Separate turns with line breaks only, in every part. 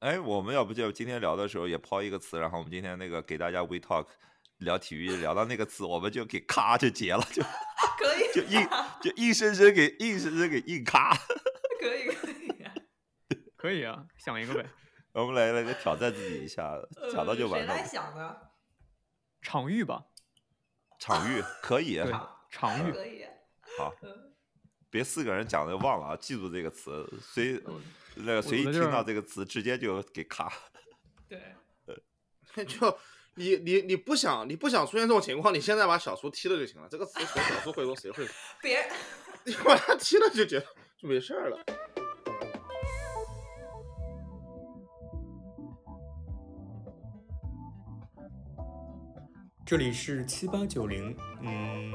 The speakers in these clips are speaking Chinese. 哎，我们要不就今天聊的时候也抛一个词，然后我们今天那个给大家 we talk 聊体育聊到那个词，我们就给咔就结了，就
可以啊
就硬就硬生生给硬生生给硬咔。
可以可以、啊，
可以啊，想一个呗。
我们来来来挑战自己一下， 想到就
呃
完
谁
了
来。想的？
场域吧，
场域可以，
对
好，
嗯
场域
可以，啊
好
嗯，
别四个人讲的忘了啊，记住这个词，随那个随意听
我觉得就是
到这个词直接就给咔。
对，
就你你你不想你不想出现这种情况，你现在把小苏踢了就行了。这个词从小苏会说谁会说？
别人
你把他踢了就觉得就没事儿了。
这里是七八九零，嗯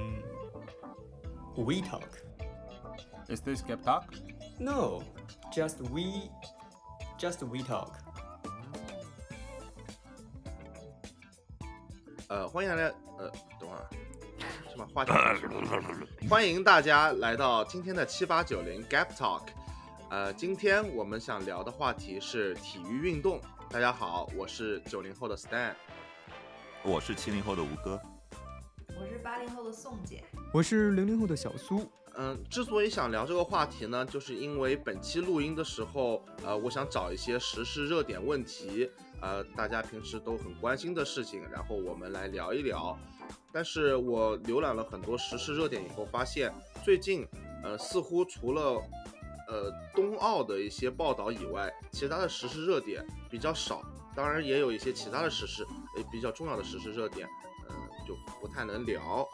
，We Talk，No，just
Is this Gap Talk?
We，just We Talk。
呃，欢迎大家，呃，等会儿是吗？话讲， 欢迎大家来到今天的七八九零 Gap Talk。呃，今天我们想聊的话题是体育运动。大家好，我是九零后的 Stan。
我是七零后的吴哥，
我是八零后的宋姐，
我是零零后的小苏，
嗯，之所以想聊这个话题呢，就是因为本期录音的时候，呃，我想找一些时事热点问题，呃，大家平时都很关心的事情，然后我们来聊一聊。但是我浏览了很多时事热点以后，发现最近，呃，似乎除了呃冬奥的一些报道以外，其他的时事热点比较少。当然，也有一些其他的时事，呃，比较重要的时事热点，呃，就不太能聊。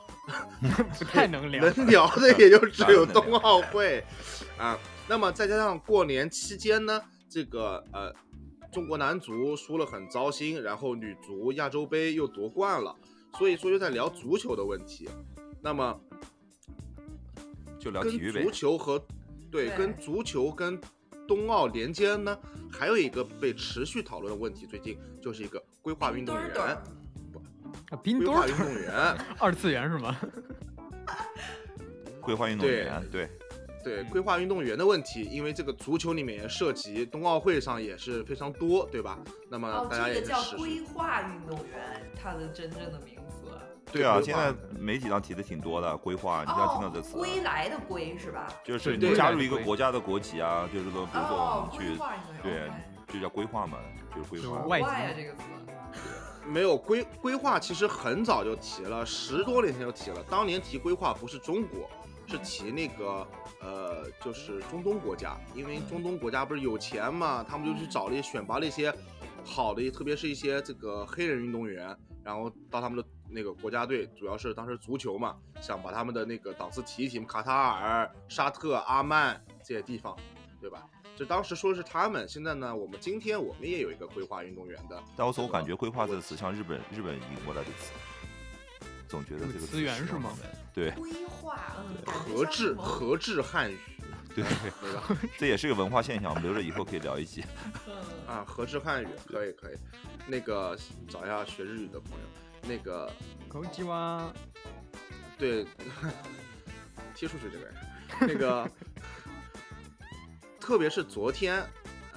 不太能聊。
能聊的也就只有冬奥会 啊。那么再加上过年期间呢，这个呃，中国男足输了很糟心，然后女足亚洲杯又夺冠了，所以说又在聊足球的问题。那么
就聊
跟
体育呗
足。球和对
对
跟足球跟冬奥连接呢，还有一个被持续讨论的问题，最近就是一个规划运动
墩儿
员，
墩儿，
啊冰
规
墩
划运
儿，
动员。
二次元是吗？
规划运动
对
员，对，
对
嗯
规划运动员的问题，因为这个足球里面也涉及，冬奥会上也是非常多，对吧？那么
哦，
大家
这
也
个
是
叫
实
规划运动员，它的真正的名词啊。
对啊，
规
现
划
在媒体上提的挺多的规划，你要听到这
哦，
词啊，
归来的归是吧？
就是
对
你加入
对
一个国家的国籍啊，就是说，比如说
哦，
我们
规
去，
划运动
对
员，
就叫规划嘛，就是规划
就。
OK
外
国外
籍
啊这个词，
没有规规划，其实很早就提了，十多年前就提了。当年提规划不是中国，是提那个呃，就是中东国家，因为中东国家不是有钱嘛，他们就去找了一选拔了一些好的，特别是一些这个黑人运动员，然后到他们的那个国家队，主要是当时足球嘛，想把他们的那个档次提一提嘛，卡塔尔、沙特、阿曼这些地方，对吧？就当时说是他们，现在呢，我们今天我们也有一个规划运动员的。
但我总感觉“规划”这个词像日本日本引过来的词，总觉得这个
资源
适
是
用
吗
日本？对
规划，嗯，感觉
和
像
制
什么
和制汉语，
对，
对吧？
这也是个文化现象，我们留着以后可以聊一期。
嗯，
啊，和制汉语可以可以。那个找一下学日语的朋友，那个
口吉哇，
对，踢出去这个人，那个，特别是昨天，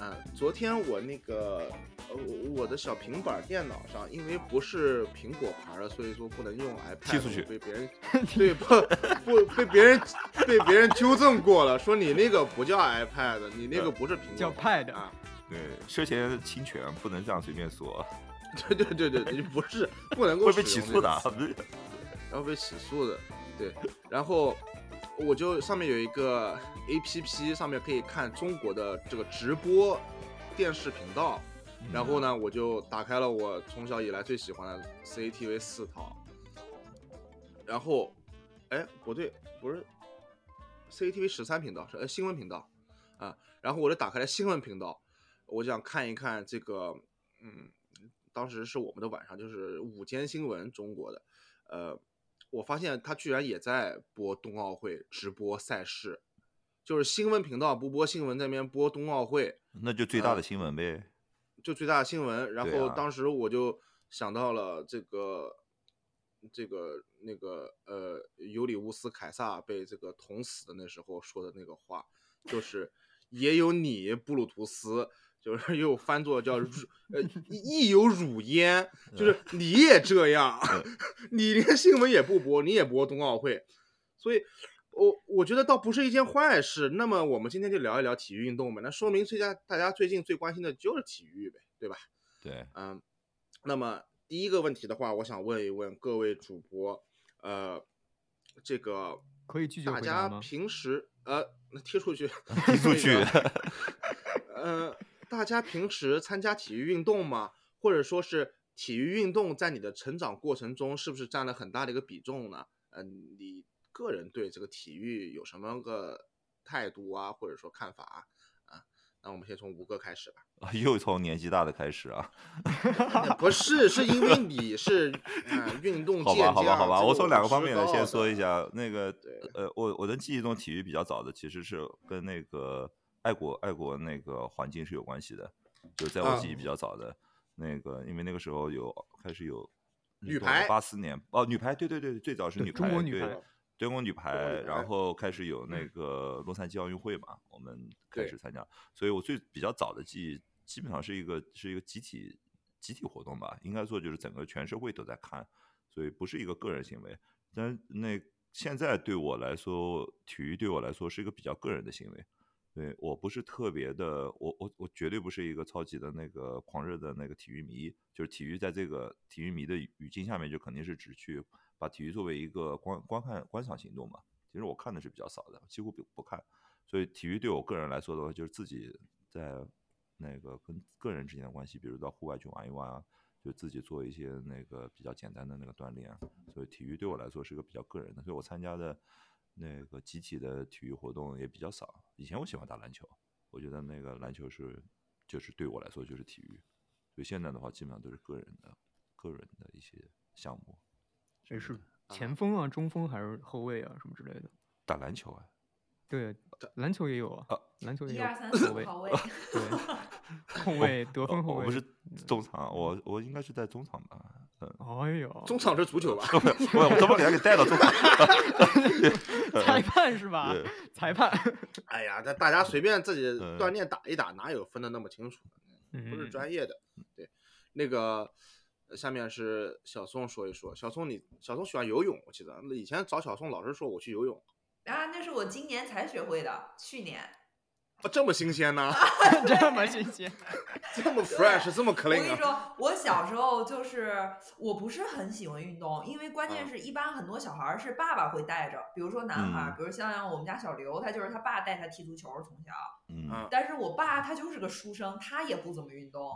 嗯、昨天我那个呃我我的小平板电脑上，因为不是苹果牌的，所以说不能用 iPad，
踢出去
我被别人对不不被别人被别人纠正过了，说你那个不叫 iPad，你那
呃
个不是苹
叫
果
Pad
啊。
对， 涉嫌侵权，不能这样随便说，
对对对对，你不是不能够
会被
使
起
用
诉
这个
的。啊
词然后被起诉的，对。然后我就上面有一个 A P P，上面可以看中国的这个直播电视频道。然后呢，我就打开了我从小以来最喜欢的 C T V 四套。然后，哎，不对，不是 C T V 十三频道，是呃新闻频道啊。然后我就打开了新闻频道，我想看一看这个，嗯，当时是我们的晚上，就是午间新闻中国的，呃，我发现他居然也在播冬奥会直播赛事，就是新闻频道不播新闻，在那边播冬奥会，
那就最大
嗯
的新闻呗。
就最大的新闻。然
对
后
啊
当时我就想到了这个。这个那个呃，尤里乌斯凯撒被这个捅死的那时候说的那个话，就是也有你，布鲁图斯，就是又翻 作叫乳呃亦有辱焉，
嗯
就是你也这样， 你连新闻也不播，你也播冬奥会，所以。我我觉得倒不是一件坏事。那么我们今天就聊一聊体育运动呗。那说明最佳大家最近最关心的就是体育呗，对吧？
对，，
嗯，那么第一个问题的话，我想问一问各位主播，呃，这个
可以拒绝
大
回答
家
吗？
平时呃那踢出 去
踢出去
那个呃，大家平时参加体育运动吗？或者说是体育运动在你的成长过程中是不是占了很大的一个比重呢？呃，你个人对这个体育有什么个态度啊，或者说看法啊？啊那我们先从吴哥开始 吧。
又从年纪大的开始啊。
不是，是因为你是呃运动
好
健
吧，
将。
好吧，好吧，
这
我
个
从两个方面
啊知
来先
道
说一
的。
下。那个
对，
呃，我我的记忆中体育比较早的其实是跟那个爱国爱国那个环境是有关系的，就在我
啊
记忆比较早的、那个，因为那个时候有开始有
女排
八四年哦，女排，对对对，最早是
对
女排，
中国女
对
排
中国女排，
排
然后开始有那个洛杉矶奥运会嘛，我们开
对
始参加，所以我最比较早的记忆，基本上是一个是一个集体集体活动吧，应该说就是整个全社会都在看，所以不是一个个人行为。但是那现在对我来说，体育对我来说是一个比较个人的行为，对我不是特别的，我我我绝对不是一个超级的那个狂热的那个体育迷，就是体育在这个体育迷的语语境下面，就肯定是只去把体育作为一个观观看观赏行动嘛。其实我看的是比较少的，几乎不不看，所以体育对我个人来说的话，就是自己在那个跟个人之间的关系，比如到户外去玩一玩啊，就自己做一些那个比较简单的那个锻炼啊。所以体育对我来说是一个比较个人的，所以我参加的那个集体的体育活动也比较少。以前我喜欢打篮球，我觉得那个篮球是就是对我来说就是体育，所以现在的话基本上都是个人的个人的一些项目。
谁哎是
啊
前锋啊、中锋还是后卫啊什么之类的？
打篮球啊？
对，篮球也有啊
啊，
篮球也
一
有
二三
后
四啊
卫，
号位，
对，后卫 得分
哦
后
我
卫
不是中场，我我应该是在中场吧？ 嗯，
哎呦，
中场是足球吧？
我我怎么给他给带到中场？
裁判是 吧？
对
裁判，
哎呀，那大家随便自己
嗯
锻炼打一打，哪有分的那么清楚？不是
嗯，
专业的。对，那个呃下面是小宋说一说，小宋你小宋喜欢游泳，我记得以前找小宋老是说我去游泳，
啊，那是我今年才学会的，去年。
啊这么新鲜呢，
这么新鲜，
这么 fresh，这么
我跟
clean
你
啊。
说，
嗯
我小时候就是我不是很喜欢运动，因为关
嗯
键是一般很多小孩儿是爸爸会带着，比如说男孩儿，
嗯
比如像我们家小刘，他就是他爸带他踢足球从小，
嗯
啊，
但是我爸他就是个书生，他也不怎么运动，呃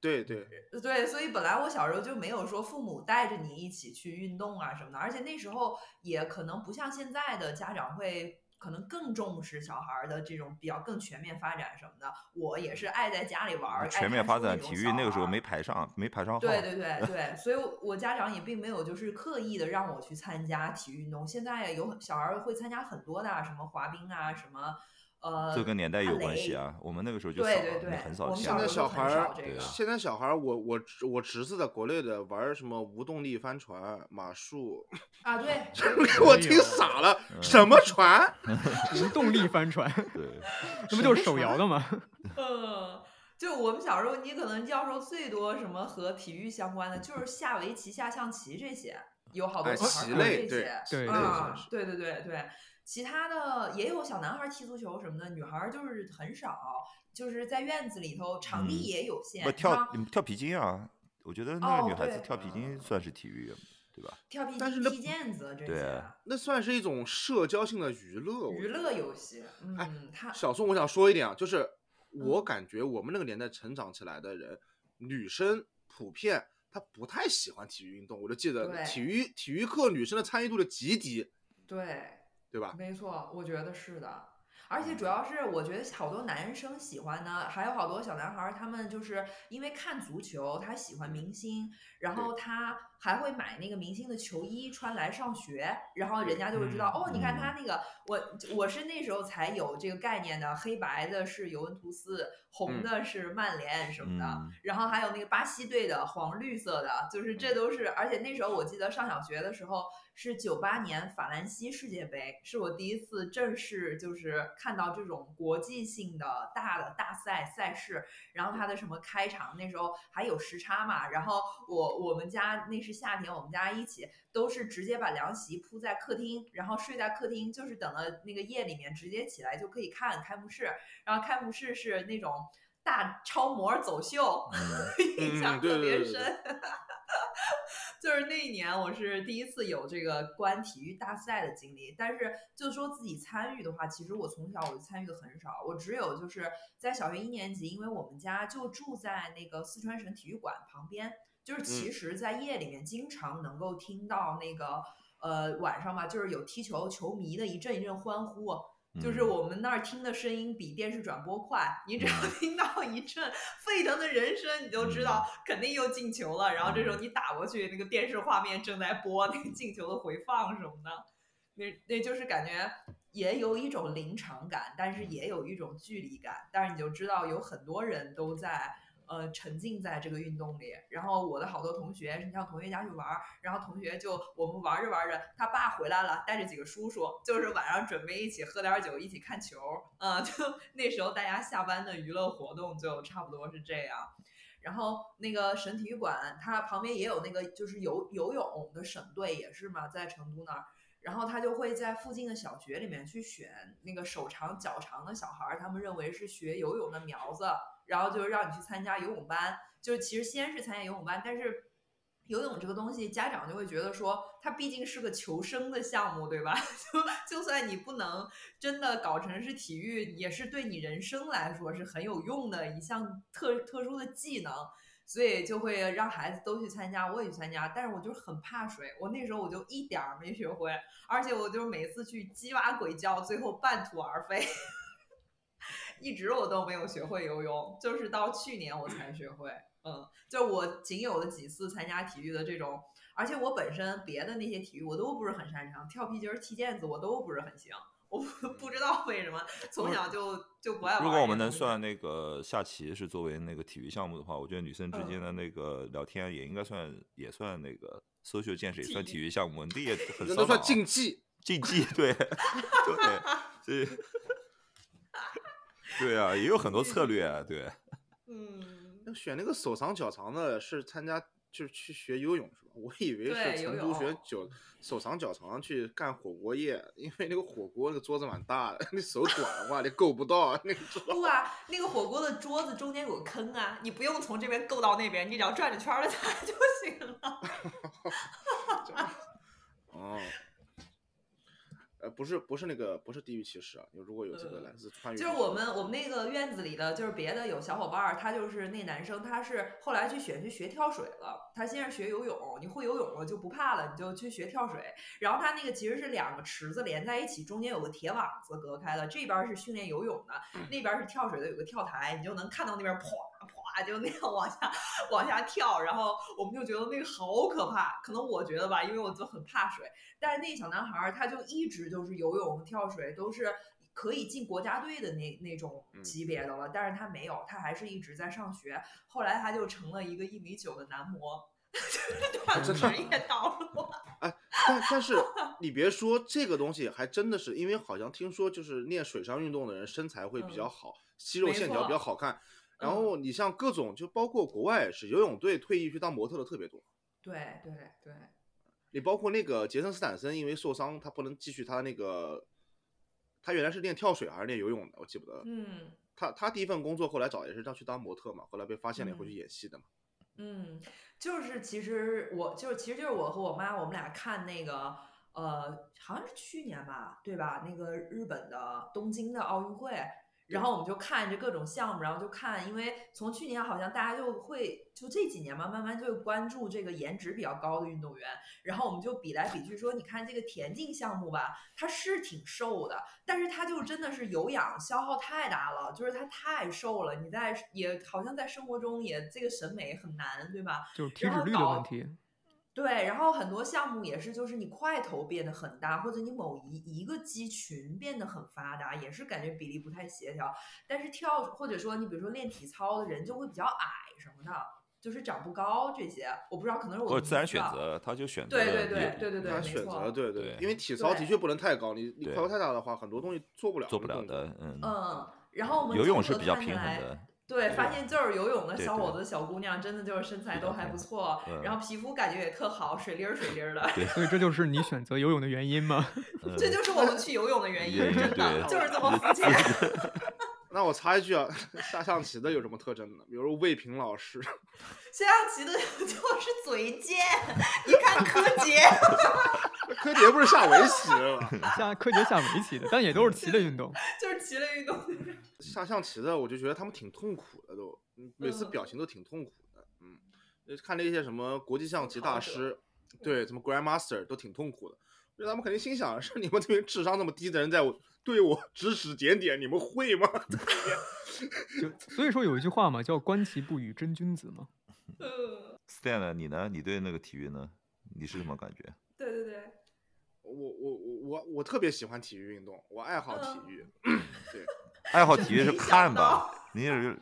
对对，
对，所以本来我小时候就没有说父母带着你一起去运动啊什么的，而且那时候也可能不像现在的家长会。可能更重视小孩儿的这种比较更全面发展什么的，我也是爱在家里玩儿，爱
啊全面
看
发
书那
展
种
体育
小
那个时候
孩儿
没排上，没排上号。
啊对对对对，所以我家长也并没有就是刻意的让我去参加体育运动。现在有小孩儿会参加很多的啊，什么滑冰啊，什么呃，
这跟年代有
芭
关
蕾
系啊，我们那个时候就少
呃对
了，
对对
你，很少
我们
见
小
了。
时候就
现在小孩
很少
儿
这
对
个
啊。
现在小孩儿，我我侄我侄子在国内的玩儿什么无动力帆船、马术，
啊，对，
给
哎
我听傻了，
嗯
什么
啊
船？
无动力帆船，
对，
那不就是手摇的吗？
嗯，就我们小时候，你可能要说最多什么和体育相关的，就是下围棋、下象棋这些，有好多
哎，
小孩
棋
儿搞
类
这
对
些。
棋
对
类
对
啊
算是，
对对对对，其他的也有小男孩踢足球什么的，女孩儿就是很少，就是在院子里头，场地
嗯
也有限。
不
你像
跳跳皮筋啊，我觉得那
哦
个女孩子
对
跳皮筋算是体育，对吧？
跳皮
但
筋
是那
踢毽子这
对
些啊
那算是一种社交性的娱乐。我
娱
觉得
乐游戏，
哎
嗯，他
小宋，我想说一点啊，就是
嗯
我感觉我们那个年代成长起来的人，女生普遍她不太喜欢体育运动。我就记得
对
体育体育课女生的参与度的极低，
对，
对吧？
没错，我觉得是的。而且主要是，我觉得好多男生喜欢呢，还有好多小男孩儿，他们就是因为看足球，他喜欢明星，然后他还会买那个明星的球衣穿来上学，然后人家就会知道，
嗯
哦，你看他那个，我我是那时候才有这个概念的，黑白的是尤文图斯，红
嗯
的是曼联什么的，
嗯，
然后还有那个巴西队的黄绿色的，就是这都是，而且那时候我记得上小学的时候是九八年法兰西世界杯，是我第一次正式就是看到这种国际性的大的大赛赛事，然后它的什么开场那时候还有时差嘛，然后我我们家那是夏天，我们家一起都是直接把凉席铺在客厅，然后睡在客厅，就是等到那个夜里面直接起来就可以看开幕式，然后开幕式是那种大超模走秀， 印象
嗯对
特别
对对对
深。 就是那一年，我是第一次有这个观体育大赛的经历，但是就说自己参与的话，其实我从小我就参与的很少，我只有就是在小学一年级，因为我们家就住在那个四川省体育馆旁边，
嗯
就是其实，在夜里面经常能够听到那个、呃晚上吧，就是有踢球球迷的一阵一阵欢呼，就是
嗯
我们那儿听的声音比电视转播快，你只要
嗯
听到一阵沸腾的人声，你就知道肯定又进球了。然后这时候你打过去，那个电视画面正在播那个进球的回放什么的，那那就是感觉也有一种临场感，但是也有一种距离感。但是你就知道有很多人都在。呃，沉浸在这个运动里，然后我的好多同学，你像同学家去玩儿，然后同学就我们玩着玩着，他爸回来了，带着几个叔叔，就是晚上准备一起喝点酒，一起看球，嗯，就 那时候大家下班的娱乐活动就差不多是这样。然后那个省体育馆，它旁边也有那个就是游游泳的省队也是嘛，在成都那儿。然后他就会在附近的小学里面去选那个手长脚长的小孩儿，他们认为是学游泳的苗子，然后就让你去参加游泳班。就是其实先是参加游泳班，但是游泳这个东西，家长就会觉得说，它毕竟是个求生的项目，对吧？ 就就算你不能真的搞成是体育，也是对你人生来说是很有用的一项特特殊的技能。所以就会让孩子都去参加，我也去参加，但是我就是很怕水，我那时候我就一点儿没学会，而且我就每次去鸡哇鬼叫，最后半途而废， 一直我都没有学会游泳，就是到去年我才学会。嗯，就我仅有的几次参加体育的这种，而且我本身别的那些体育我都不是很擅长，跳皮筋儿、踢毽子我都不是很行，我不 不知道为什么从小就就不爱玩。
如果我们能算，那个下棋是作为那个体育项目的话，我觉得女生之
嗯
间的那个聊天也应该算，也算那个 social 建设，也算
体
体育项目，你也 很骚
那都
扰
算
啊
竞技。
竞技， 对对，所以对啊，也有很多策略啊，对，
嗯，
那选那个手长脚长的是参加就是去学游泳是吧？我以为
对
是
游
成都学
泳
脚手长脚长去干火锅业，因为那个火锅那个桌子蛮大的， 你手短的话你够不到那个桌。
不啊，那个火锅的桌子中间有个坑啊，你不用从这边够到那边，你只要转着圈儿的它就行了。
哦，呃，不是不是那个不是地域歧视啊，如果有这个
呃
来自川渝
就
地区
是
的，
我们我们那个院子里的，就是别的有小伙伴儿，他就是那男生，他是后来去选去学跳水了。他先是学游泳，你会游泳了就不怕了，你就去学跳水。然后他那个其实是两个池子连在一起，中间有个铁网子隔开了，这边儿是训练游泳的，那边儿是跳水的，有个跳台，你就能看到那边啪啪就那样往下往下跳。然后我们就觉得那个好可怕，可能我觉得吧，因为我就很怕水。但是那小男孩儿他就一直就是游泳、跳水都是可以进国家队的那那种
嗯
级别的了，但是他没有，他还是一直在上学。后来他就成了一个一米九的男模， 断职业道路。
但但是你别说这个东西，还真的是因为好像听说就是练水上运动的人身材会比较
嗯
好，肌肉
没
线条比较
错
好看。然
嗯
后你像各种，就包括国外也是，游泳队退役去当模特的特别多。
对对对，
你包括那个杰森斯坦森，因为受伤，他不能继续他那个，他原来是练跳水还是练游泳的，我记不得了。
嗯。
他他第一份工作后来找也是让去当模特嘛，后来被发现了以后
嗯
去演戏的嘛。
嗯，就是其实我就是其实就是我和我妈我们俩看那个呃，好像是去年吧，对吧？那个日本的东京的奥运会，然后我们就看这各种项目，然后就看，因为从去年好像大家就会就这几年嘛，慢慢就会关注这个颜值比较高的运动员，然后我们就比来比去说，你看这个田径项目吧，他是挺瘦的，但是他就真的是有氧消耗太大了，就是他太瘦了，你在也好像在生活中也这个审美很难，对吧？
就是体
然
脂
后
率的
搞
问题。
对，然后很多项目也是，就是你块头变得很大，或者你某一一个肌群变得很发达，也是感觉比例不太协调。但是跳或者说你比如说练体操的人就会比较矮什么的，就是长不高这些，我不知道，可能是我
或
的
者自然
迷思
选
吧。
择，他就选择
对对
了
对
也
对对对
他
没
选
错
择对
对
因为体操的
对
确不能太高，你你
对
块头太大的话，很多东西做不了，
做不了
动作
的，嗯，
嗯，然后我们
游
综
泳是
合
比较
看下
平衡
来
的，
对，发现就是游泳的
对
小伙
对
子、小姑娘，真的就是身材
比
都
较
还
平
不错，
嗯
然后皮肤感觉也特好，水灵儿水灵儿的。
所以这就是你选择游泳的原因吗？
嗯
这就是我们去游泳的原因，
原因
真的
对
就是这么肤浅。
那我插一句啊， 下象棋的有什么特征呢？比如魏平老师，
下象棋的 就是嘴贱，你看柯洁，
柯洁不是下围棋的吗？
下柯洁下围棋的，但也都是棋的运动。
就是棋类运动。
下象棋的，我就觉得他们挺痛苦的都，嗯每次
嗯
表情都挺痛苦的。嗯，呃看那些什么国际象棋
考
大
者
师，对，什么 Grandmaster 都挺痛苦的。就他们肯定心想： 是你们这些智商这么低的人在我对我指指点点，你们会吗？
就所以说有一句话嘛，叫“观其不语，真君子”嘛。
嗯，
Stan 呢？你呢？你对那个体育呢？你是什么感 觉？
对对对，
我我我我我特别喜欢体育运动，我爱好体育。
嗯
对，
爱好
真
体育是
没想
看吧，你也是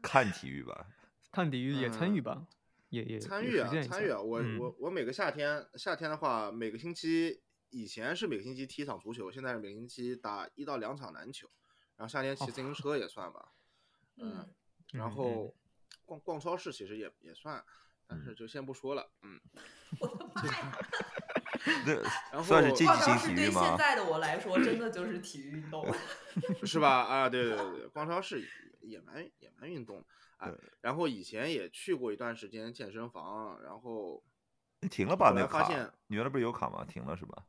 看体育吧？
看体育也参与吧，也也
参
也
与
实
啊
践，一
参
下
与啊！我、
嗯
我我每个夏天，夏天的话，每个星期以前是每个星期踢一场足球，现在是每个星期打一到两场篮球，然后夏天骑自行车也算吧，
嗯，
然
哦嗯
后逛逛超市其实也也算，但是就先不说了，嗯，
我的妈呀！
那
然
算是
后
竞
报
技
告
性
是
体
对
育
现
吗？
在的我来说，真的就是体育运动。
是吧？啊，对对对对，逛超市也也蛮也蛮运动的啊。然后以前也去过一段时间健身房，然后
你停了吧？
后
那
来
个
发
卡
现，
你原来不是有卡吗？停了是吧？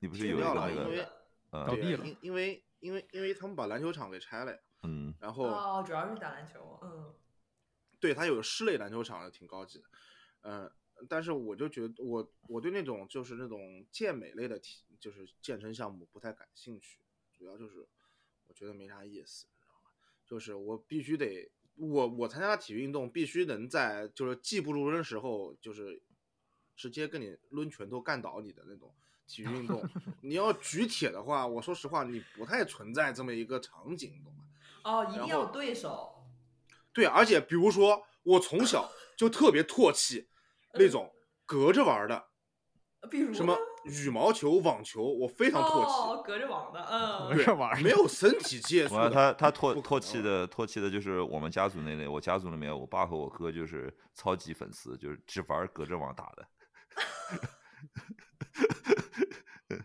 你不是
停
有一
掉
个
了
那
因为
个
倒
呃
对
闭了
因因为因为因为他们把篮球场给拆了呀，
嗯
然后。
哦，主要是打篮球，嗯，
对，它有室内篮球场，挺高级的。嗯，但是我就觉得我我对那种就是那种健美类的体，就是健身项目不太感兴趣，主要就是我觉得没啥意思，你知道吗？就是我必须得我我参加的体育运动必须能在就是技不如人的时候，就是直接跟你抡拳头干倒你的那种。体育运动，你要举铁的话，我说实话，你不太存在这么一个场景，你懂吗？
哦，一定
然
要有
后
对手，
对，而且比如说我从小就特别唾弃那种隔着玩儿的，
比如
什么
呢
羽毛球、网球，我非常唾
嗯哦，隔着网的，嗯，
隔
弃。
着
对，
玩儿
没有身体 接触
完了，他
的。
他唾
不可
唾弃
能
的唾弃的就是我们家族那类，我家族里面，我爸和我哥就是超级粉丝，就是只玩隔着网打的。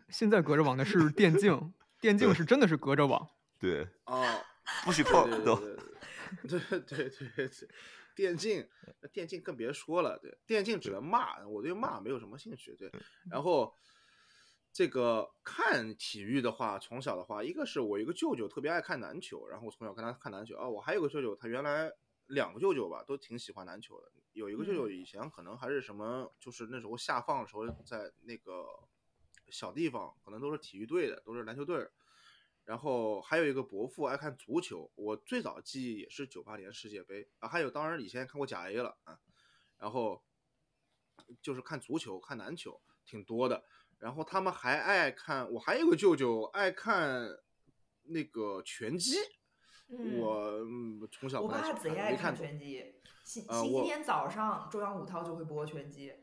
现在隔着网的是电竞，电竞是真的是隔着网，
对，
啊，
不许
对
碰
对
都。
对对对对对对，电竞那电竞更别说了，对电竞只能骂，我对骂没有什么兴趣。对，然后这个看体育的话，从小的话，一个是我一个舅舅特别爱看篮球，然后我从小跟他看篮球啊、我还有个舅舅，他原来两个舅舅吧，都挺喜欢篮球的。有一个舅舅以前可能还是什么，就是那时候下放的时候，在那个小地方，可能都是体育队的，都是篮球队儿。然后还有一个伯父爱看足球，我最早记忆也是九八年世界杯啊，还有当然以前也看过甲 A 了啊，然后就是看足球、看篮球挺多的，然后他们还爱看，我还有个舅舅爱看那个拳击，
嗯
我、嗯、从小
我
不太喜
爸
欢
贼
看
爱
没看
看
懂
拳击，星
呃
星期
我
天早上中央五套就会播拳击，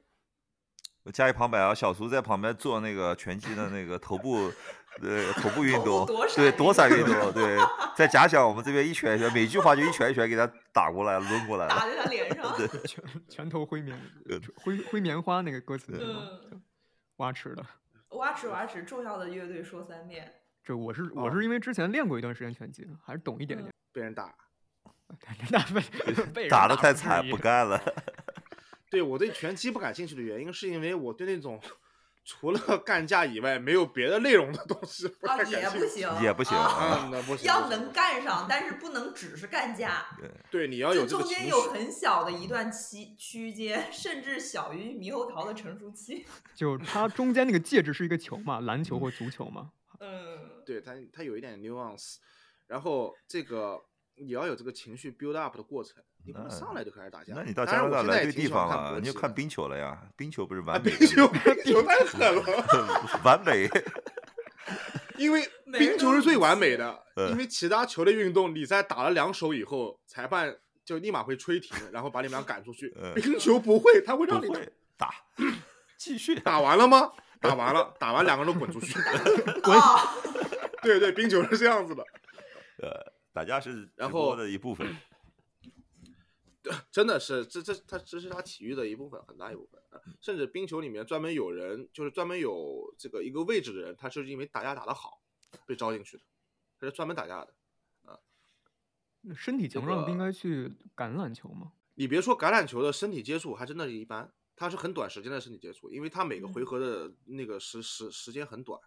家里旁白啊，小苏在旁边做那个拳击的那个头部，呃，头部运
头部
动
躲，闪
对，
运
躲闪
动
运动， 对，在假想我们这边一拳一拳，每句话就一拳一拳给他打过来，抡过来
打
了。
在他脸上。
拳拳头挥棉
呃
挥挥棉花那个歌词是吗？
嗯，
挖池的。
挖齿挖齿，重要的乐队说三遍。
这我是
哦嗯
我是因为之前练过一段时间拳击，还是懂一点点。
被人打。
那被被 人
打的
得
太惨， 不。干 了。
对我对拳击不感兴趣的原因，是因为我对那种 除了干架以外没有别的内容的东西 不
啊，
太感
也
兴
不
趣。
行，
也不行
啊
啊，那不行，
要
不行
能干上，但是不能只是干架，
对，你要有
这
这
中
个情
间
绪。
有很小的一段期区间，甚至小于猕猴桃的成熟期。
就它中间那个介质是一个球嘛，篮球或足球嘛。
嗯，
对它它有一点 nuance，然后这个也要有这个情绪 build up 的过程，你不能
那
上来就开始打架。
那你到
当
加
然
拿大
我现在
来
也
对
挺
地
喜欢
方了，
国
你就
旗
看
的
冰球了呀，冰球不是
啊，
完美
冰
的
球
吗，
冰球太狠了，
完 美。
因为
每人
冰
都
球
有
是最
武
完
器
美的，
嗯
因为其他球类运动你在打了两手以后，裁判就立马会吹停，然后把你们俩赶出去
嗯。
冰球不会，他会
不
让你打
会打，继续
打完了吗？打完了，打完两个人都滚出去。
啊，
对对，冰球是这样子的，
呃，打架是直
然
播
后嗯
的一部分，
真的是这这它这是它体育的一部分，很大一部分。呃甚至冰球里面专门有人，就是专门有这个一个位置的人，他就是因为打架打得好被招进去的，他是专门打架的。
那身体强壮的不应该去橄榄球吗？
你别说橄榄球的身体接触还真的是一般，它是很短时间的身体接触，因为它每个回
嗯
合的那个时时时间很短，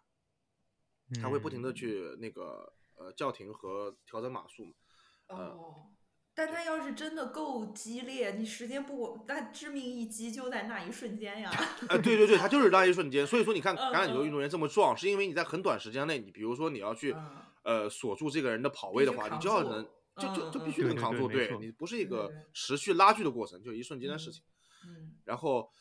嗯
它会不停的去那个呃叫停和调整码数嘛。嗯
哦，但他要是真的够激烈，你时间不稳，那致命一击就在那一瞬间呀。
哎，对对对，它就是那一瞬间。所以说，你看
嗯
橄榄球运
嗯
动员这么壮，是因为你在很短时间内，你比如说你要去
嗯
呃锁住这个人的跑
必
位的
须
话，你
扛
就要
住
能就就
嗯
就必须
嗯
能
对
扛
对
住，
没
对
错
你不是一个
对对
持续拉锯的过程，就一瞬间的事
嗯
情。
嗯
然后，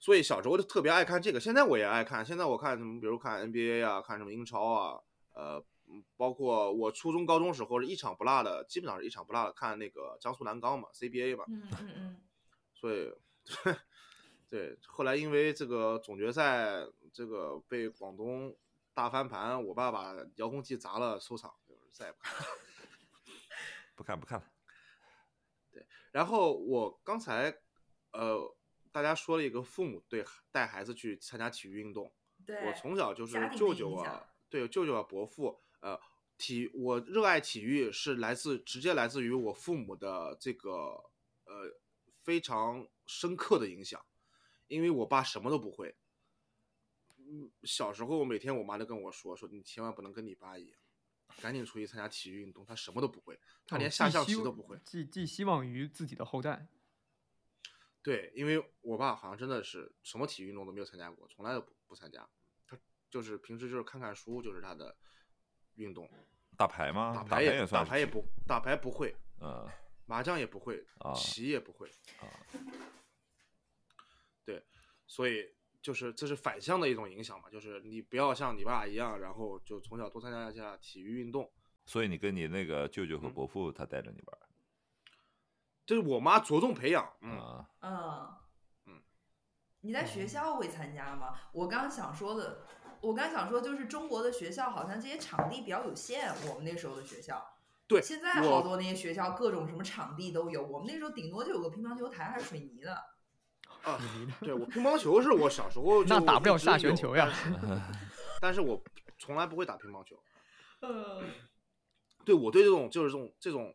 所以小时候就特别爱看这个，现在我也爱看。现在我看什么，比如看 NBA 啊，看什么英超啊，呃，嗯包括我初中、高中时候是一场不落的，基本上是一场不落的看那个江苏南钢嘛，CBA 嘛。
嗯嗯嗯，
所以， 对，后来因为这个总决赛这个被广东大翻盘，我爸把遥控器砸了，收场，就是再也不看了。
不看不看了。
然后我刚才，呃，大家说了一个父母对孩带孩子去参加体育运动，
对，
我从小就是
家庭的
舅舅
影
啊
响，
对舅舅啊伯父，呃，体我热爱体育是来自直接来自于我父母的这个呃非常深刻的影响，因为我爸什么都不会。嗯，小时候每天我妈都跟我说说你千万不能跟你爸一样，赶紧出去参加体育运动，他什么都不会，他
哦
连
寄
下象
希
棋都
望
不会。
寄寄希望于自己的后代。
对，因为我爸好像真的是什么体育运动都没有参加过，从来都不不参加。他就是平时就是看看书，就是他的运动。
打牌吗？
打
打
牌
也
打
算是
牌也不打牌不会，
呃
麻将也不会，
啊
棋也不会，
啊，
所以就是这是反向的一种影响嘛，就是你不要像你爸一样，然后就从小多参加一下体育运动。
所以你跟你那个舅舅和
嗯
伯父他带着你玩儿
这是我妈着重培养，嗯，
啊，
嗯
嗯，
你在学校会参加吗？我刚想说的，我刚想说就是中国的学校好像这些场地比较有限，我们那时候的学校。
对
现在
我
好多那些学校各种什么场地都有，我们那时候顶多就有个乒乓球台还是水泥的。
啊
水泥的
对我乒乓球是我小时候 就
那打不了
一直
下旋
有
球 呀，
但是我从来不会打乒乓球。
嗯，
对我对这种就是这种这种，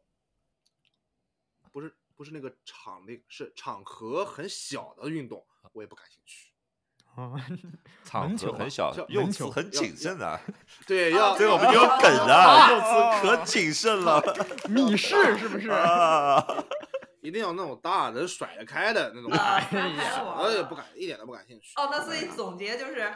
不是不是那个场那是场合很小的运动，我也不感兴趣。
啊，
场
门球
合
啊
很小
叫，
用
门
词
球
很谨慎啊，
对，
哦
要
这个我们就有梗 啊，用词可谨慎了
密室是不是？
啊。
一定要那种大能甩得开的那种，
啊
小
甩 得开的玩
的也
儿
不感一点都不感兴趣。
哦，那所以
嗯
总结就是，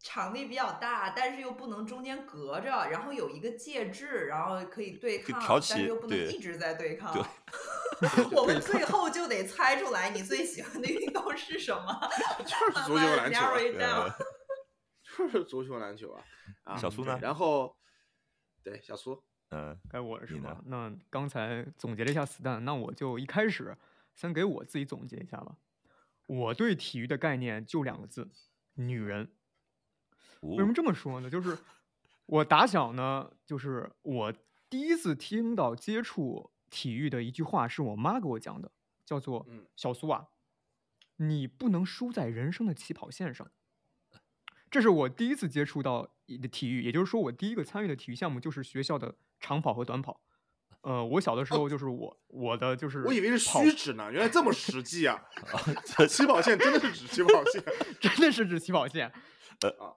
场地比较大，但是又不能中间隔着，然后有一个介质，然后可以对
可以
抗，
挑
但
起
是又不能
对
一直在对抗。
对
我们最后就得猜出来你最喜欢的运动是什么。
就是足球、
慢慢
篮球啊，
narrow it down
就是足球、篮球啊啊。
嗯小苏呢？
然后对小苏，
嗯，
该我了是
你
吧
呢？
那刚才总结了一下 Stan，那我就一开始先给我自己总结一下吧。我对体育的概念就两个字：女人。
为
为什么这么说呢？就是我打小呢，就是我第一次听到接触体育的一句话，是我妈给我讲的，叫做
嗯
“小苏啊，你不能输在人生的起跑线上”。这是我第一次接触到一的体育，也就是说，我第一个参与的体育项目就是学校的长跑和短跑。呃，我小的时候就是我我的就是
哦我以为是
跑
虚指呢，原来这么实 际啊！起跑线真的是指起跑线。
真的是指起跑线。
呃
啊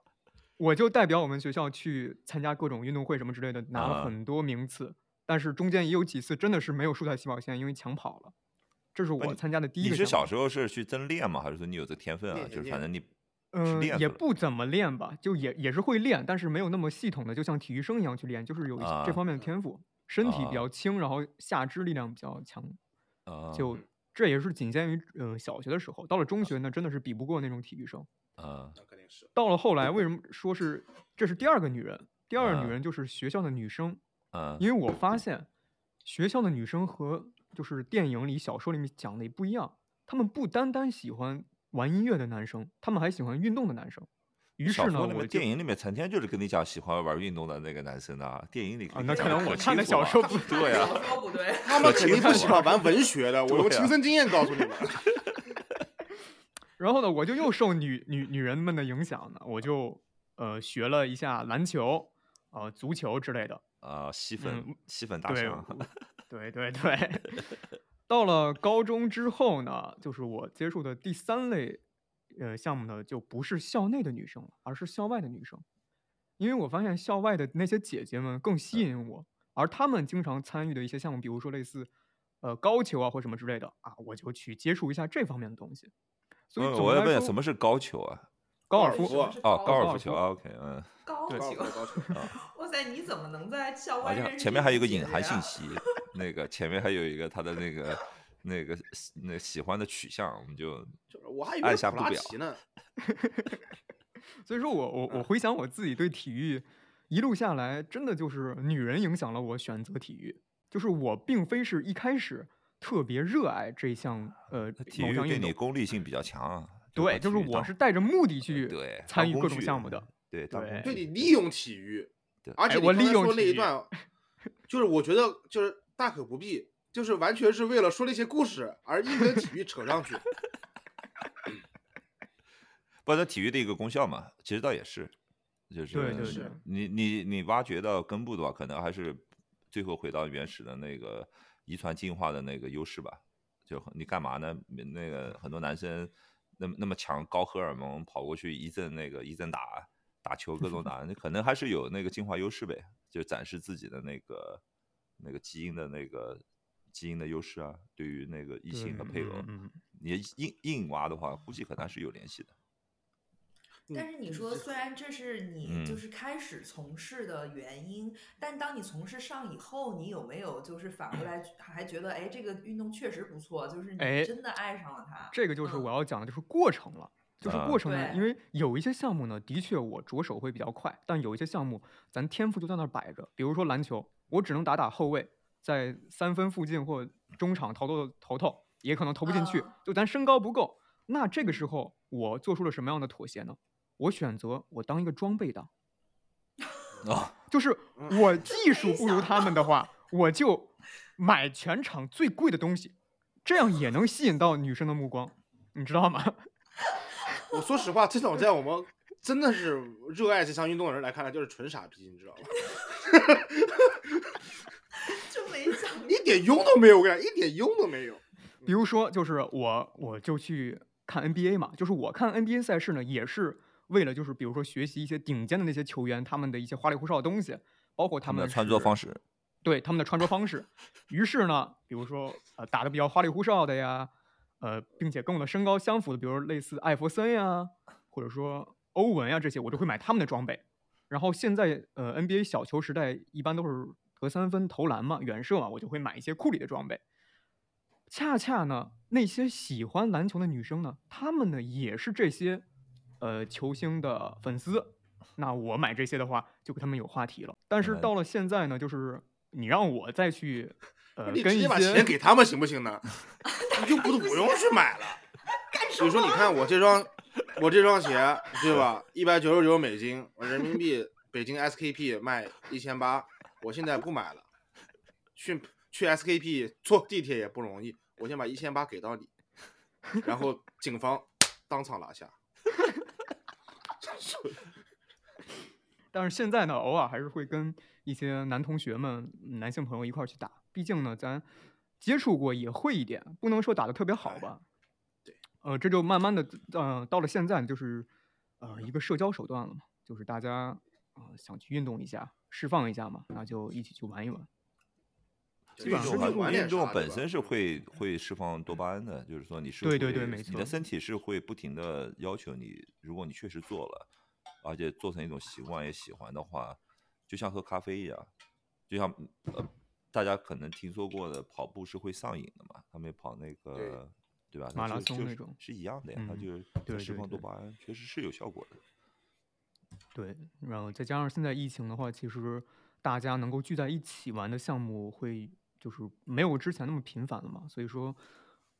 我就代表我们学校去参加各种运动会什么之类的，拿了
啊
很多名次，但是中间也有几次真的是没有输在起跑线，因为抢跑了。这是我
呃你
参加的第
你
一个项目。
是小时候是去真练吗？还是说你有这个天分啊？
练
就是
练
反正你是
嗯，
练
也
出来
不怎么练吧，就也也是会练，但是没有那么系统的，就像体育生一样去练，就是有一些
啊
这方面的天赋，身体
啊
比较轻，然后下肢力量比较强，
啊
就这也是仅限于呃小学的时候，到了中学呢，真的是比不过那种体育生。
啊
那肯定是
到了后来，为什么说是这是第二个女人？第二个
啊
女人就是学校的女生，
啊
因为我发现学校的女生和就是电影里、小说里面讲的也不一样。他们不单单喜欢玩音乐的男生，他们还喜欢运动的男生。于
小
是呢，
说里
我
面、
就
电影里面成天就是跟你讲喜欢玩运动的那个男生的啊，电影里
啊，那
可
可能
可
我
清
看的
楚
小
啊
说不
对呀、
小说不对，
他们肯定不喜欢玩文学的，我
对
用
啊
亲身经验告诉 你们。
然后呢，我就又受女女女人们的影响呢，我就呃学了一下篮球、呃足球之类的。
啊，吸粉
嗯
吸粉大
对
神，
对对对， 到了高中之后呢，就是我接触的第三类呃项目呢，就不是校内的女生了，而是校外的女生，因为我发现校外的那些姐姐们更
嗯
吸引我，而她们经常参与的一些项目，比如说类似呃高球啊或什么之类的啊，我就去接触一下这方面的东西。所以
嗯
总
我
的
要
来
问
说
什么是高球啊？
高尔
高尔
夫
夫啊
哦，高
高
尔
尔
夫球
夫
啊，OK，嗯，
高
高
球
尔，夫高手
哇塞，你怎么能在校
好
外
像
认识
前面还有一个隐含
姐姐
信
啊
息，那个前面还有一个他的那个那个那喜欢的取向，我们就
就是我还以为
按
是
下
普
不
拉
表
提呢。
所以说我我
嗯
我回想我自己对体育一路下来，真的就是女人影响了我选择体育。就是我并非是一开始特别热爱这项呃
啊体
某
育
项
对
运
你
动，
功利性比较强啊。
对，
就
就是
把体育
我
当呃
是带着目的去
对
参
当
与
工
各种
具
项目的。
对当工具
对
对你利用体育
对，
而且
哎
你
我
刚才
利用
说那
体
一
育
段，就是我觉得就是大可不必，就是完全是为了说那些故事而硬跟体育扯上去。
包括体育的一个功效嘛，其实倒也是，就是
对对
是
对，
你你你挖掘到根部的话，可能还是最后回到原始的那个遗传进化的那个优势吧。就你干嘛呢？那个很多男生那么那么强高荷尔蒙跑过去一阵那个一阵打打球各种打，你可能还是有那个进化优势呗，就展示自己的那个那个基因的那个基因的优势啊，对于那个异性和配偶，
嗯，
你硬硬挖的话，估计可能还是有联系的。
但是你说，虽然这是你
嗯
就是开始从事的原因，但当你从事上以后，你有没有就是反过来还觉得，哎，这个运动确实不错，就是你
哎
真的爱上 了它？
这个就是
嗯
我要讲的，就是过程了。就是
啊
过程呢，
对
因为有一些项目呢，的确我着手会比较快，但有一些项目咱天赋就在那儿摆着。比如说篮球，我只能打打后卫，在三分附近或中场投投投投，也可能投不进去
啊，
就咱身高不够。那这
嗯
个时候我做出了什么样的妥协呢？我选择我当一个装备党，
哦，
就是
嗯
我技术不如他们的话，我就买全场最贵的东西，这样也能吸引到女生的目光，你知道吗？
我说实话，这种在我们真的是热爱这项运动的人来看来，就是纯傻逼，你知道吧？
就没想到
一点用都没有，我跟你讲，一点用都没有。
嗯
比如说，就是我我就去看 NBA 嘛，就是我看 NBA 赛事呢，也是为了就是比如说学习一些顶尖的那些球员他们的一些花里胡哨的东西，包括
他
他
们
们
的穿着方
式，
式，
对他们的穿着方式。于是呢，比如说呃打的比较花里胡哨的呀，呃，并且跟我的身高相符的，比如类似艾弗森呀，或者说欧文呀这些，我就会买他们的装备。然后现在呃 NBA 小球时代一般都是得三分、投篮嘛、远射嘛，我就会买一些库里的装备。恰恰呢，那些喜欢篮球的女生呢，她们呢也是这些呃球星的粉丝。那我买这些的话，就跟他们有话题了。但是
嗯
到了现在呢，就是你让我再去呃
你
跟
直
一
接把
些
钱给他们行不行呢？你就不不用去买了。比如说，你看我这双，我这双鞋，对吧？一百九十九美金，我人民币北京 SKP 卖一千八，我现在不买了。去去 SKP 坐地铁也不容易，我先把一千八给到你，然后警方当场拿下。
但是现在呢，偶尔还是会跟一些男同学们、嗯男性朋友一块儿去打。毕竟呢，咱接触过也会一点，不能说打得特别好吧。
哎对。
呃，这就慢慢的，呃，到了现在就是，呃，一个社交手段了嘛，就是大家呃想去运动一下，释放一下嘛，那就一起去玩一玩。
运
基本上
动
是
还
玩
运
点啥
动
对
本
吧
身是会会释放多巴胺的，就是说你是
对对对
会
没
你
错
的身体是会不停的要求你，如果你确实做了，而且做成一种习惯也喜欢的话，就像喝咖啡一样，就像呃大家可能听说过的跑步是会上瘾的嘛，他们跑那个对吧？
马
那
拉
就
松
就
那
是
种
是一样的呀，它
嗯
就是它
对
释
对
放多
对
巴胺，确实是有效果的。
对，然后再加上现在疫情的话，其实大家能够聚在一起玩的项目会就是没有之前那么频繁了嘛，所以说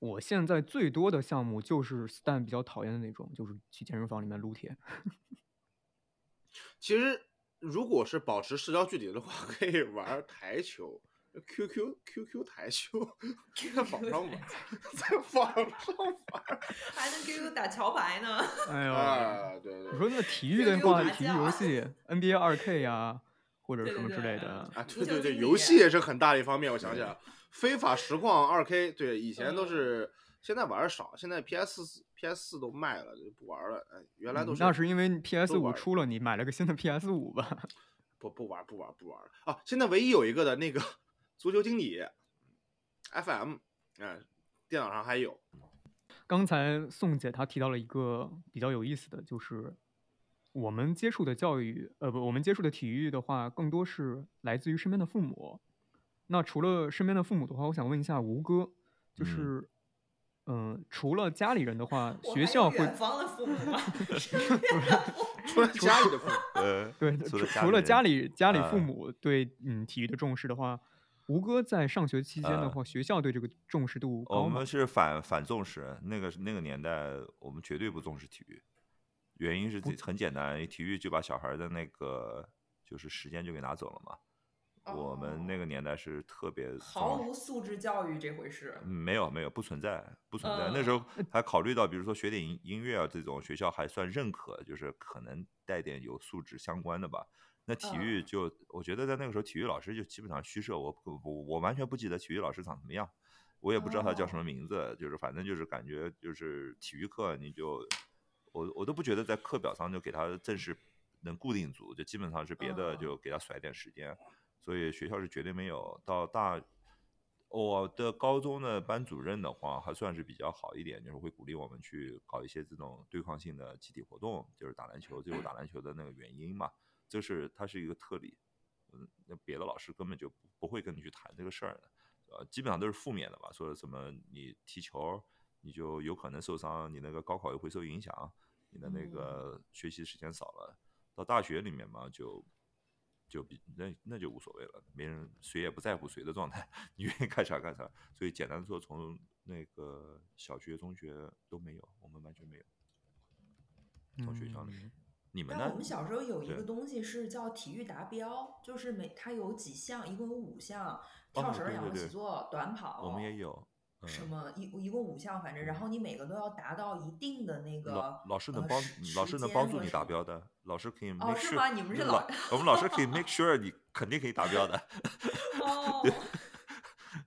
我现在最多的项目就是 Stan 比较讨厌的那种，就是去健身房里面撸铁。
其实如果是保持社交距离的话， 可以玩台球。QQ QQ 台球， 在网上玩，在网上玩
还能 QQ 打桥牌呢。
哎呦，
啊！对对
我说那体育
又
的
又
话，
打
体育
架
游戏 NBA 二 K 呀，或者
对
什
对哎
么之
对
类的，
啊，
足
对
球
对对，
经
游
理
戏也是很大的一方面。我想
嗯
想， 非法实况二 K，对，以前都
嗯
是，现在玩的少，现在 PS 四 PS 四都卖了，就不玩了。哎，原来都
嗯
是
那是因为 PS 五
玩
出了，你买了个新的 PS 五吧？
不不玩不玩不玩了啊！现在唯一有一个的那个 足球经理 FM，嗯、电脑上还有，
刚才宋姐她提到了一个比较有意思的，就是我们接触的教育，呃，不，我们接触的体育的话，更多是来自于身边的父母。那除了身边的父母的话，我想问一下吴哥，就
嗯
是，嗯、除了家里人的话，
我还
学
有
校会
远方的父母 吗？
除了家里的朋友，
呃，
对，
除
除
了家
除了
人
家里家里父
啊
母对嗯体育的重视的话，吴哥在上学期间的
啊
话，学校对这个重视度
哦我
高吗
们？是反反重视，那个那个年代我们绝对不重视体育，原因是自己很简单，体育就把小孩儿的那个就是时间就给拿走了嘛。我们那
哦
个年代是特别
毫
重
无素质教育这回事。
嗯没有没有，不存在，不存在。
嗯
那时候还考虑到，比如说学点音音乐啊这种，学校还算认可，就是可能带点有素质相关的吧。那体育
嗯
就，我觉得在那个时候，体育老师就基本上虚设，我我我完全不记得体育老师长什么样，我也不知道他叫
哦
什么名字，就是反正就是感觉就是体育课你就，我我都不觉得在课表上就给他正式能固定住，就基本上是别的
嗯
就给他甩点时间。所以学校是绝对没有。到大我的高中的班主任的话，还算是比较好一点，就是会鼓励我们去搞一些这种对抗性的集体活动，就是打篮球，就是打篮球的那个原因嘛，这是它是一个特例。嗯，那别的老师根本就不不会跟你去谈这个事儿的，呃，基本上都是负面的吧，说什么你踢球你就有可能受伤，你那个高考又会受影响，你的那
嗯
个学习时间少了，到大学里面嘛，就就比那那就无所谓了，没人谁也不在乎谁的状态， 你愿意干啥干啥。所以简单说，从那个小学、中学都没有，我们完全没有。从学校里
嗯
你们
但
呢
我们？小时候有一
对
个东西是叫体育达标，就是每它有几项，一共有五项：
哦
跳绳、
对
仰
对
卧
对
起坐、短跑。
我们也有。嗯、
什么一一共五项，反正然后你每个都要达到一定的那个
老老师
呃
能帮
时
老师能帮助你达。标
时间和什么
的，老师可以
哦
make
是
sure、
吗你们是老
老，我们老师可以 make sure 你肯定可以达标的。
哦，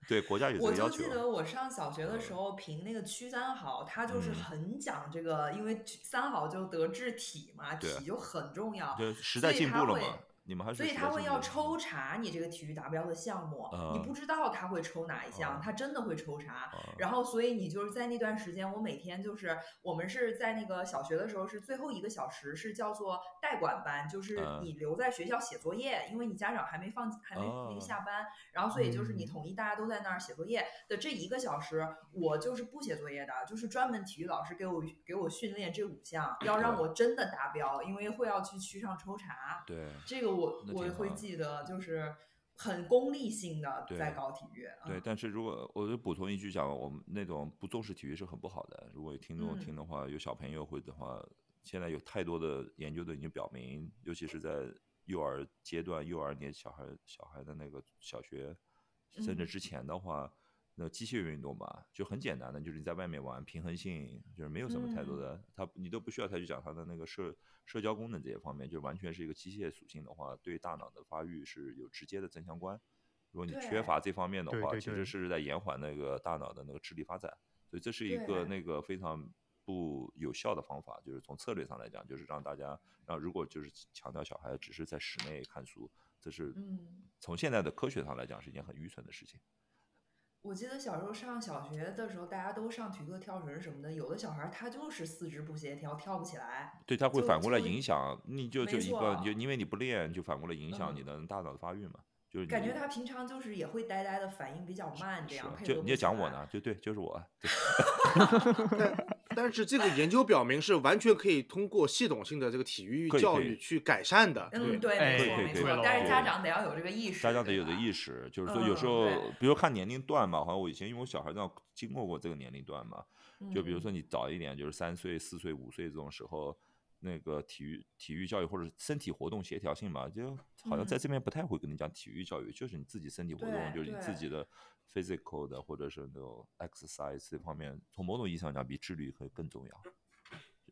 对国家有这
我
个要
就
求
记。得我上小学的时候评那个区三好，他就是
嗯
很讲这个，因为区三好就得治体嘛，
对
体就很重要，
对，时
所
代
以
进
他
步了
会
嘛，你们还是
所以
时
他
代
会
进
要
步了
抽查你这个体育达标的项目，你
嗯
不知道他会抽哪一项，
嗯
他真的会抽查。
啊
然后，所以你就是在那段时间，我每天就是我们是在那个小学的时候，是最后一个小时是叫做代管班，就是
嗯
你留在学校写作业，因为你家长还没放还没那个
哦
下班，然后所以就是你
嗯
统一大家都在那儿写作业的这一个小时，我就是不写作业的，就是专门体育老师给我给我训练这五项，要让
对
我真的达标，因为会要去区上抽查。
对。
这个我
那
我
挺
会
好
记得，就是很功利性的
对
在搞体育。
对，
嗯
但是如果我就补充一句讲，我们那种不重视体育是很不好的。如果有听众
嗯
听的话，有小朋友或者的话，现在有太多的研究都已经表明，尤其是在幼儿阶段、幼儿年小孩、小孩的那个小学，甚至
嗯
之前的话，那机械运动吧，就很简单的，就是你在外面玩平衡性，就是没有什么太多
嗯
的，它你都不需要太去讲它的那个社社交功能这些方面，就完全是一个机械属性的话，对大脑的发育是有直接的正相关。如果你
对
缺乏这方面的
对
话，
对
其
对
实是在延缓那个大脑的那个智力发展，所以这是一
对
个那个非常不有效的方法，就是从策略上来讲，就是让大家，让如果就是强调小孩只是在室内看书，这是
嗯
从现在的科学上来讲是一件很愚蠢的事情。
我记得小时候上小学的时候，大家都上体育课跳绳什么的，有的小孩儿他就是四肢不协调，跳不起来。
对，它会
就
反过来
就
影响你就，
没
就一个，
错
你就因为你不练，就反过来影响你
嗯
的大脑的发育嘛，就是
感
你
觉他平常就是也会呆呆的，反应比较慢，
嗯是
这样
啊
配合
就
不
你也
起
讲我
来
呢，就对，就是我，对
但 但是这个研究表明是完全可以通过系统性的这个体育
可以
教
可以
育去改善的。
嗯，对，
对，
哎
没错
对
没
对
错
对，
但是家
对
长得要有这个意识，
家长得有的意
识，
识，就是说有时
嗯
候
对，
比如看年龄段嘛，好像我以前因为我小孩子经过过这个年龄段嘛，就比如
嗯
说你早一点，就是三岁、四岁、五岁这种时候，那个体育体育教育或者身体活动协调性嘛，就好像在
嗯
这边不太会跟你讲体育教育，就是你自己身体活动，
对
就是你自
对
己的 physical 的或者是那种 exercise 这方面，从某种意义上讲比智力会更重要。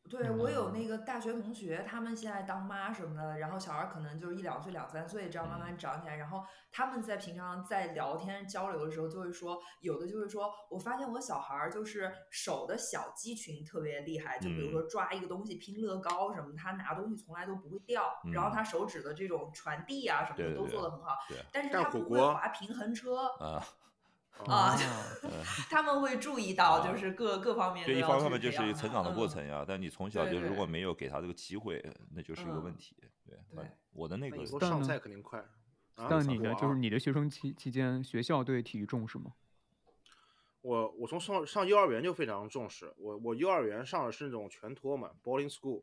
对我有
嗯
那个大学同学，他们现在当妈什么的，然后小孩可能就是一两岁、两三岁这样
嗯
慢慢长起来，然后他们在平常在聊天交流的时候，就会说，有的就会说，我发现我小孩儿就是手的小肌群特别厉害，就比如
嗯
说抓一个东西拼乐高什么，他拿东西从来都不会掉，然后
嗯
他手指的这种传递啊什么
对
的
对
都
对
做得很好，
对
但是
干
他
火
不会
锅
滑平衡 车，
啊，
啊
哦
他们会注意到就
啊
是各各方面都
对，一
要
方
去
面就
培养
是成
他
长的过
嗯
程呀，但你从小
对
就如
对
果没有给他这个机会，那就是一个问
嗯
题。对，
对
反我的那
那
个
以后
但
上
呢
菜肯定快。啊
但你
我
的
啊
就是你的学生期期间，学校对体育重视吗？
我我从上上幼儿园就非常重视，我我幼儿园上的是那种全托嘛，boarding school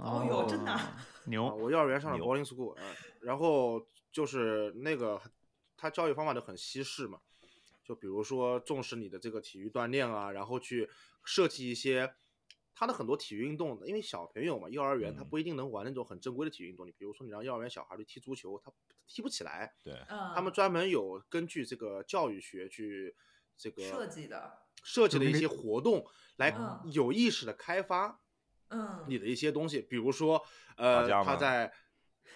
哦哟真的啊
啊，
哦牛！
我幼儿园上的
牛
boarding school，、啊、然后就是那个他教育方法都很西式嘛，就比如说重视你的这个体育锻炼啊，然后去设计一些他的很多体育运动，因为小朋友嘛，幼儿园他
嗯
不一定能玩那种很正规的体育运动，你比如说你让幼儿园小孩去踢足球，他踢不起来，
对，
嗯，
他们专门有根据这个教育学去这个
设计的，
设
就
计的一
那
些
个
活动，来
嗯
有意识的开发
嗯，
你的一些东西，比如说，呃，
架
他
吗
在，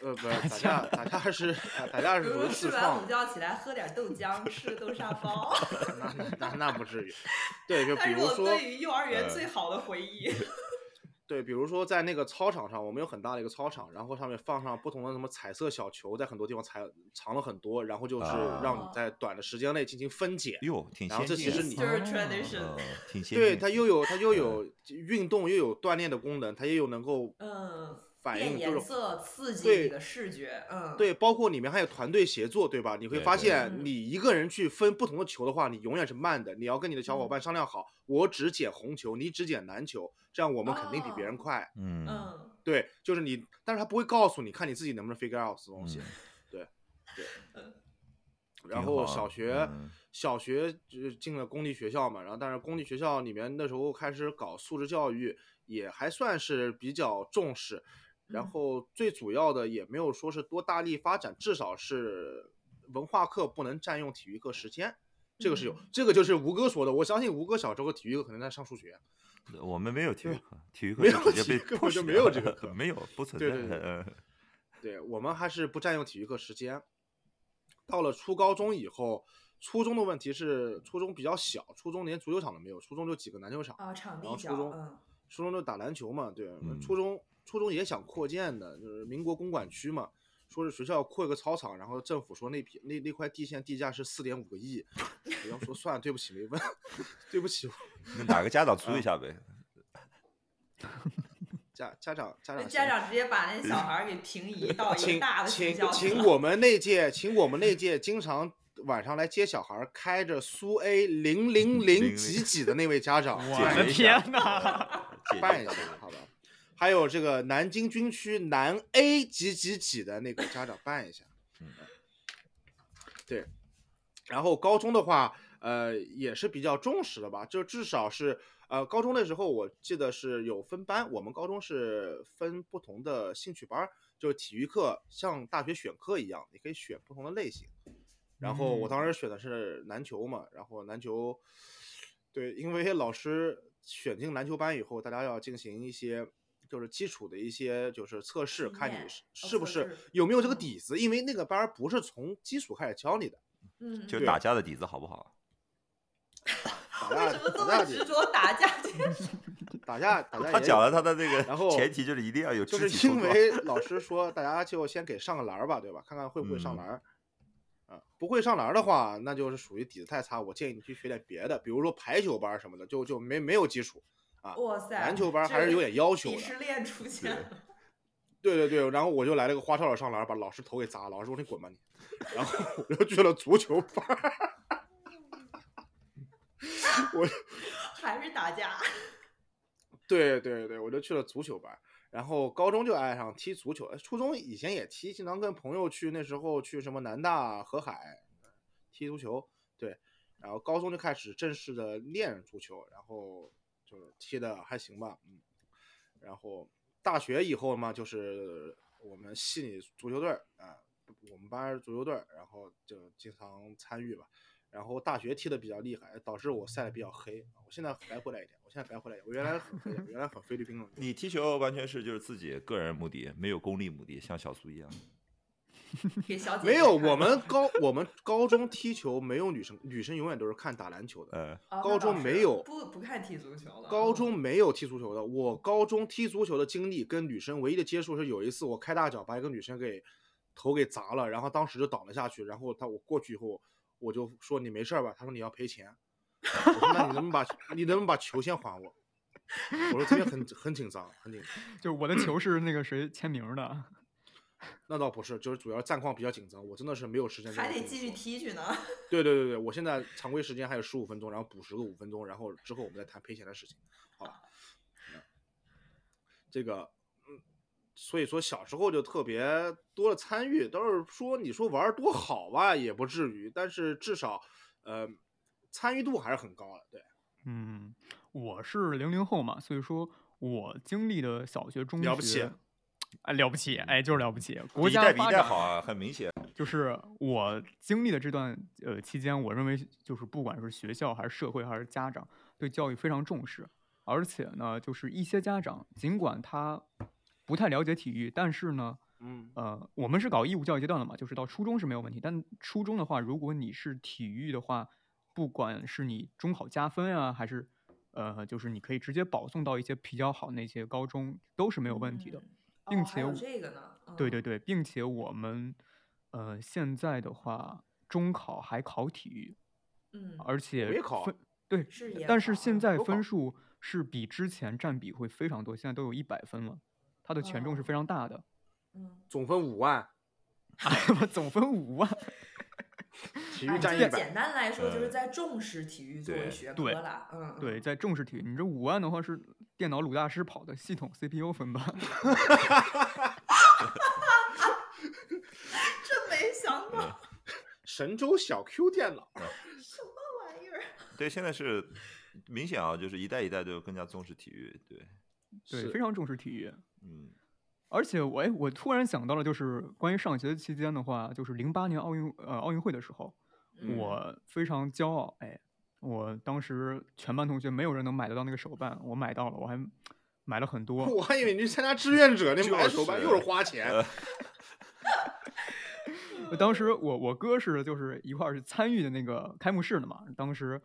呃，不，打架，打架是打打架
比
是
如
属于
说
自
吃完
创
午，觉起来喝点豆浆，吃个豆沙包，
那那那不至于。对， 就比
但是
如
我
说，
对于幼儿园
呃
最好的回忆。
对，比如说在那个操场上，我们有很大的一个操场，然后上面放上不同的什么彩色小球，在很多地方裁藏了很多，然后就是
啊
让你在短的时间内进行分解。
哟，挺
然后
先
这
进
其实
的
你
就是 tradition，
哦
嗯，挺先进嗯的。
对，它又有它又有运动又有锻炼的功能，它又有能够
嗯，
反
变
映就
颜
是
色，刺激
对
你的视觉，嗯，
对，包括里面还有团队协作，对吧？你会
对
发
对
现，
嗯
你一个人去分不同的球的话，你永远是慢的。你要跟你的小伙
嗯
伴商量好，我只捡红球，你只捡蓝球，这样我们肯定比别人
哦
快。
嗯
嗯，
对，就是你，但是他不会告诉你，看你自己能不能 figure out 这东西。
嗯
然
挺
后
好
小学
嗯，
小学就是进了公立学校嘛，然后但是公立学校里面那时候开始搞素质教育，也还算是比较重视，然
嗯
后最主要的也没有说是多大力发展，至少是文化课不能占用体育课时间。这个是有，
嗯
这个就是吴哥说的。我相信吴哥小时候体育课可能在上数学，
嗯
我们没有体育
对
课，体育课
没
就直
有体
接
育
被
课我
push
就没
掉
有这个
了
课
没有不存
对
在。
对对
嗯
对我们还是不占用体育课时间。到了初高中以后，初中的问题是初中比较小，初中连足球场都没有，初中就几个篮球场。
啊，场
然后
地
初
小，
中
嗯
初中就打篮球嘛，对，
嗯
初中初中也想扩建的，就是民国公馆区嘛，说是学校扩一个操场，然后政府说那批那那块地现在地价是四点五个亿，我要说算了，对不起，没问， 对不起，
那哪个家长出一下呗？
家家长家
那
长
家
嫌
长直接把那小孩儿给平移到一个大的学
请
校
请
去
请
了，
我们那届，请我们那届经常晚上来接小孩儿，开着苏 A 零零零几几的那位家长，
我
解
的
决一
天
下
哪！
解
办
决
一
一
下
下，
好吧？还有这个南京军区南 A 几几几的那个家长办一下，
嗯
对。然后高中的话，呃，也是比较重视的吧，就至少是呃，高中的时候我记得是有分班，我们高中是分不同的兴趣班儿，就是体育课像大学选课一样，你可以选不同的类型。然后我
嗯
当时选的是篮球嘛，然后篮球，对，因为老师选进篮球班以后，大家要进行一些就是基础的一些就是测试，
训
看你
练哦
是是不
测
是
试
有没有这个
嗯
底子，因为那个班儿不是从基础开始教你的，
嗯，
就
对
打架的底子好不好？
打
为
架
什么这
打
么
架底
执着打架这件事？
打架打架，
他讲了他的那
然
个
后
前提就是一定要有
就
肢体
是
碰
因
撞。
为老师说大家就先给上个篮儿吧，对吧？看看会不会上
嗯
篮儿。啊，不会上篮儿的话，那就是属于底子太差。我建议你去学点别的，比如说排球班儿什么的，就就没没有基础。
哇塞，
篮球班儿还
这
是有点要求
鄙
的。
视链出现
对
了，
对对对，然后我就来了个花哨的上篮，把老师头给砸了。老师说你滚吧你，然后我就去了足球班儿。
还是打架？
对对对，我就去了足球班儿，然后高中就爱上踢足球，呃初中以前也踢，经常跟朋友去，那时候去什么南大、河海踢足球，对，然后高中就开始正式的练足球，然后就是踢的还行吧，嗯，然后大学以后嘛，就是我们系里足球队儿啊，我们班儿足球队儿，然后就经常参与吧，然后大学踢的比较厉害，导致我晒得比较黑。啊我现在白回来一点，我现在白回来一点，我原来很黑的，我原来很菲律宾的。
你踢球完全是就是自己个人目的，没有功利目的，像小苏一样。
给 小姐姐
没有，
看哦
我们高我们高中踢球没有女生，女生永远都是看打篮球的。
呃，
哦那
高中
倒是
没有
不不看踢足球了，
高中没有踢足球的，我高中踢足球的经历跟女生唯一的接触是有一次我开大脚把一个女生给头给砸了，然后当时就倒了下去，然后她我过去以后我就说你没事儿吧，她说你要赔钱，我说那你能不能把你能不能把球先还我？我说这边很很紧张，很紧张。
就是我的球是那个谁签名儿的，
那倒不是，就是主要战况比较紧张，我真的是没有时间。
还得继续。踢去呢。
对对对对，我现在常规时间还有十五分钟，然后补时个五分钟，然后之后我们再谈赔钱的事情，好吧？嗯这个，嗯，所以说小时候就特别多的参与，倒是说你说玩儿多好吧，也不至于，但是至少，呃，参与度还是很高的，对。
嗯，我是零零后嘛，所以说我经历的小学、中学，
了不起
哎，了不起，哎，就是了不起。国
啊一
家
代比一
发
代
展
好啊，很明显。
就是我经历的这段呃期间，我认为就是不管是学校还是社会还是家长，对教育非常重视，而且呢，就是一些家长尽管他不太了解体育，但是呢，
嗯，
呃，我们是搞义务教育阶段的嘛，就是到初中是没有问题。但初中的话，如果你是体育的话，不管是你中考加分啊，还是呃，就是你可以直接保送到一些比较好那些高中，都 是没有问题的。
哦
并
还
且
有
我
这个呢，嗯
对对对，并且我们呃现在的话，中考还考体育，
嗯，
而且
我也考
分对，
是也
但是
考
现在
都考
分数是比之前占比会非常多，现在都有一百分了，它的权重是非常大的，
嗯，
总分五万，
总分五啊万。
体
哎
育占
就
一百，
简单来说就是
嗯
在重视体育作为
对
学科
对
啦，嗯，嗯
对，，在重视体育，你这五万的话是电脑鲁大师跑的系统 CPU 分吧？
真没想到
神州小 Q 电脑，
什么玩意儿，
对，现在是明显啊，就是一代一代都更加重视体育。对，
对，
是
非常重视体育。
嗯，
而且我哎，我突然想到了，就是关于上学期间的话，就是零八年奥运呃奥运会的时候，
嗯
我非常骄傲，哎，我当时全班同学没有人能买得到那个手办，我买到了，我还买了很多。
我还以为你去参加志愿者，你买手办
就是
又是花钱。
当时我我哥是就是一块儿去参与的那个开幕式的嘛，当时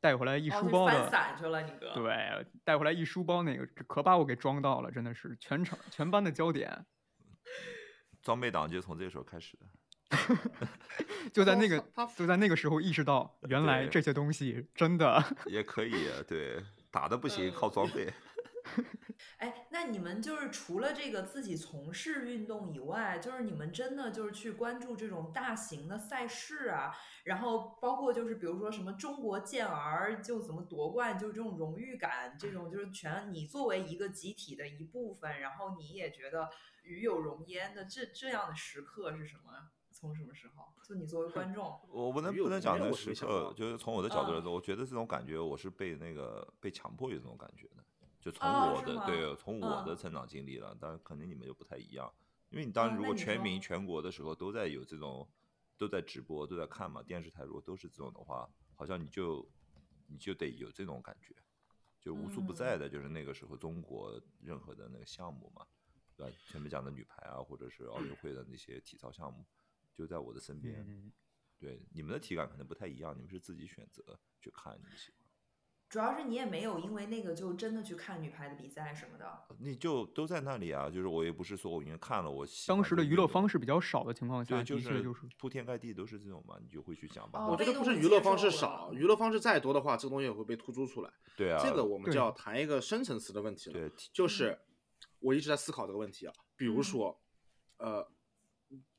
带回来一
哦
书
就
包
翻
的，
伞去了，你哥，
对，带回来一书包那个可把我给装到了，真的是全场全班的焦点，
装备党就从这时候开始的。
就在那个
他
就在那个时候意识到，原来
对啊
这些东西真的
也可以，对，打的不行
嗯
靠装备。
哎，那你们就是除了这个自己从事运动以外，就是你们真的就是去关注这种大型的赛事啊，然后包括就是比如说什么中国健儿就怎么夺冠，就是这种荣誉感，这种就是全你作为一个集体的一部分，然后你也觉得与有荣焉的这这样的时刻是什么？从什么时候？就你作为观众，
我不能
没有
不能讲
没
这
有
个
我是
时
没想到
刻，就是从我的角度来
嗯
说，我觉得这种感觉我是被那个被强迫有这种感觉的，就从
哦
我
是
的
吗
对从我
嗯
的成长经历了，当然肯定你们就不太一样，因为你当
嗯
如
那
果
你
全
说
民全国的时候都在有这种都在直播都在看嘛，电视台如果都是这种的话，好像你就你就得有这种感觉，就无处不
嗯
在的就是那个时候中国任何的那个项目嘛，对吧？前面讲的女排啊，或者是奥运会的那些体操项目，就在我的身边。
嗯
对，你们的体感可能不太一样，你们是自己选择去看你们喜欢，
主要是你也没有因为那个就真的去看女排的比赛什么的。
你就都在那里啊。就是我也不是说我已经看了，我喜
当
欢
时
这
的
个
娱
运
乐
动
方式比较少的情况下，
对，
的
就
确
是
就是
铺天盖地都是这种嘛，你就会去想办
哦
法
我。觉得
被动
不是
地
娱
接
乐方
受
式
了
少，娱乐方式再多的话，这个东西也会被突出出来。
对啊，
这个我们
对
就要谈一个深层次的问题了，
对
就是我一直在思考这个问题啊，比如
嗯
说，呃，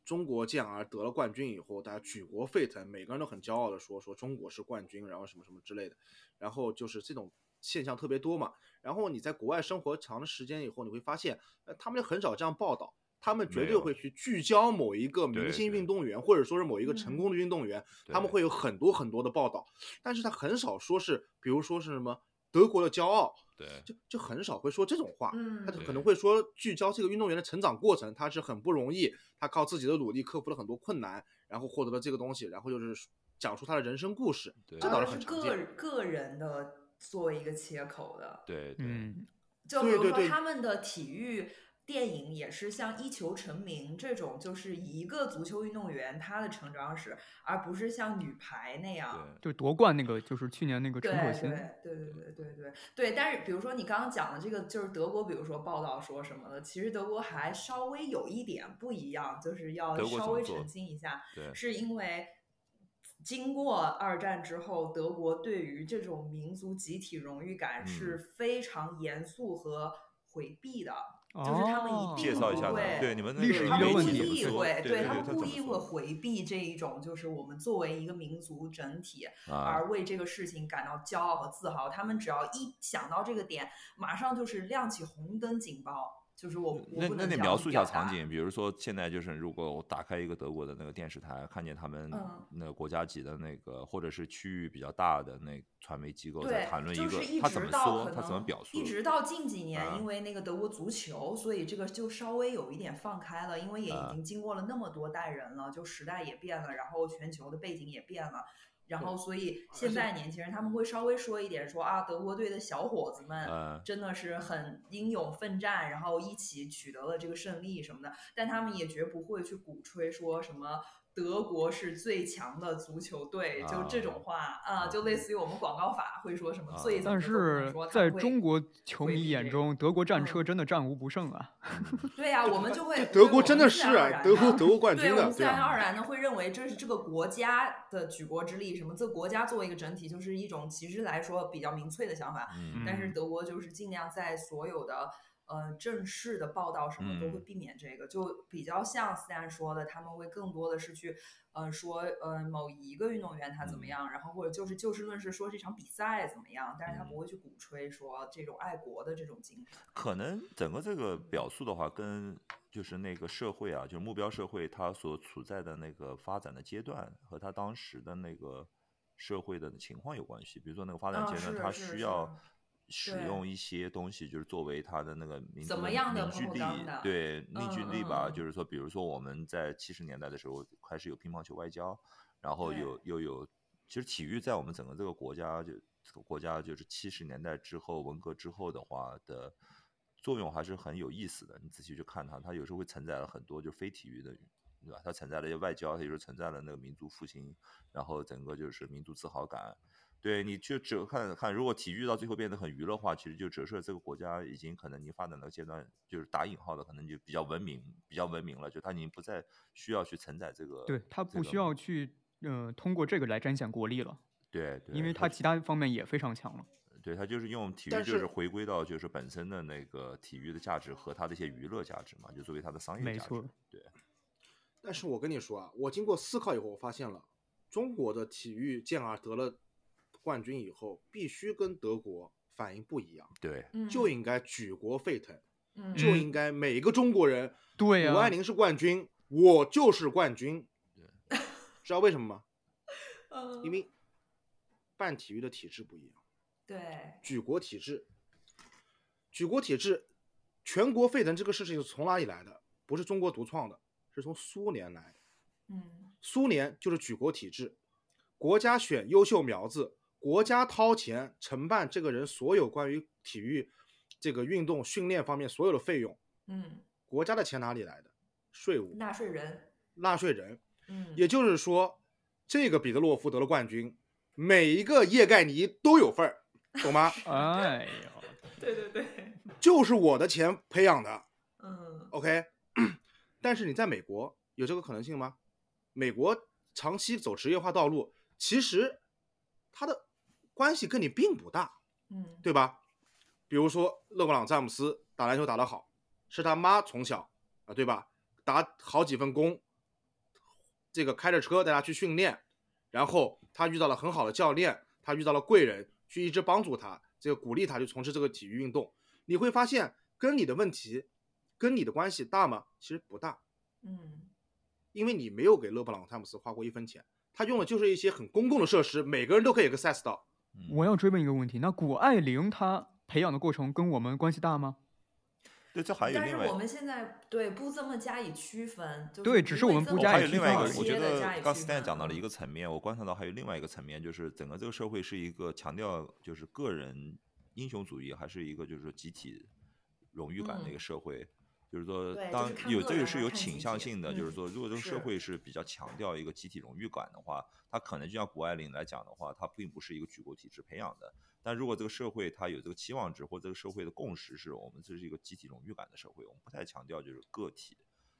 中国健儿得了冠军以后，大家举国沸腾，每个人都很骄傲的说说中国是冠军，然后什么什么之类的，然后就是这种现象特别多嘛。然后你在国外生活长的时间以后，你会发现，呃，他们很少这样报道，他们绝
没
对
有
会去聚焦某一个
对
明星
对
运动员，或者说是某一个成
嗯
功的运动员，他们
对
会有很多很多的报道，但是他很少说是，比如说是什么德国的骄傲，
对
就就很少会说这种话。
嗯
他就可
对
能会说聚焦这个运动员的成长过程，他是很不容易，他靠自己的努力克服了很多困难，然后获得了这个东西，然后就是讲述他的人生故事，
对
这倒是
嗯是
很常
个
见。
人个人的作为一个切口的，
对对
嗯，
就比
对
如
对
说
对
他们的体育电影也是像《一球成名》这种，就是一个足球运动员他的成长史，而不是像女排那样。
对，
就夺冠那个就是去年那个
对
陈可
对
辛，
对对对对对对，但是比如说你刚刚讲的这个，就是德国，比如说报道说什么的，其实德国还稍微有一点不一样，就是要
德国
稍
怎么
微
做
澄清一下，
对
是因为经过二战之后，德国对于这种民族集体荣誉感
嗯
是非常严肃和回避的，
哦，
就是他们一定
介绍一下
不
呢，
会
对你们那
历
个
史遗
他
留
们
媒
问
故
体
题
怎么
意
说
会，
对
他们
他怎
故
么
意会
说
回避这一种，就是我们作为一个民族整体
啊
而为这个事情感到骄傲和自豪。他们只要一想到这个点，马上就是亮起红灯警报，就是我我
那
不
那
能
得
这
描
样
述一
表
下场
达。
景，比如说现在就是，如果我打开一个德国的那个电视台，看见他们
嗯
那国家级的那个、或者是区域比较大的那传媒机构在
对，
谈论一
就
个，
是一
他怎
直
么
到
说，
可
他怎么
能
表述，
一直到近几年，
啊
因为那个德国足球，所以这个就稍微有一点放开了，因为也已
啊
经经过了那么多代人了，就时代也变了，然后全球的背景也变了。然后，所以现在年轻人他们会稍微说一点说，啊，德国队的小伙子们
呃，
真的是很英勇奋战，然后一起取得了这个胜利什么的。但他们也绝不会去鼓吹说什么德国是最强的足球队，就这种话啊，就类似于我们广告法会说什么
啊
最怎
但
么怎么
是
说，他
在
会
中国球
回
迷
避
眼
这个
中，德国战
嗯
车真的战无不胜啊！
嗯
对呀、我们就会
德国真的是
啊，
啊，德国德国冠
对，
军
我
的，
们自
对
然
啊，
而然的会认为这是这个国家的举国之力，什么这国家作为一个整体，就是一种其实来说比较民粹的想法。
嗯
但是
嗯
德国就是尽量在所有的呃正式的报道什么都会
嗯
避免这个，就比较像斯坦说的，他们会更多的是去呃说呃某一个运动员他怎么
嗯
样，然后或者就是就事论事说这场比赛怎么样，但是他不
嗯
会去鼓吹说这种爱国的这种精神。
可能整个这个表述的话，跟就是那个社会啊，就是目标社会它所处在的那个发展的阶段和它当时的那个社会的情况有关系。比如说那个发展
啊
阶段，
是
它
是
需
是
要使
对
用一些东西，就是作为它的那个民
怎
族
么
的
样的
凝聚力
propaganda，
对凝聚
嗯
力吧。
嗯
就是说，比如说我们在七十年代的时候开始有乒乓球外交，然后
对
有又有，其实体育在我们整个这个国家就这个国家就是七十年代之后文革之后的话的作用还是很有意思的。你仔细去看它，它有时候会承载了很多就非体育的。对吧？它承载了一些外交，它有时候承载了那个民族复兴，然后整个就是民族自豪感。对，你就只看看，如果体育到最后变得很娱乐化，其实就折射这个国家已经可能你发展到阶段，就是打引号的，可能就比较文明，比较文明了，就它已经不再需要去承载这个，
对他
这
不需
个
要去呃通过这个来彰显国力了，
对，对
因为他其他方面也非常强了。
对他就是用体育，
但
就是
是
回归到就是本身的那个体育的价值和它的一些娱乐价值嘛，就作为它的商业
没
价值。
错
对，
但是我跟你说啊，我经过思考以后，我发现了中国的体育健儿得了冠军以后，必须跟德国反应不一样，
对，
嗯
就应该举国沸腾，
嗯
就应该每个中国人
对呀、
谷爱凌是冠军，我就是冠军。 知道为什么吗？
嗯
因为办体育的体制不一样，
对
举国体制，举国体制，全国沸腾这个事情是从哪里来的？不是中国独创的，是从苏联来的。
嗯
苏联就是举国体制，国家选优秀苗子，国家掏钱承办这个人所有关于体育这个运动训练方面所有的费用，
嗯，
国家的钱哪里来的？税务，
纳税人，
纳税人。
嗯，
也就是说，这个彼得洛夫得了冠军，每一个叶盖尼都有份儿，懂吗？
哎呦，
对对对，
就是我的钱培养的
嗯
，OK 。但是你在美国有这个可能性吗？美国长期走职业化道路，其实它的关系跟你并不大，
嗯，
对吧？比如说勒布朗詹姆斯打篮球打得好，是他妈从小啊，对吧？打好几份工，这个开着车带他去训练，然后他遇到了很好的教练，他遇到了贵人，去一直帮助他，这个鼓励他去从事这个体育运动，你会发现跟你的问题，跟你的关系大吗？其实不大，
嗯
因为你没有给勒布朗詹姆斯花过一分钱，他用的就是一些很公共的设施，每个人都可以 access 到。
嗯
我要追问一个问题，那谷爱凌她培养的过程跟我们关系大吗？
对，这还有
但
另
是
外一
我
个
们现在对不这么加以区分，就是
对只是
不会
我们
这
不
么
加
哦还
以
有
区
另外一
分
个
而，已
我觉
直接地
得
加以
刚
区
Stan 讲
分
到了一个层面，我观察到还有另外一个层面，就是整个这个社会是一个强调就是个人英雄主义，还是一个就是说集体荣誉感的一个
嗯
社会。就是说
对就，是
当
看
有
个
这
人
个
啊
是有
看
倾
集
向
体
性的，就是
嗯
说，如果这个社
是
会是比较强调一个集体荣誉感的话，它可能就像谷爱凌来讲的话，它并不是一个举国体制培养的。但如果这个社会它有这个期望值，或这个社会的共识是我们这是一个集体荣誉感的社会，我们不太强调就是个体，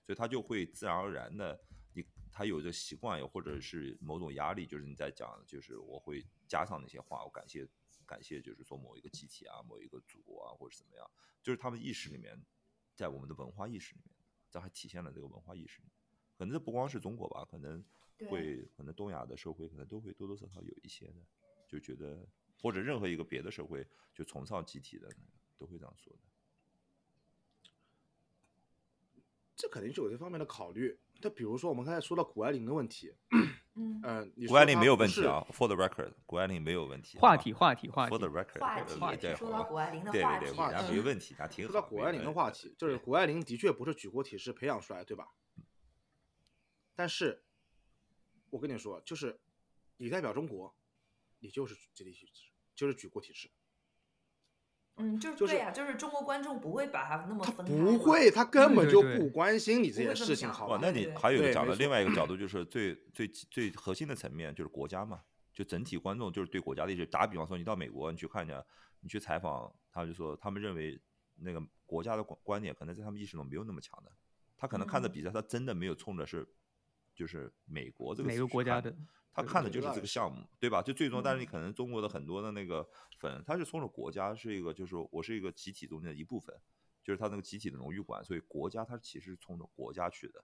所以他就会自然而然的，你他有这个习惯，或者是某种压力，就是你在讲，就是我会加上那些话，我感谢感谢，就是说某一个集体啊，某一个祖国啊，或者怎么样，就是他们意识里面，在我们的文化意识里面，这还体现了这个文化意识里面。可能这不光是中国吧，可能
对
会可能东亚的社会可能都会多多少少有一些的，就觉得或者任何一个别的社会就崇尚集体的都会这样说的。
这肯定是有这方面的考虑。但比如说，我们刚才说到谷爱凌的问题，
嗯
嗯、你
谷
说
爱凌
她
没有
不
问题
是
啊，for the record，谷爱凌没有问题。
话题，话题，话
f o r
题
the。record，
话
呃
题
对
说到
好
谷爱凌的
对
话
对
题
对，人家没
嗯
问题，那挺好。
说到谷爱凌的话题，就是谷爱凌的确不是举国体制培养出来，对吧？但是，我跟你说，就是你代表中国，你就是集体体制，就是举国体制。
嗯，就是
就是
对呀、就是中国观众不会把它那么
他
分开
不
嘛
会，他根本
对
就
对
不关心你这
不会
些
这么
事情，
想
好
的
哇，
吧？
那你
对
还有一个
对
角
没
度，
错
另外一个角度就是最最最核心的层面就是国家嘛，就整体观众就是对国家的一些。打比方说，你到美国，你去看一下，你去采访，他们就说他们认为那个国家的观观点可能在他们意识中没有那么强的，他可能看着
嗯
比赛，他真的没有冲着是就是美国这个
哪
词
个
去
国家
看
的？
他
对
看的
对
就是
那
这
也
个项目，对吧？就最终，但是你
嗯
可能中国的很多的那个粉，他是冲着国家是一个，就是我是一个集体中间的一部分，就是他那个集体的荣誉感，所以国家他其实是冲着国家去的，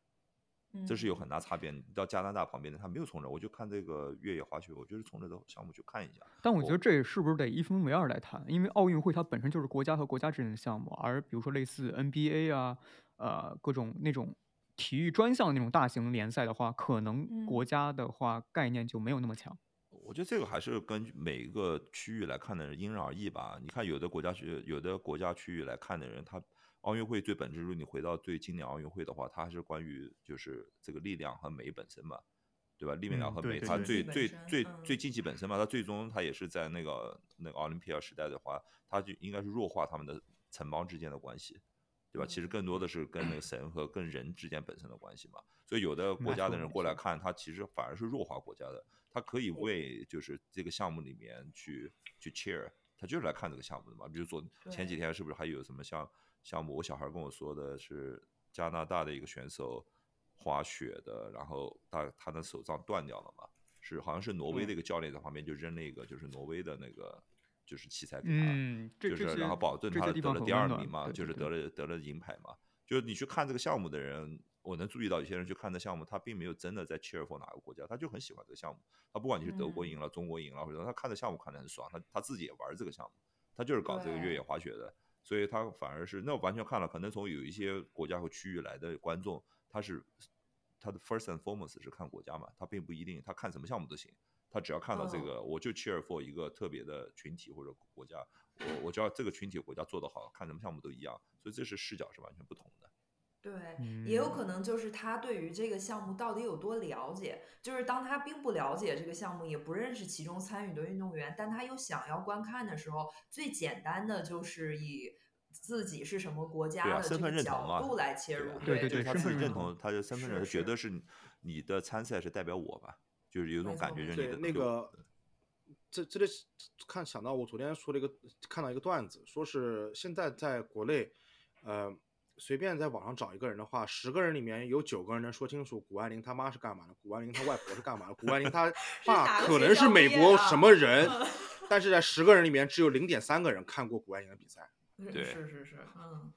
嗯
这是有很大差别。你到加拿大旁边的，他没有冲着，我就看这个越野滑雪，我就是冲着这个项目去看一下。
但我觉得这也是不是得一分为二来谈？因为奥运会它本身就是国家和国家之间的项目，而比如说类似 NBA 啊，呃，各种那种体育专项那种大型联赛的话，可能国
嗯
家的话概念就没有那么强。
我觉得这个还是根据每一个区域来看的人因人而异吧。你看，有的国家区、有的国家区域来看的人，他奥运会最本质，如果你回到最经典奥运会的话，它还是关于就是这个力量和美本身嘛，对吧？力量
嗯
和
对
美，
对
它
对
最
竞技
最
本
最
身嗯
最竞技本身嘛，它最终它也是在那个那个奥林匹克时代的话，它就应该是弱化他们的城邦之间的关系，对
嗯
吧？其实更多的是跟那个神和跟人之间本身的关系嘛。所以有的国
没
家的
错
人
没
过来
错
看，他其实反而是弱化国家的，他可以为就是这个项目里面去去 cheer，他就是来看这个项目的嘛。比如说前几
对
天是不是还有什么项项目？我小孩跟我说的是加拿大的一个选手滑雪的，然后他他的手杖断掉了嘛，是好像是挪威的一个教练在旁边就扔了一个就是挪威的那个就是器材给他，
嗯，这
就
这
是
些
然后保证
这
他
些地
得
方
了
很
第
温
二
暖
名嘛，
对
就
对
是
对
得了得了银牌嘛。就是你去看这个项目的人，我能注意到有些人去看这项目，他并没有真的在 cheer for 哪个国家，他就很喜欢这个项目。他不管你是德国
嗯
赢了、中国赢了，或者他看的项目看得很爽，他他自己也玩这个项目，他就是搞这个越
对
野滑雪的，所以他反而是那我完全看了，可能从有一些国家和区域来的观众，他是他的 first and foremost 是看国家嘛，他并不一定他看什么项目都行。他只要看到这
嗯
个，我就 cheer for 一个特别的群体或者国家，我我只要这个群体国家做得好，看什么项目都一样，所以这是视角是完全不同的。
对，
嗯
也有可能就是他对于这个项目到底有多了解，就是当他并不了解这个项目，也不认识其中参与的运动员，但他又想要观看的时候，最简单的就是以自己是什么国家
对啊
的这
身份
个
认同嘛
角度来切入，
吧
对对
就是
对
他
身
自己
份认
认
同
同，他的身份认同，
是
觉
是
得是你的参赛是代表我吧，就是有一种
没
感
错
觉，
没
就是你
对
的
那
就
个，这这里是看想到我昨天说了一个，看到一个段子，说是现在在国内，呃，随便在网上找一个人的话，十个人里面有九个人能说清楚谷爱凌他妈是干嘛的，谷爱凌他外婆是干嘛的，谷爱 凌他
哪
爸
个
可
学
能
校
是美
毕业
国
的
什么 人
嗯，
但是在十个人里面只有零点三个人看过谷爱凌的比赛。
对
是是是，嗯，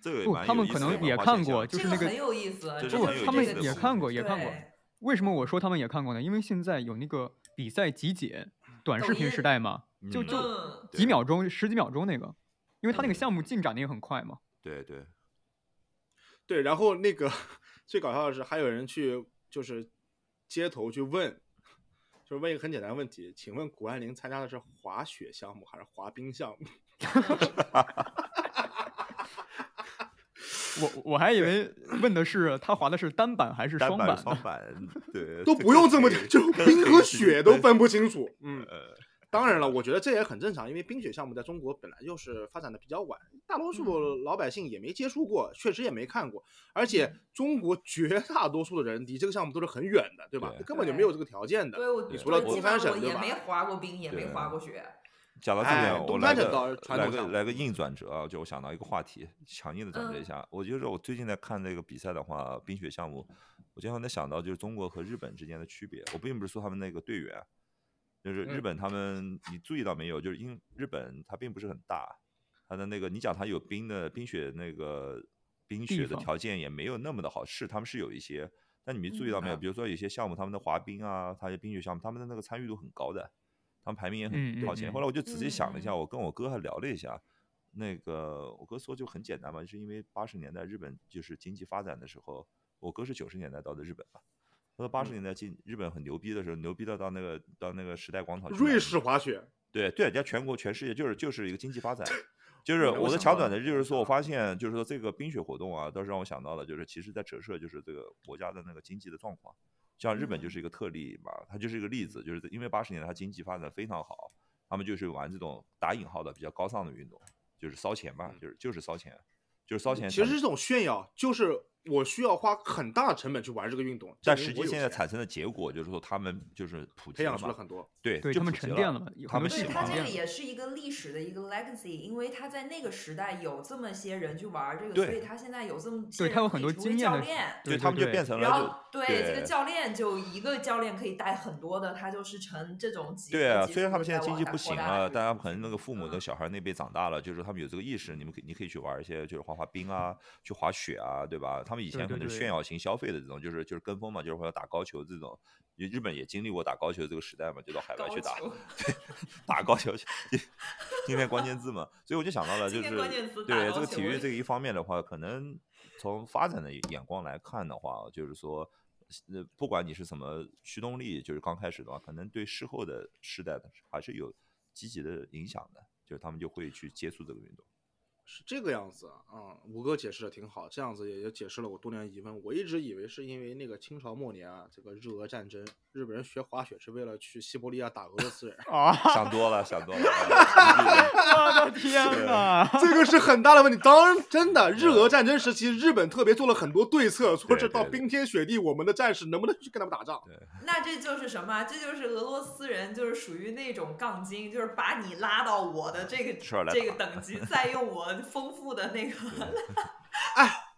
这个也
不
蛮
他
有
们
意
可
思的
能
文
也
化
看
现象
过就是
这
那
个
个
很有意思，
这
这
是
个
很有
这
意
他们
思的
个
也
事
词
看
情
过，也看过。
对
为什么我说他们也看过呢？因为现在有那个比赛集锦短
抖
视频
音
时代嘛，就
嗯
就
嗯，
对
几秒钟、十几秒钟那个，因为他那个项目进展的也很快嘛。
对对，
对，然后那个 最搞笑的是，还有人去就是街头去问，就是问一个很简单的问题，请问谷爱凌参加的是滑雪项目还是滑冰项目？
我我还以为问的是他滑的是单板还是
单
双
板
板，
双板， 对，
都不用这么
跟
讲，
黑
就
跟
冰
黑
和
是
雪都
分
分不清楚。嗯，
呃，
当然了，我觉得这也很正常，因为冰雪项目在中国本来就是发展的比较晚，大多数老百姓也没接触过，确实也没看过，而且中国绝大多数的人离这个项目都是很远的，对吧？
对
根本就没有这个条件的。
对我
对
除了
我
东
基
三
本上
省
我
对
也
吧
没滑过冰，也没
对啊
滑过雪。
讲到这
哎
点，我
东
来
三省
个
倒是传
来
统
个
项目
来个硬转折啊，就我想到一个话题，强硬的转
嗯
折一下。我就是我最近在看那个比赛的话，冰雪项目，我经常在想到就是中国和日本之间的区别。我并不是说他们那个队员，就是日
嗯
本他们，你注意到没有？就是因日本它并不是很大，它的那个你讲它有冰的冰雪那个冰
地
雪的
方
条件也没有那么的好，是他们是有一些，但你没注意
嗯
到没有？
啊
比如说有些项目，他们的滑冰啊，他的冰雪项目，他们的那个参与度很高的，他们排名也
嗯
很靠前。
嗯
后来我就仔细想了一下，
嗯
我跟我哥还聊了一下，那个我哥说就很简单嘛，就是因为八十年代日本就是经济发展的时候，我哥是九十年代到的日本嘛。他说八十年代进日本很牛逼的时候，牛逼到到那个到那个时代广场去买
瑞
衣
士滑雪，
对对，人家全国全世界就是就是一个经济发展，就是
我
我的
想
强
到嗯
短的就是说，我发现就是说这个冰雪活动啊，倒是让我想到了，就是其实在折射就是这个国家的那个经济的状况，像日
嗯
本就是一个特例嘛，它就是一个例子，就是因为八十年代它经济发展非常好，他们就是玩这种打引号的比较高尚的运动，就是烧钱嘛，就是就是烧钱，就是烧钱。
嗯其实是这种炫耀，就是我需要花很大的成本去玩这个运动，
但
证
实
明
际
我有
现在
钱
产生的结果就是说，他们就是普及
培养
了
出了
嘛
很多。
对，
对
就
他们
普及
沉淀了嘛有
他
很
们
多
喜
对，
喜
欢
它
了
欢
这
变
个
了
也是一个历史的一个 legacy，因为它在那个时代有这么些人去玩儿这个，所
对
以它现在有这么些
对
人
他有
可
很
以
多
成为
经验
教
的
练，
对他们就变成
成
了
然
就
后对这个教练就一个教练可以带很多的，他就是成这种级。
对啊，
级
虽然
数
他们
再
现在经
往
济
下
不
扩
行
大
了，
去
大家可能那个父母
嗯
的小孩那辈长大了，就是他们有这个意识，你们可你可以去玩一些就是滑滑冰啊，去滑雪啊，对吧？他们以
对
前可
对
能是
对，
炫耀型消费的这种，就是就是跟风嘛，就是或者打高球这种。日日本也经历过打高球这个时代嘛，就到海外
高
去打
球
打高球去。今天关键字嘛，所以我就想到了，就
今
是
天关键词打
对
高
这个
球哎
体育这个一方面的话，可能从发展的眼光来看的话，就是说，呃，不管你是什么驱动力，就是刚开始的话，可能对事后的世代的还是有积极的影响的，就是他们就会去接触这个 运动。
是这个样子啊，嗯，吴哥解释的挺好，这样子也就解释了我多年疑问。我一直以为是因为那个清朝末年啊，这个日俄战争，日本人学滑雪是为了去西伯利亚打俄 罗斯人
啊！
想多了，想多了啊。
我的天哪！
这个是很大的问题。当然，真的，日俄战争时期，日本特别做了很多对策，说
对
是到
对对
冰天雪地，我们的战士能不能去跟他们打仗？
那这就是什么？这就是俄罗斯人，就是属于那种杠精，就是把你拉到我的这个
事儿来
这个
打
等级，再用我丰富 的那个，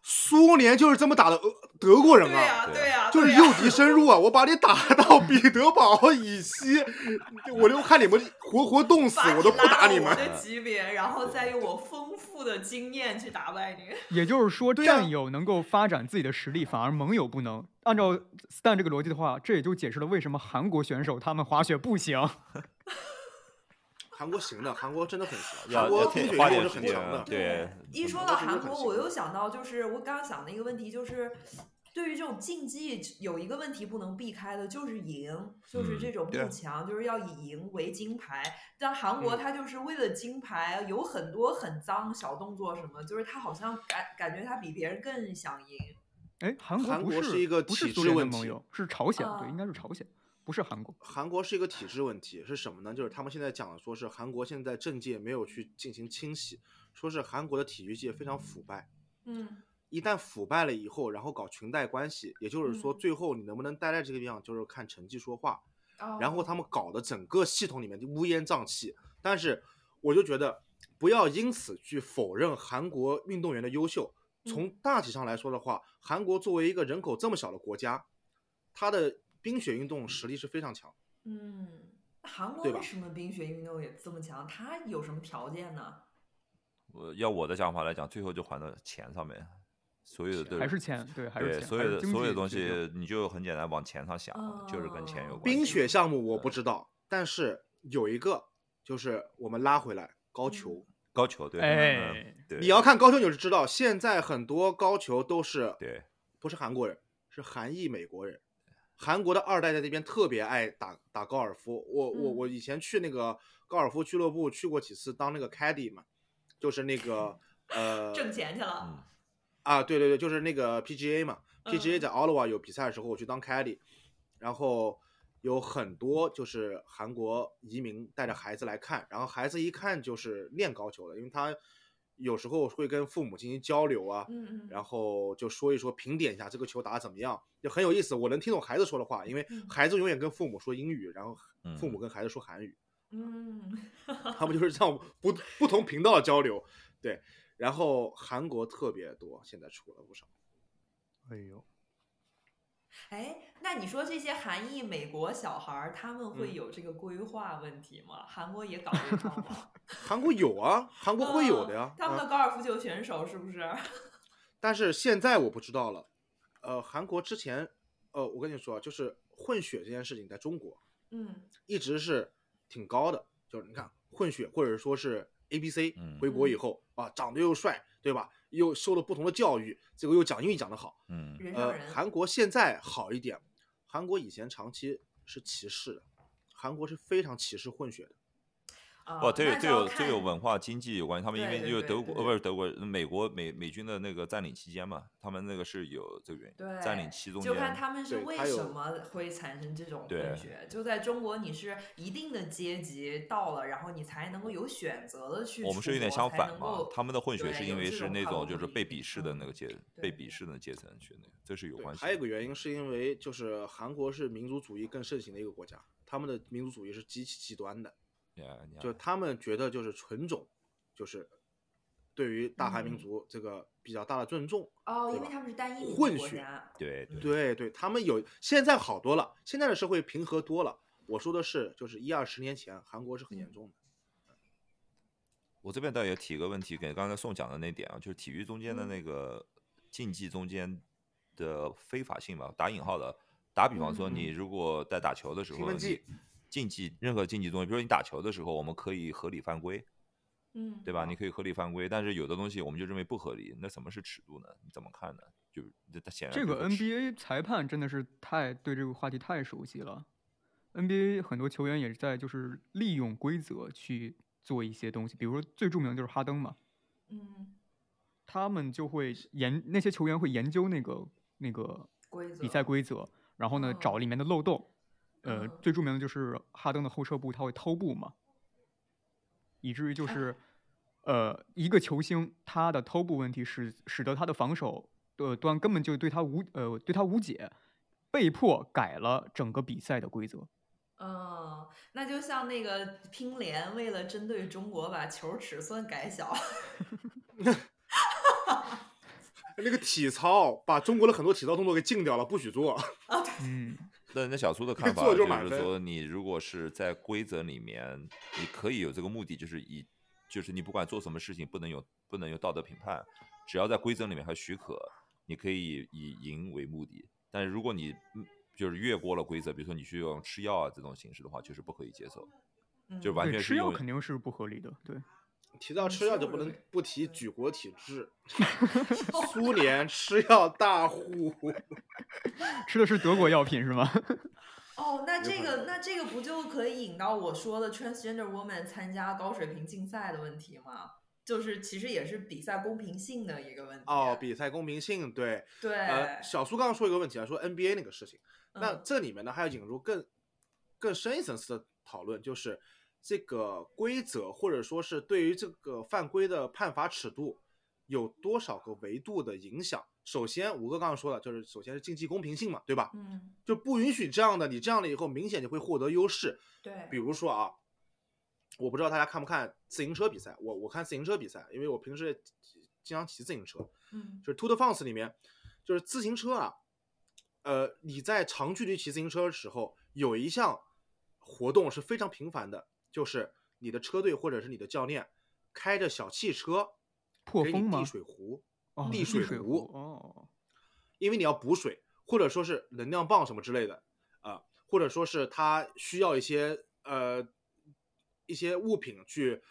苏联就是这么打的俄德国 人
对
啊。
呀、
对
对呀、
就
对
是
呀
诱敌深入啊！我把你打到彼得堡以西，我就看你们活活冻死
把，
我都不打
你
你
拉
们
到。我的级别，然后再用我丰富的经验去打败 你。
也就是说，
对呀
战友能够发展自己的实力，反而盟友不能。按照 Stan 这个逻辑的话，这也就解释了为什么韩国选手他们滑雪不行。
韩国行的，韩国真的很行，
要
韩
要
国冰雪
天
运
花
动
点
是
时
很
间啊
强的。
对，
一说到韩国，我又想到，就是我刚刚想的一个问题，就是对于这种竞技有一个问题不能避开的，就是赢，就是
嗯
这种
对
慕强，就是要以赢为金牌。但韩国
啊嗯
它就是为了金牌，有很多很脏小动作什么，就是他好像感感觉他比别人更想赢。
哎，韩国
韩
不
国
是
是一个
不是
体
苏
制
联的
问
盟
题
友，是朝鲜，
啊
对，应该是朝鲜，不是韩国。
韩国是一个体制问题，是什么呢？就是他们现在讲的，说是韩国现在政界没有去进行清洗，说是韩国的体育界非常腐败。
嗯
一旦腐败了以后，然后搞裙带关系，也就是说，
嗯
最后你能不能待在这个地方，就是看成绩说话。
哦
然后他们搞的整个系统里面就乌烟瘴气。但是我就觉得不要因此去否认韩国运动员的优秀。从大体上来说的话，韩国作为一个人口这么小的国家，它的冰雪运动实力是非常强。
嗯。韩国
对吧
为什么冰雪运动也这么强？它有什么条件呢？
我要我的想法来讲，最后就还到钱上面，所有的都
还是钱，对，还是
对
钱，
所
还
有
是
的
经
所有
济
的东
决定
西，你就很简单往钱上想，就是跟钱有
哦
关
冰
系。
雪项目我不知道，但是有一个就是我们拉回来高球，
高球对，嗯
哎，
对，
你要看高球你就知道，现在很多高球都是
对
不是韩国人，是韩裔美国人。韩国的二代在这边特别爱打打高尔夫。我我
嗯
我以前去那个高尔夫俱乐部去过几次，当那个 caddy 嘛，就是那个呃
挣钱去了，
嗯
啊，对对对，就是那个 PGA 嘛，PGA
嗯
在 Ottawa 有比赛的时候，我去当 caddy，然后有很多就是韩国移民带着孩子来看，然后孩子一看就是练高球的，因为他有时候会跟父母进行交流啊，
嗯嗯，
然后就说一说评点一下这个球打得怎么样，就很有意思。我能听懂孩子说的话，因为
嗯
孩子永远跟父母说英语，然后父
嗯
母跟孩子说韩语，
嗯
他们就是这样不不同频道的交流。对，然后韩国特别多，现在出了不少。
哎呦，
哎，那你说这些韩裔美国小孩儿，他们会
嗯
有这个规划问题吗？韩国也搞这套 吗？
韩国有啊，韩国会有的
嗯
呀。
他们的
呃
啊
高尔夫球选手是不是？
但是现在我不知道了。呃，韩国之前，呃，我跟你说啊，就是混血这件事情，在中国
嗯
一直是挺高的，就是你看混血或者说是 A B C
嗯
回国以后、啊，长得又帅，对吧？又受了不同的教育，结果又讲英语讲得好。
嗯
人上
呃
人，，
韩国现在好一点，韩国以前长期是歧视的，韩国是非常歧视混血的。
啊
哦哇，这有
那就
这
要
有这
看
有文化经济有关系，他们因
对
为
对
就
对
德
对
国呃不是德国美国美美军的那个占领期间嘛，他们那个是有这个原因，占
对
领期中
就看
间，
他们是
对
为
他有
什么会产生这种
对
混血。就在中国，你是一定的阶级到了，然后你才能够有选择的去出国。
我们是有点相
才
反
能
嘛
够，
他们的混血
对
是
有
因为
这
是
种
那
跨
种
国
就是
努
被
力
鄙视的那个阶被
嗯对
鄙视的阶层去那个，这是有
对，
关系的。
还有一个原因是因为就是韩国是民族主义更盛行的一个国家，他们的民族主义是极其极端的，
呀你看
就他们觉得就是纯种，就是对于大韩民
嗯
族这个比较大的尊重。
哦，
对
因为
吧
他们是单一民族
混
国
血
家
对对
对对，他们有现在好多了，现在的社会平和多了。我说的是，就是一二十年前韩国是很
嗯
严重的。
我这边倒也提个问题，给刚才宋讲的那点啊，就是体育中间的
嗯
那个竞技中间的非法性吧，打引号的。打比方说，
嗯嗯
你如果在打球的时候，
兴奋剂
你竞技任何竞技东西，比如说你打球的时候，我们可以合理犯规，
嗯，
对吧？你可以合理犯规，但是有的东西我们就认为不合理，那什么是尺度呢？你怎么看呢？就是这它显然
这
哎不
个
是尺
NBA 裁判真的是太对这个话题太熟悉了。NBA 很多球员也是在就是利用规则去做一些东西，比如说最著名的就是哈登嘛，
嗯，
他们就会研那些球员会研究那个那个
规则
比赛规则，然后呢找
哦
里面的漏洞。呃
嗯，
最著名的就是哈登的后撤步，他会偷步嘛，以至于
哎
就是，呃，一个球星他的偷步问题使使得他的防守呃端根本就对他无呃对他无解，被迫改了整个比赛的规则。
嗯，那就像那个乒联为了针对中国，把球尺寸改 小，
那个体操把中国的很多体操动作给禁掉了，不许做。
嗯，
那那小苏的看法
做就
就
满
是
分
说，你如果是在规则里面，你可以有这个目的，就是以，就是你不管做什么事情，不能有不能有道德评判，只要在规则里面还许可，你可以以赢为目的。但是如果你嗯就是越过了规则，比如说你去用吃药啊这种形式的话，就是不可以接受，
嗯
就完
对，
全
吃
是
药
用
肯定是不合理的，对，
提到
嗯
吃药
是
就不
的
能不提举国体 制，苏联吃药大户。
吃的是德国药品是吗？
哦，那这
可
个那这个不就可以引到我说的 transgender woman 参加高水平竞赛的问题吗？就是其实也是比赛公平性的一个问题。
哦，比赛公平性对，
对，
呃，小苏刚刚说一个问题啊，说 NBA 那个事情，那
嗯
这里面呢还要引入更更深一层次的讨论，就是这个规则或者说是对于这个犯规的判罚尺度有多少个维度的影响。首先，吴哥刚刚说了，就是首先是竞技公平性嘛，对吧？
嗯，
就不允许这样的，你这样了以后明显就会获得优势，
对，
比如说啊，我不知道大家看不看自行车比赛，我我看自行车比赛，因为我平时也经常骑自行车，
嗯
就是 Tour de France 里面，就是自行车啊，呃，你在长距离骑自行车的时候，有一项活动是非常频繁的，就是你的车队或者是你的教练开着小汽车
破
给你
风吗
递？水壶，
哦，
地
地
水
水
壶
哦，
因为你要补水，或者说是能量棒什么之类的啊、或者说是他需要一些呃一些物品去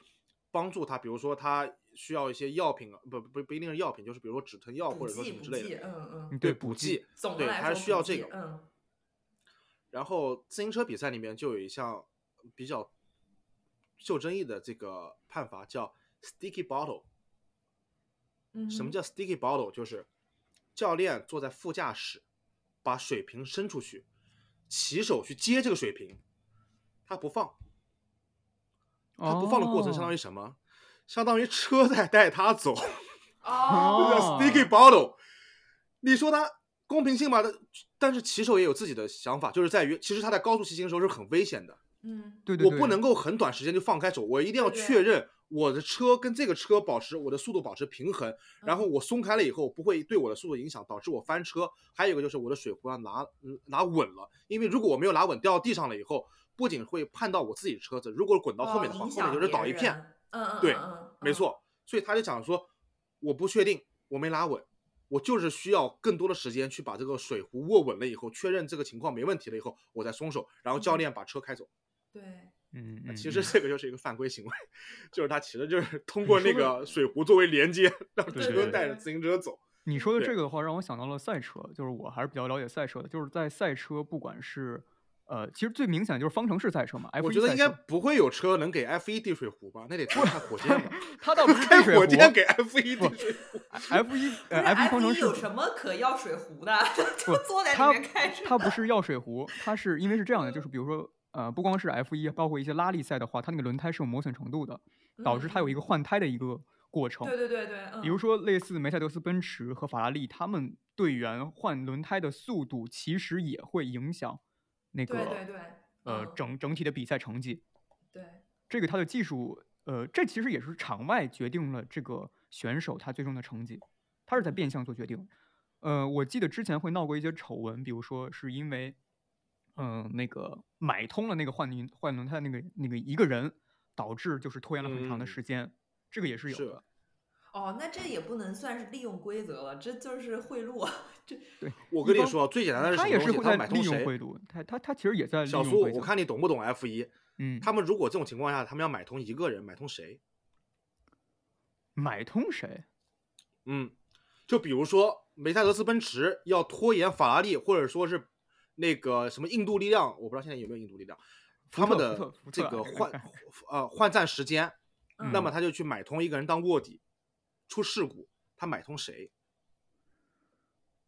帮助他，比如说他需要一些药品，啊不不不一定是药品，就是比如说止疼药或
补
者说什
剂
么
补
之类
剂，
的，
嗯
嗯
嗯，
对
补
补剂
剂，
总的
对，
来
他
说
是需要
补
这
剂
个。
嗯
然后自行车比赛里面就有一项比较受争议的这个判罚叫 sticky bottle。
嗯，
什么？叫 sticky bottle？就是教练坐在副驾驶，把水瓶伸出去，骑手去接这个水瓶，他不放。他不放的过程相当
于
于什么？相当于车在带他走，
哦，
这叫
哦
sticky bottle。你说他公平性吧？他但是骑手也有自己的想法，就是在于其实他在高速骑行的时候是很危险的。
嗯
对对对，
我不能够很短时间就放开手，我一定要
对对
确认我的车跟这个车保持我的速度保持平衡，然
嗯
后我松开了以后不会对我的速度影响导致我翻车。还有一个就是我的水壶要拿嗯拿稳了，因为如果我没有拿稳掉到地上了以后，不仅会绊到我自己的车子，如果滚到后面的话，
哦影
后面
响
就是
别
倒一片。
人。嗯嗯，
对
嗯，嗯
没，错，所以他就讲说，我不确定，我没拉稳，我就是需要更多的时间去把这个水壶握稳了以后，确认这个情况没问题了以后，我再松手，然后教练把车开走。
嗯对，
嗯，嗯，
那啊其
嗯
实这个就是一个犯规行为， 就是他其实就是 通过那个水壶作为连接，让
对
车
对
带
对
着自行车走。
你说的
对
这个的话，让我想到了赛车，就是我还是比较了解赛车的，就是在赛车，不管是呃，其实最明显的就是方程式赛车嘛，
我
F1
觉得
赛
应该
车
不会有车能给 F 一递水壶吧？那得多看火箭 吧，
它倒不是
开
滴水
火
湖
箭给 F 一递水壶，
F 一
不
呃
是
F 一
F
方程式
有什么可要水壶的？
不
就坐在里
它
面开着。
它不 是药水壶，它是因为是这样的，就是比如说呃，不光是 F 一，包括一些拉力赛的话，它那个轮胎是有磨损程度的，导致
嗯
它有一个换胎的一个过程。
嗯对对对对，嗯
比如说类似梅赛德斯奔驰和法拉利，他们队员换轮胎的速度其实也会影响那个
对对对，
呃
嗯
整整体的比赛成绩。
对，
这个它的技术，呃，这其实也是场外决定了这个选手他最终的成绩，他是在变相做决定。呃，我记得之前会闹过一些丑闻，比如说是因为，嗯、那个买通了那个换轮换轮胎的那个那个一个人，导致就是拖延了很长的
嗯
时间，这个也是有
是
的。
哦，那这也不能算是利用规则了，这就是贿� 赂。这
我
一
跟你
方
说，啊最简单的是
他
什么
也
东
是
西
会
他
在
买
利
通
用
谁？
贿赂，他他他其实也在利
小
用
苏，
规
我
则。
看你懂不懂 F 一？
嗯，
他们如果这种情况下，他们要买通一个人，买通谁？
买通谁？
嗯，就比如说梅赛德斯奔驰要拖延法拉利，或者说是那个什么印度力量，我不知道现在有没有印度力量，
福
他们
特
的
福特福
这
特
个
哎
换
哎
呃换站时间，
嗯
那么他就去买通一个人当卧底，出事故他买通谁？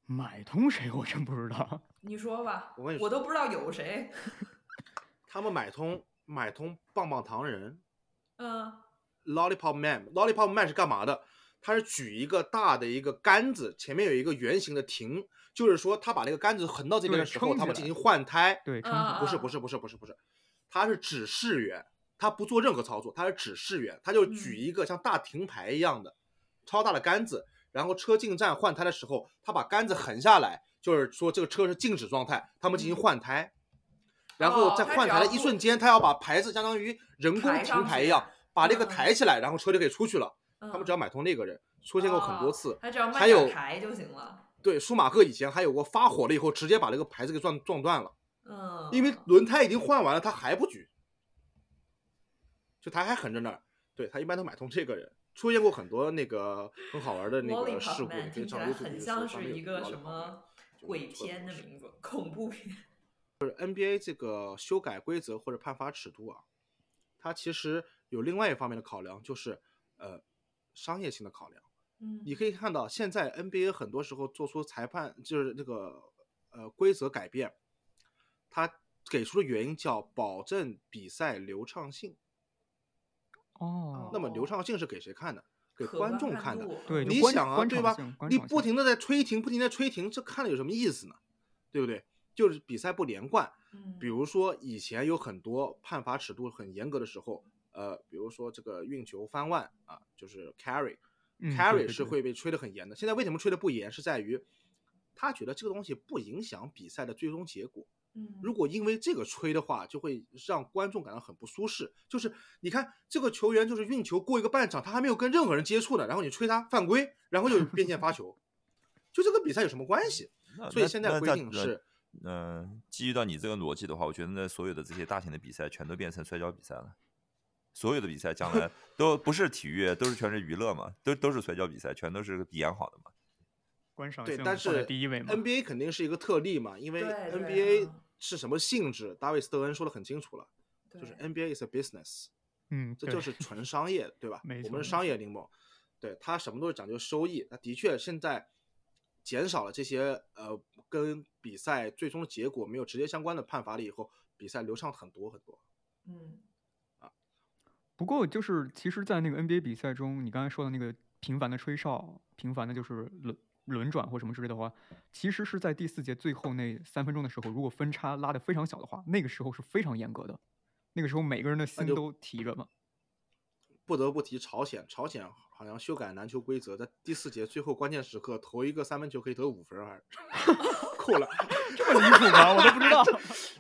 买通谁？我真不知道。
你说吧，
我跟你
我都不知道有谁。
他们买通买通棒棒糖人
嗯
Lollipop Man，Lollipop Man 是干嘛的？他是举一个大的一个杆子，前面有一个圆形的亭，就是说他把那个杆子横到这边的
对
时候，
撑
他
起
们进
来
行换胎，
对，撑起
啊
来
不是不是不是不是不是，他是指示员，他不做任何操作，他是指示员，他就举
嗯
一个像大停牌一样的、超大的杆子，然后车进站换胎的时候，他把杆子横下来，就是说这个车是静止状态，他们进
嗯
行换胎，然
哦
后在
他
换
只
台的
要
一
不
瞬间，他要把牌子相当于人工
抬
停
上
牌一
去
样，把那个
嗯嗯
抬起来，然后车就可以出去了。
嗯，
他们只要买通那个人，出现过很多
哦
次。
他只要卖
还
点
有
牌就行了。
对，舒马赫以前还有过发火了以后，直接把那个牌子给撞撞断了。
嗯，
因为轮胎已经换完了，他还不举，就他还横着那儿。对他一般都买通这个人，出现过很多那个很好玩的那个
Lollipop
事故，你
Man
可以
听起
找
来
YouTube
很
去搜
像
上
是
面有
一个
Lollipop
什
Man，
么
就
鬼
是特
片的
别
名字，恐怖片。
就是 NBA 这个修改规则或者判罚尺度啊，它其实有另外一方面的考量，就是呃商业性的考量。
嗯，
你可以看到，现在 NBA 很多时候做出裁判就是那个呃规则改变，他给出的原因叫保证比赛流畅性。
哦
那么流
哦
畅性是给谁看的？给
可
观
观
众
看
看的
度。
对就
你
观
想啊，
观
对
赏
吧
性？观
你
赏
不
性
停的在吹停，不停地在吹停，这看了有什么意思呢？对不对？就是比赛不连贯。
嗯，
比如说以前有很多判罚尺度很严格的时候，呃，比如说这个运球翻腕啊，就是 carry，carry、
嗯对对
是
对
会被吹得很严的。现在为什么吹得不严？是在于他觉得这个东西不影响比赛的最终结果。
嗯，
如果因为这个吹的话，就会让观众感到很不舒适。就是你看这个球员，就是运球过一个半场，他还没有跟任何人接触呢，然后你吹他犯规，然后就变线发球，就这跟比赛有什么关系？
那
所以
那
现在
那
规
在
定
那
是，
嗯、基于到你这个逻辑的话，我觉得那所有的这些大型的比赛全都变成摔跤比赛了。所有的比赛将 来都不是体育，都是全是娱乐嘛，都都是摔跤比赛，全都是演好的嘛。
观赏
对，
性
但
放在
是
第一位嘛。
NBA 肯定是一个特例嘛，因为
对对
NBA
嗯
是什么性质，大卫斯特恩说的很清楚了，
对
就是。NBA is a business，
嗯，
这
对
就是纯商业，对吧？
没
我
错
们是商业联盟，对它什么都是讲究收益。那的确现在减少了这些呃跟比赛最终结果没有直接相关的判罚了以后，比赛流畅很多很多。
嗯，
不过就是，其实，在那个 NBA 比赛中，你刚才说的那个频繁的吹哨、频繁的就是轮轮转或什么之类的话，其实是在第四节最后那三分钟的时候，如果分差拉得非常小的话，那个时候是非常严格的。那个时候每个人的心
就
都提着嘛，
不得不提朝鲜，朝鲜好像修改篮球规则，在第四节最后关键时刻投一个三分球可以得五分，还是 扣了。
这么离谱吗？我都不知道。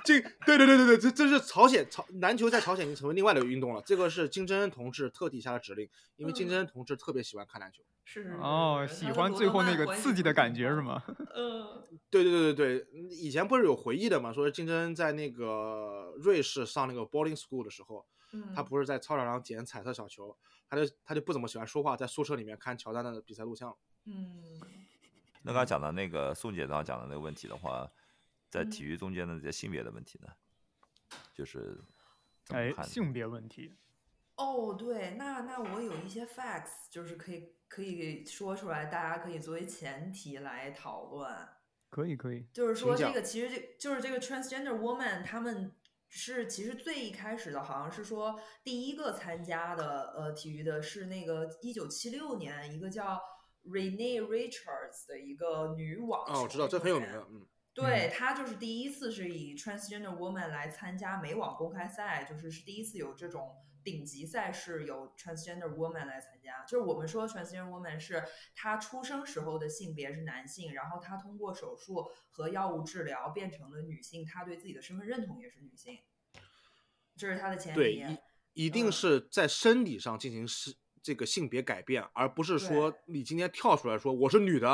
这对对对对对，这这是朝鲜朝篮球在朝鲜已经成为另外的运动了。这个是金正恩同志特地下的指令，因为金
嗯
正恩同志特别喜欢看篮球。
是是是
哦，
是
喜
他跟
欢
罗
最
德
后那
曼
个
关系
刺激
不
的感
很
觉
好？
是吗？
嗯，
对对对对对，嗯以前不是有回忆的嘛，说金正恩在那个瑞士上那个 boarding school 的时候，
嗯
他不是在操场上捡彩色小球，他就他就不怎么喜欢说话，在宿舍里面看乔丹的比赛录像。
嗯，
那刚才讲到那个宋姐刚刚讲的那个问题的话，在体
嗯
育中间的这些性别的问题呢，就是怎么
哎，
看呢？
性别问题，
哦，对，那那我有一些 facts，就是可以可以说出来，大家可以作为前提来讨论。
可以可以，
就是说，
请
这
讲
个其实这就是这个 transgender woman，他们是其实最一开始的，好像是说第一个参加的呃体育的是那个一九七六年一个叫 Renee Richards 的一个女网球运动员。
哦，我知道，这很有名的，嗯，
对她就是第一次是以 transgender woman 来参加美网公开赛，就是是第一次有这种顶级赛事有 transgender woman 来参加。就是我们说 transgender woman 是她出生时候的性别是男性，然后她通过手术和药物治疗变成了女性，她对自己的身份认同也是女性，这是她的前
对
提。
一定
嗯
是在生理上进行是这个性别改变，而不是说
对
你今天跳出来说我是女的，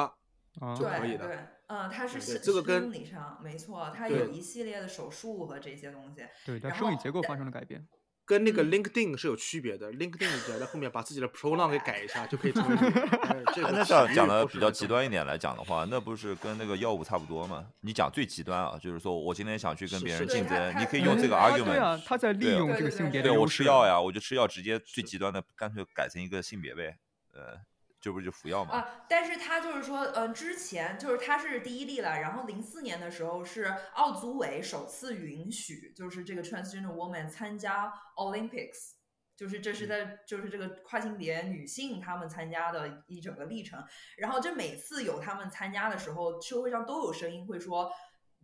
啊，
就可以
对
的
对，嗯，她是
对
生
这个跟
生理上没错，她
对
有一系列的手术和这些东西。
对，它
然
生理
后
结构发生了改变。
跟那个
嗯
LinkedIn 是有区别的。LinkedIn 只要在后面把自己的 pronoun 给改一下，就可以成为女 的。但是这
哎
个
那这样
体育
讲的
不是
比较
很
极
重要
端一点来讲的话，那不是跟那个药物差不多吗？你讲最极端啊，就是说我今天想去跟
是
别
是
人
对
竞
他
争，
他
你可以
对
用
他
这个
他
argument。
对啊，他在利
对
用
对
这个
对
性
对
别的
对
优
我吃
势
药呀，我就吃药，直接最极端的干脆改成一个性别呗，呃，这不是就服药嘛？
啊，但是他就是说，呃，之前就是他是第一例了，然后零四年的时候是奥组委首次允许，就是这个 transgender woman 参加 Olympics，就是这是在、就是这个跨性别女性她们参加的一整个历程。然后这每次有她们参加的时候，社会上都有声音会说。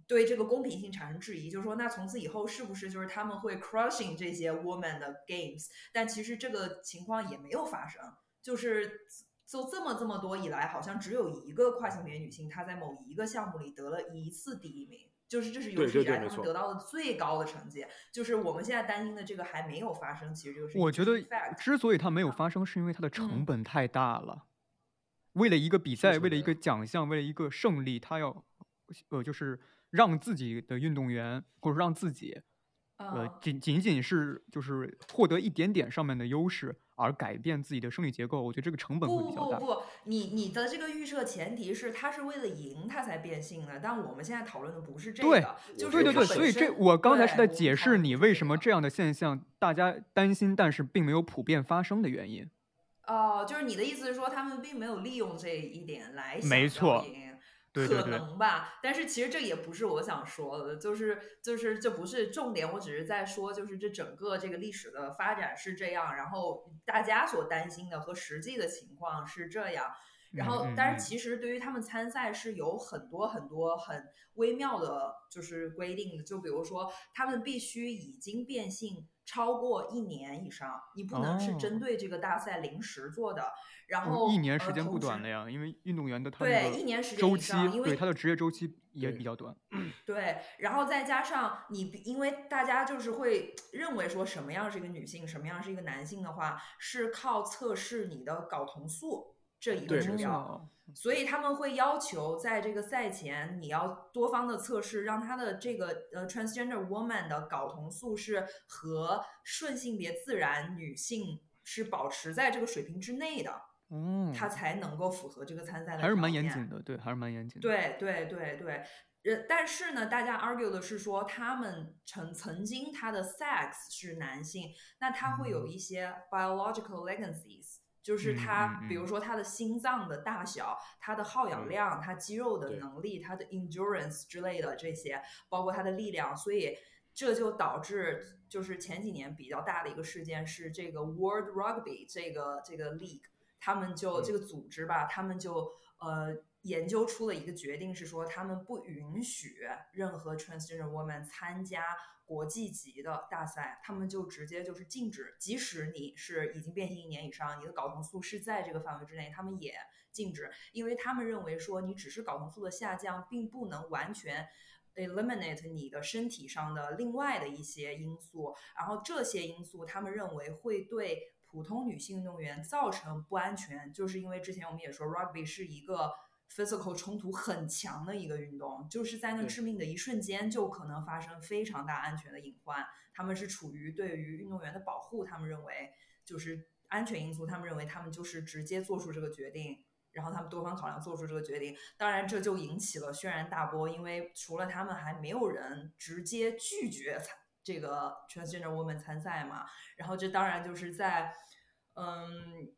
对这个公平性产生质疑，就是说，那从此以后是不是就是他们会 crushing 这些 woman 的 games？但其实这个情况也没有发生，就是就这么这么多以来，好像只有一个跨性别女性，她在某一个项目里得了一次第一名，就是这是有
对
史以
对对
来
没
她们
错
得到的最高的成绩。就是我们现在担心的这个还没有发生，其实就是
我觉得
fact，
之所以它没有发生，是因为它的成
嗯
本太大了。为了一个比赛，
成
为了一个
本
奖项，为了一个胜利，他要呃，就是让自己的运动员或者让自己呃，
嗯，
仅仅仅是就是获得一点点上面的优势而改变自己的生理结构，我觉得这个成本会
不
比较
不
大。
不，你你的这个预设前提是她是为了赢她才变性的，但我们现在讨论的不是这
对
个，就是
对对
她本
对，所以这
身
我刚才是
对
在
我们
解
讨
释
论
你
的
为
这
什
个
么这样的现象大家担心，但是并没有普遍发生的原因。
哦，就是你的意思是说，他们并没有利用这一点来想
没
要
错
赢
对对
可
对
能吧，但是其实这也不是我想说的，就是就是这不是重点，我只是在说，就是这整个这个历史的发展是这样，然后大家所担心的和实际的情况是这样，然后
嗯嗯
但
嗯
是其实对于他们参赛是有很多很多很微妙的，就是规定的，就比如说他们必须已经变性超过一年以上，你不能是
哦
针对这个大赛临时做的。然
嗯
后
一年
呃
时间不
同
短
时
了呀，因为运动员的他那
对
个
一年时间
周
以
期
上，因
对
为
他的职业周期也
对
比较短。
对，然后再加上你，因为大家就是会认为说什么样是一个女性，什么样是一个男性的话，是靠测试你的睾酮素这一个
对
指
没
标。
哦
所以他们会要求在这个赛前，你要多方的测试，让他的这个呃 transgender woman 的睾酮素是和顺性别自然女性是保持在这个水平之内的，
嗯，
她才能够符合这个参赛的
还是蛮
条
严
件
谨的，对，还是蛮严谨的。
对对对对，呃，但是呢，大家 argue 的是说，他们曾曾经他的 sex 是男性，那他会有一些 biological legacies，就是
嗯
他，
嗯
比如说他的心脏的大小、他的耗氧
嗯
量、他肌肉的
对
能力、他的 endurance 之类的这些，包括他的力量，所以。这就导致，就是前几年比较大的一个事件是这个 World Rugby 这个这个 league，他们就这个组织吧，他们就呃研究出了一个决定，是说他们不允许任何 transgender woman 参加国际级的大赛，他们就直接就是禁止，即使你是已经变性一年以上，你的睾酮素是在这个范围之内，他们也禁止，因为他们认为说你只是睾酮素的下降，并不能完全。eliminate 你的身体上的另外的一些因素，然后这些因素，他们认为会对普通女性运动员造成不安全，就是因为之前我们也说，rugby 是一个 physical 冲突很强的一个运动，就是在那
对
致命的一瞬间就可能发生非常大安全的隐患。他们是处于对于运动员的保护，他们认为就是安全因素，他们认为他们就是直接做出这个决定。然后他们多方考量做出这个决定，当然这就引起了轩然大波，因为除了他们，还没有人直接拒绝参这个 transgender woman 参赛嘛。然后这当然就是在嗯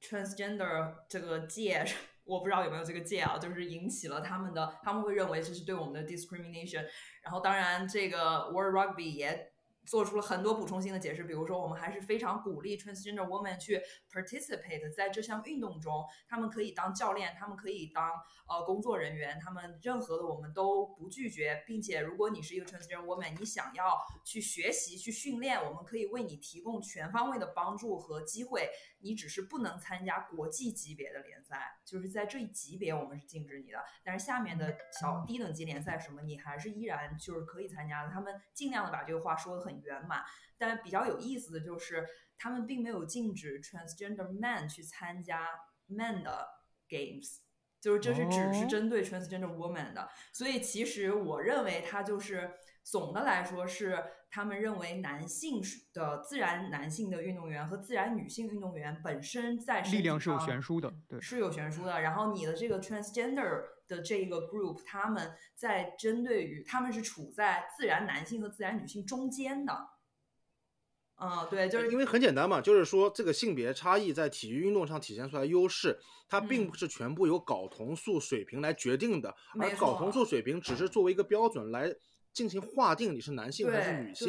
transgender 这个界， 我不知道有没有这个界啊，就是引起了他们的，他们会认为这是对我们的 discrimination。然后当然，这个 World Rugby 也做出了很多补充性的解释，比如说我们还是非常鼓励 transgender woman 去 participate 在这项运动中，他们可以当教练，他们可以当呃工作人员，他们任何的我们都不拒绝，并且如果你是一个 transgender woman，你想要去学习、去训练，我们可以为你提供全方位的帮助和机会。你只是不能参加国际级别的联赛，就是在这一级别我们是禁止你的，但是下面的小低等级联赛什么，你还是依然就是可以参加的。他们尽量的把这个话说得很圆满，但比较有意思的就是，他们并没有禁止 transgender man 去参加 man 的 games，就是这是只是
哦
针对 transgender woman 的。所以其实我认为它就是总的来说是他们认为男性是的自然男性的运动员和自然女性运动员本身在身
力
体
量是有
上
悬殊的，对，
是有悬殊的。然后你的这个 transgender 的这一个 group，他们在针对于他们是处在自然男性和自然女性中间的。嗯，对，就是
因为很简单嘛，就是说这个性别差异在体育运动上体现出来的优势，它并
嗯
不是全部由睾酮素水平来决定的，而
没
睾酮
错
素水平只是作为一个标准来进行划定你是男性还是
对
女性。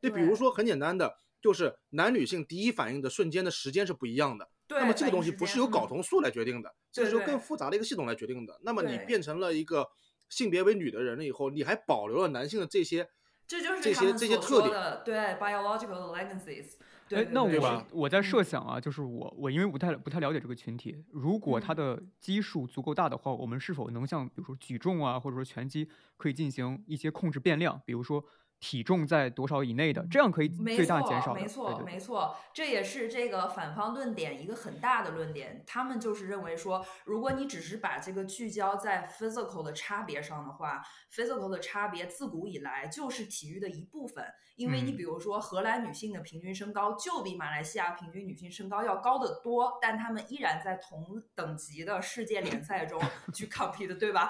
对，
就比如，说很简单的，就是男女性第一反应的瞬间的时间是不一样的，
对
那么这个东西
反应
不
时
是
间
由睾
嗯
酮素来决定的，这
对
是由
对
更复杂的一个系统来决定的。那么你
对
变成了一个性别为女的人了以后，你还保留了男性的这些。
这就是
这
他
些
们
这些
所
特
说
点
的对 biological legacies 对。
哎，那
对
对
我
吧
我在设
嗯
想啊，就是我我因为不太不太了解这个群体，如果它
嗯
的基数足够大的话，我们是否能像比如说举重啊，或者说拳击，可以进行一些控制变量，比如说体重在多少以内的，这样可以
没
最大减
错
少的。
没
对
错，
对
没错，这也是这个反方论点一个很大的论点。他们就是认为说，如果你只是把这个聚焦在 physical 的差别上的话，physical 的差别自古以来就是体育的一部分。因为你
嗯
比如说，荷兰女性的平均身高就比马来西亚平均女性身高要高得多，但她们依然在同等级的世界联赛中去 compete，对吧？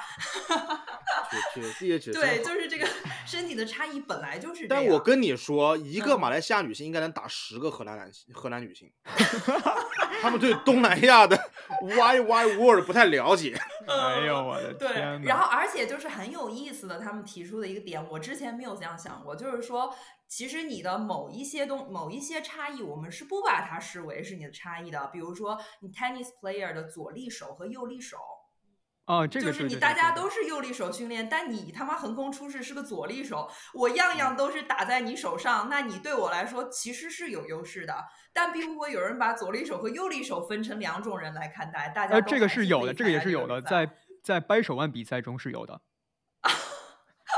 解解理解
对，就是这个 身体的差异本来就是这样。
但我跟你说，一个
嗯
马来西亚女性应该能打十个荷兰男荷兰女性， 他们对东南 亚的 Y Y World 不太了解。
哎呦我的
对
天，
然
呐！
后而且就是很有意思的，他们提出的一个点，我之前没有这样想过，就是说，其实你的某一些东某一些差异，我们是不把它视为是你的差异的，比如说你 tennis player 的左利手和右利手，
啊，这个
就
对
是你
对
大
对
家
对
都是右利手训练，但你他妈横空出世是个左利手，我样样
嗯
都是打在你手上，那你对我来说其实是有优势的，但并不会有人把左利手和右利手分成两种人来看待，大家
呃，
都
这个
还
是有的，
这
这个也是有的，在在掰手腕比赛中是 有的。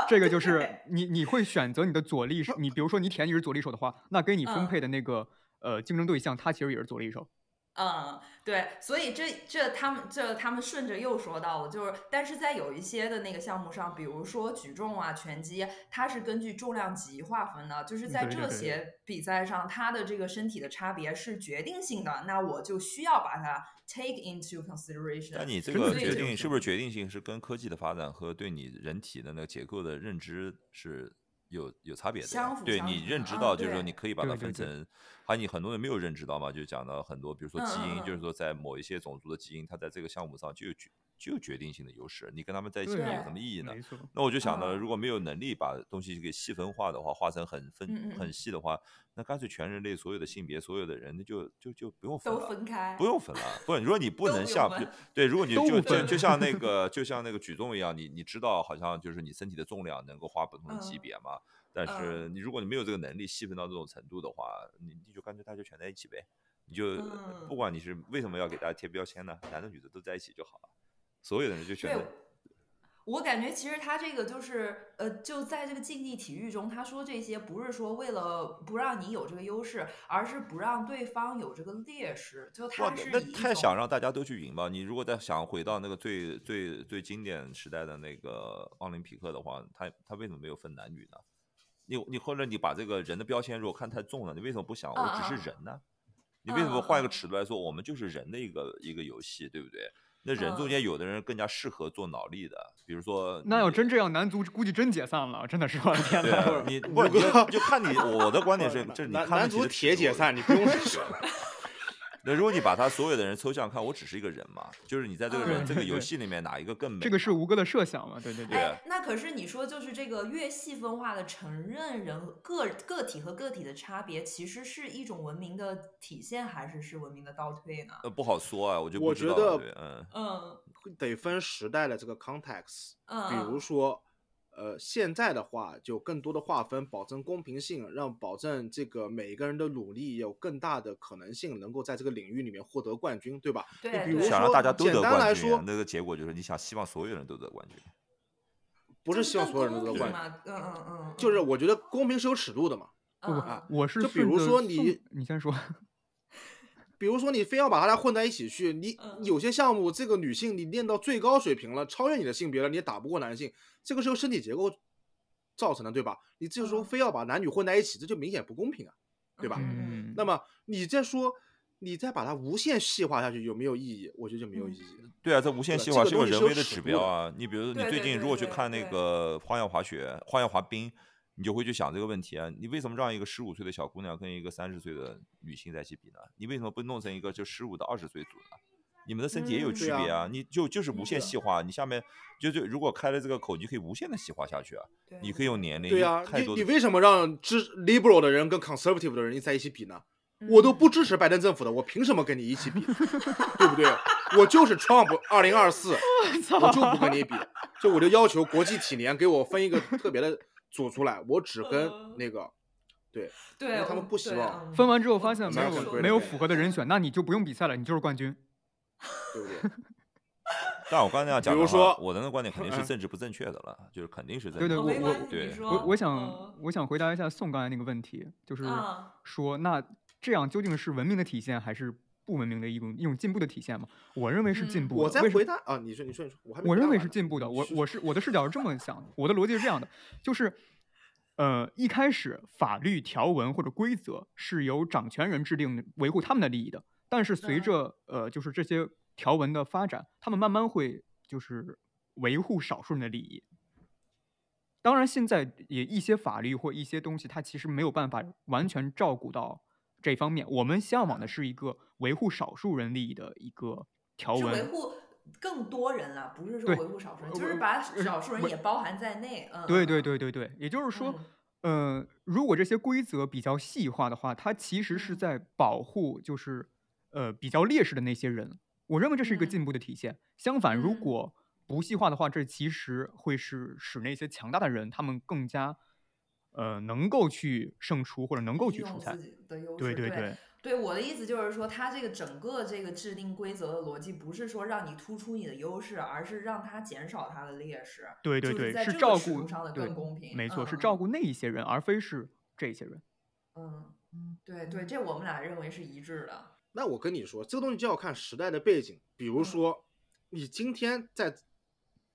这个就是
对
你你会选择你的左利手，你比如说你舔你是左利手的话，那跟你分
嗯
配的那个、呃竞争对象，他其实也是左利手。
嗯，对，所以这这他们这他们顺着又说到了，就是但是在有一些的那个项目上，比如说举重啊、拳击，它是根据重量级划分的，就是在
对对
这
对
些比赛上，它的这个身体的差别是决定性的，那我就需要把它 take into consideration。
但你这
真的
个
是
决
决
定
定
是不是决定性是跟科技的发展和对你人体的那个结构的认知是有有差别的呀
相辅，
对
相
你
成
认
的
知
啊
到，就是说
对
你可以把它
对
分
对对
成，还有你很多人没有认知到嘛，就讲到很多，比如说
嗯
基
嗯
因，
嗯
就是说在某一些种族的基因，它在这个项目上就有决就有决定性的优势，你跟他们在一起比
对
有什么意义呢？
没错，
那我就想呢，
嗯
如果没有能力把东西给细分化的话，划成很
嗯
分
嗯
很
嗯
细的话，那干脆全人类所有的性别、所有的人，那就就就不用分
都
了。
分开，
不用分了，不，如果 你不
都
能
不
像
用分
对，如果你
都
就
不分
就就像那个就像那个举重一样，你你知道好像就是你身体的重量能够划不同的级
嗯
别嘛，但是你如果你没有这个能力细分到这种程度的话，你你就干脆大家全在一起呗，你就呃
嗯
不管你是为什么要给大家贴标签呢，男的女的都在一起就好了，所有的人就选
对
择，
我感觉其实他这个就是，呃，就在这个竞技体育中，他说这些不是说为了不让你有这个优势，而是不让对方有这个劣势。就
哇
他是，
那
以一
太
种
想让大家都去赢吧。你如果再想回到那个最最最经典时代的那个奥林匹克的话，他他为什么没有分男女呢？你你或者你把这个人的标签如果看太重了，你为什么不想我只
嗯
是
嗯
人呢？你为什么
嗯
换一
嗯
个
嗯
尺度来说，我们就是人的一个一个游戏，对不对？那人中
嗯
间有的人更加适合做脑力的，比如说
那要
你
真这样，男足估计真解散了，真的是我的天
对
呐。
啊你不你就 就看你我的观点是，这是你
男
看
男
问题
足
的
铁
尺
解
度
散，你不用说。
那如果你把他所有的人抽象看，我只是一个人嘛，就是你在
啊
这个人
嗯
这个游
对
戏里面哪一个更美嘛？
这个是吴哥的设想嘛？对对对，
对
哎，那可是你说，就是这个越细分化的承认人个个体和个体的差别，其实是一种文明的体现，还是是文明的倒退呢？
呃不好说啊，我就不
我
知
觉
道了
得
对嗯
嗯
得分时代的这个 context，
嗯，
比如说，呃，现在的话就更多的划分，保证公平性，让保证这个每一个人的努力有更大的可能性能够在这个领域里面获得冠军，对吧？
对
就比
对
如
我
想
说
让大家都
简
得
单来
冠军
说
啊，，那个结果就是你想希望所有人都得冠军，
不
就是
希望
更
所有人都
公
得
平
冠军，
嘛嗯嗯嗯，
就是
嗯
我啊觉得公平是有尺度的嘛。
不不
嗯，
我是
就比
顺
如
着
说
宋
你啊
你先说，
比如说你非要把大家混在一起去，你
嗯
有些项目这个女性你练到最高水平了，超越你的性别了，你也打不过男性，这个是由身体结构造成的，对吧？你这个时候
嗯
非要把男女混在一起，这就明显不公平啊。对吧
嗯
嗯，
那么你再说，你再把它无限细化下去，有没有意义？我觉得就没有
嗯
意义了。
对啊，这无限
对
细
这
化
个
是个
东西
人
是有
为的
尺
指
度
标
的
啊。你比如说，你
对
最
对
近
对
如果去
对
看那
对
个花样滑雪、花样滑冰，你就会去想这个问题啊：你为什么让一个十五岁的小姑娘跟一个三十岁的女性在一起比呢？你为什么不弄成一个就十五到二十岁组呢？你们的身体也有
嗯
区
对啊
别啊，你就就是无
嗯
限
对啊
细化，你下面就就如果开了这个口，你就可以无限的细化下去啊，
对
你可以用年龄，
对呀、
太
你
多
你
的
为什么让支 liberal 的人跟 conservative 的人在一起比呢？
嗯
我都不支持拜登政府的，我凭什么跟你一起比？对不对？我就是 Trump 二零二四，我就不跟你比，就我就要求国际体联给我分一个特别的组出来，我只跟
嗯
那个，对，因
对
为他们
我
不希
对
望
嗯
分完之后发现
我
没
我
有
我
没有符合的人选，那你就不用比赛了，你就是冠军。
对不对？
但我刚才那样讲
比
的
如
话，
说
我的那个观点肯定是
嗯
政治不正确的了，就是肯定是政
对
治
哦
对
不
我
正确。
没关
我
系你
对，
说
我我想
嗯
我想回答一下宋刚才那个问题，就是
啊
说那这样究竟是文明的体现还是不文明的一种一种进步的体现吗？我认为是进
嗯
步的。
我在
为什
回答啊，你说你说你说，我还没
我
回答
认为
完
是
呢
进步的。我
是
我是我的视角是这么想的，我的逻辑是这样的，就是，呃，一开始法律条文或者规则是由掌权人制定，维护他们的利益的。但是随
嗯
着呃，就是这些条文的发展，他们慢慢会就是维护少数人的利益。当然，现在也一些法律或一些东西，它其实没有办法完全照顾到这方面。我们向
嗯
往的是一个维护少数人利益的一个条
是
文，
维护更多人了，不是说
对
维护少数人，
呃
就是
我
把
呃
少数人
我
也包含在内。嗯，
对
嗯
对
嗯
对对对，也就是说，呃，如果这些规则比较细化的话，它其实是
嗯
在保护，就是呃比较劣势的那些人。我认为这是一个
嗯
进步的体现。相反，如
嗯
果不细化的话，这其实会是使那些强大的人，他们更加呃能够去胜出或者能够
利
去
用
出彩
自。己的优势。
对
对
对，
对我的意思就是说，它这个整个这个制定规则的逻辑，不是说让你突出你的优势，而是让它减少它的劣势。
对对
就是
对，
在
是
这个
照
尺
顾
度上的
对
更公平
没错，是
嗯嗯
照顾那一些人，而非是这些人。嗯
嗯，对对，这我们俩认为是一致的。
那我跟你说，这个东西就要看时代的背景。比
嗯
如说，你今天在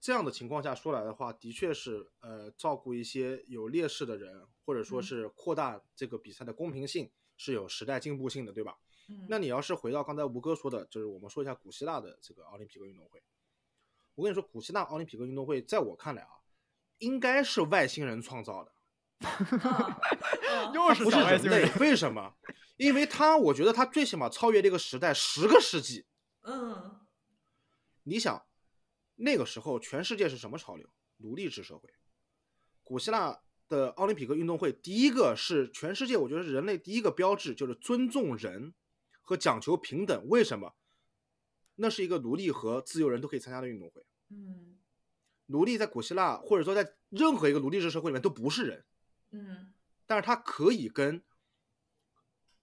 这样的情况下说来的话，的确是呃，照顾一些有劣势的人，或者说
嗯
是扩大这个比赛的公平性，是有时代进步性的，对吧？
嗯
那你要是回到刚才吴哥说的，就是我们说一下古希腊的这个奥林匹克运动会。我跟你说，古希腊奥林匹克运动会，在我看来啊，应该是外星人创造的，
啊嗯
又
不是
小外
人
星
类
人。。
为什么？因为他，我觉得他最起码超越这个时代十个世纪。
嗯
你想，那个时候全世界是什么潮流？奴隶制社会。古希腊的奥林匹克运动会，第一个是全世界，我觉得是人类第一个标志，就是尊重人和讲求平等。为什么？那是一个奴隶和自由人都可以参加的运动会。
嗯
奴隶在古希腊，或者说在任何一个奴隶制社会里面都不是人，
嗯
但是他可以跟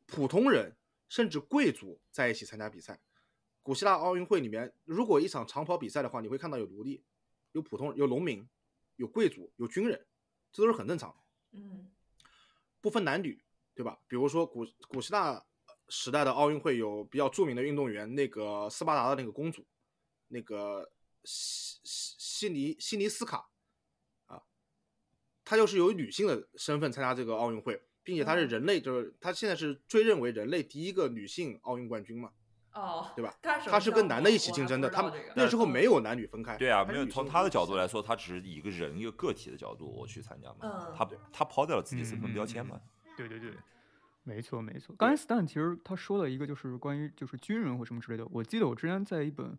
普通人甚至贵族在一起参加比赛。古希腊奥运会里面，如果一场长跑比赛的话，你会看到有奴隶、有普通人、有农民、有贵族、有军人，这都是很正常的，
嗯
不分男女，对吧？比如说古古希腊时代的奥运会有比较著名的运动员，那个斯巴达的那个公主，那个西西西尼西尼斯卡啊，她就是由女性的身份参加这个奥运会，并且她是
嗯
人类，就是她现在是追认为人类第一个女性奥运冠军嘛，
哦，
对吧？
干什么
她是跟男的一起
我
竞
还
争
不
的，
知
他
道
们
这个
那时候没有男女分开。
对啊，
她
没
是
有
女
从
性
他的
女性
角度来说，他只是以一个人一个个体的角度我去参加嘛
嗯，
他他抛掉了自己身份
嗯
标
嗯
签
嗯
嘛，
对对对，没错没错。刚才 Stan 其实他说了一个，就是关于就是军人或什么之类的。我记得我之前在一本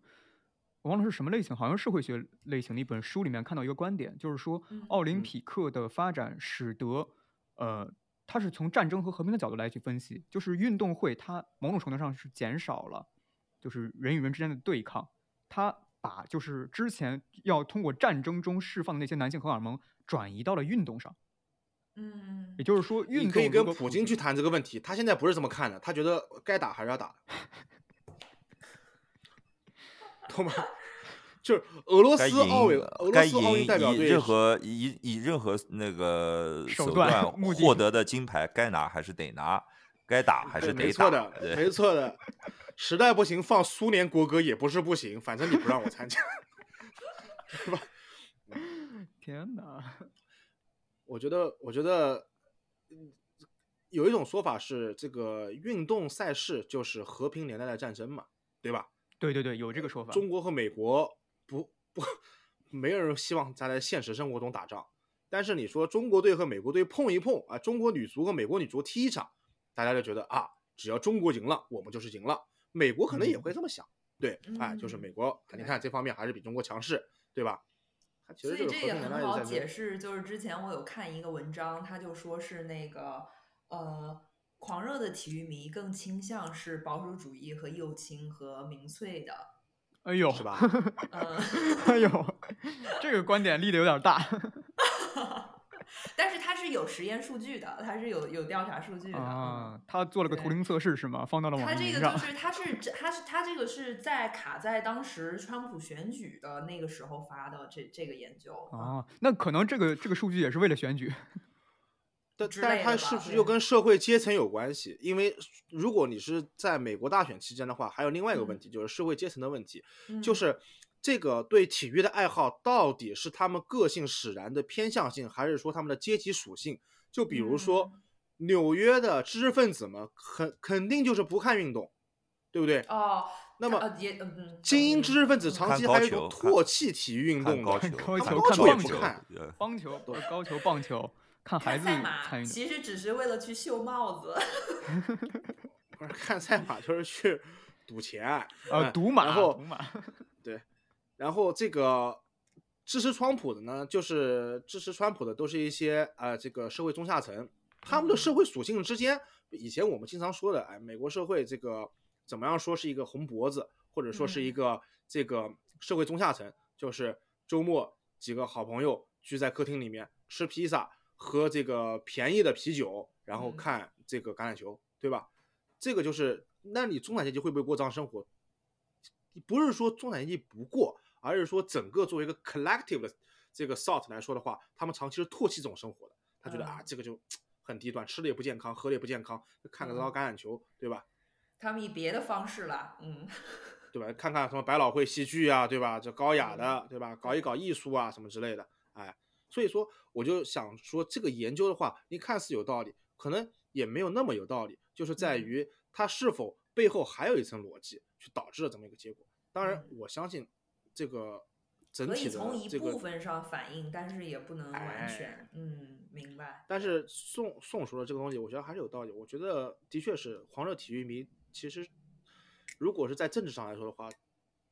我忘了是什么类型，好像是社会学类型的一本书里面看到一个观点，就是说
嗯
奥林
嗯
匹克的发展使得呃，它是从战争和和平的角度来去分析，就是运动会它某种程度上是减少了就是人与人之间的对抗，它把就是之前要通过战争中释放的那些男性荷尔蒙转移到了运动上。
嗯
也就是说，运动
你可以
如
跟
果
普京去谈这个问题，他现在不是这么看的，他觉得该打还是要打的， 懂吗？就是俄罗
该
斯
赢
奥委，俄罗
该
斯奥运
赢
代表
以
队
任
是
何以以任何那个
手
手
段
段
目的
获得的金牌，该拿还是得拿，该打还
对
是
没
得
错
打。
的，
对
没错的。实在不行放苏联国歌也不是不行，反正你不让我参加。
天哪，
我觉得，我觉得，嗯有一种说法是，这个运动赛事就是和平年代的战争嘛，对吧？
对对对，有这个说法。
中国和美国不不，没有人希望咱在现实生活中打仗。但是你说中国队和美国队碰一碰啊，中国女足和美国女足踢一场，大家就觉得啊，只要中国赢了，我们就是赢了。美国可能也会这么想，对，哎，就是美
嗯
国，
对
你看这方面还是比中国强势，对吧？它其
所
实
以
这
这
个和
也
平年代
很
的
好
战
解
争，
释，就是之前我有看一个文章，他就说是那个呃，狂热的体育迷更倾向是保守主义和右倾和民粹的，
哎呦，
是吧？
嗯，
哎呦， 这个观点立的有点大
但是它是有实验数据的，它是有有调查数据的。嗯
啊！他做了个
对
图灵测试是吗？放到了
它
网易
这
云
个
上
就。是，它是这它是它这个是在卡在当时川普选举的那个时候发的这这个研究
哦
啊，
啊，那可能这个这个数据也是为了选举。
但
之
但
类
是它
的
是
吧
不是又
对
跟社会阶层有关系？因为如果你是在美国大选期间的话，还有另外一个问
嗯
题，就是社会阶层的问题。
嗯
就是这个对体育的爱好到底是他们个性使然的偏向性，还是说他们的阶级属性？就比如说，
嗯
纽约的知识分子们肯肯定就是不看运动，对不对？
哦，
那么
呃也嗯嗯
精英知识分子
嗯
长
看
期
高
还有一种
球看
唾弃体育运
看
动
高
的，
球，
高
球
看
看
棒对
棒
棒球
球、
对
高球、棒球，看孩
看
子
赛马
参与的。
其实只是为了去秀帽子，
不是 看赛马就是去赌钱，
呃，
嗯
赌马，
然后
赌马。
然后这个支持川普的呢，就是支持川普的都是一些呃这个社会中下层，他们的
嗯
社会属性之间，以前我们经常说的，哎，美国社会这个怎么样说是一个红脖子，或者说是一
嗯
个这个社会中下层，就是周末几个好朋友聚在客厅里面吃披萨，喝这个便宜的啤酒，然后
嗯
看这个橄榄球，对吧？这个就是，那你中产阶级会不会过这样生活？不是说中产阶级不过，而是说整个作为一个 collective 的这个 thought 来说的话，他们长期是唾弃这种生活的。他觉得啊
嗯，
这个就很低端，吃的也不健康，喝的也不健康，看个
嗯
到橄榄球，对吧？
他们以别的方式啦，嗯，
对吧？看看什么百老汇戏剧啊，对吧？这高雅
嗯
的，对吧？搞一搞艺术啊，什么之类的，哎，所以说我就想说，这个研究的话，你看似有道理，可能也没有那么有道理，就是
嗯
在于它是否背后还有一层逻辑去导致了这么一个结果。当然，我相信这个整
嗯可以
体的
从一
这个
部分上反映，但是也不能完全
哎，
嗯，明白，
但是宋宋说的这个东西，我觉得还是有道理。我觉得的确是狂热体育迷，其实如果是在政治上来说的话，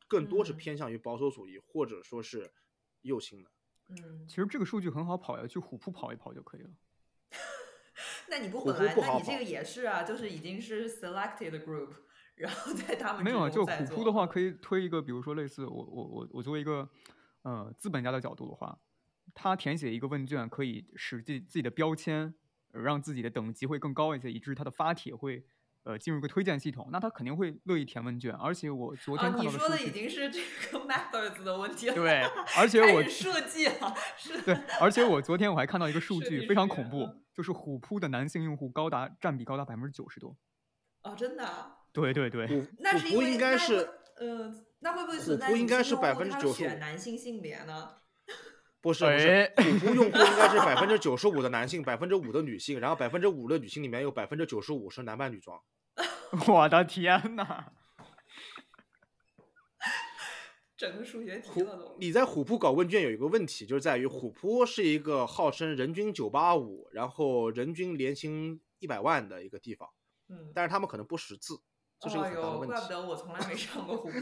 更多是
嗯
偏向于保守主义、或者说是右倾的。
嗯
其，实这个数据很好跑呀，去虎扑跑一跑就可以了。
那你不
虎
混
扑
来，
不
那
好
你这
跑
个也是啊，就是已经是 selected group，然后在他们
没有啊，
之中
就
再
虎扑
做
的话，可以推一个，比如说类似我我我我作为一个呃资本家的角度的话，他填写一个问卷，可以使自己自己的标签呃让自己的等级会更高一些，以致他的发帖会呃进入一个推荐系统，那他肯定会乐意填问卷。而且我昨天
啊，
看
你
到的
说
数
的
据，
已经是这个 methods 的问题了，
对，而且
开
我
始设计了，是
对，而且我昨天我还看到一个数
设
据
计
非常
师
恐怖
嗯，
就是虎扑的男性用户高达占比高达百分之九十多。
哦，真的啊、
对对对，
虎
那是
虎
因
扑
为
应该
那
是
会呃，那会不会
虎
存在
扑应
隐性
该是
用户
95%
他是选男性性别呢？
不是不是，
哎
虎扑用户应该是百分之九十五的男性，百分之五的女性，然后百分之五的女性里面有百分之九十五是男扮女装。
我的天呐！
整个数学题
虎
了都。
你在虎扑搞问卷有一个问题，就是在于虎扑是一个号称人均九八五，然后人均年薪一百万的一个地方，
嗯，
但是他们可能不识字，这是一个
哎
很大的
呦，
问题。
怪不得我从来没上过虎扑。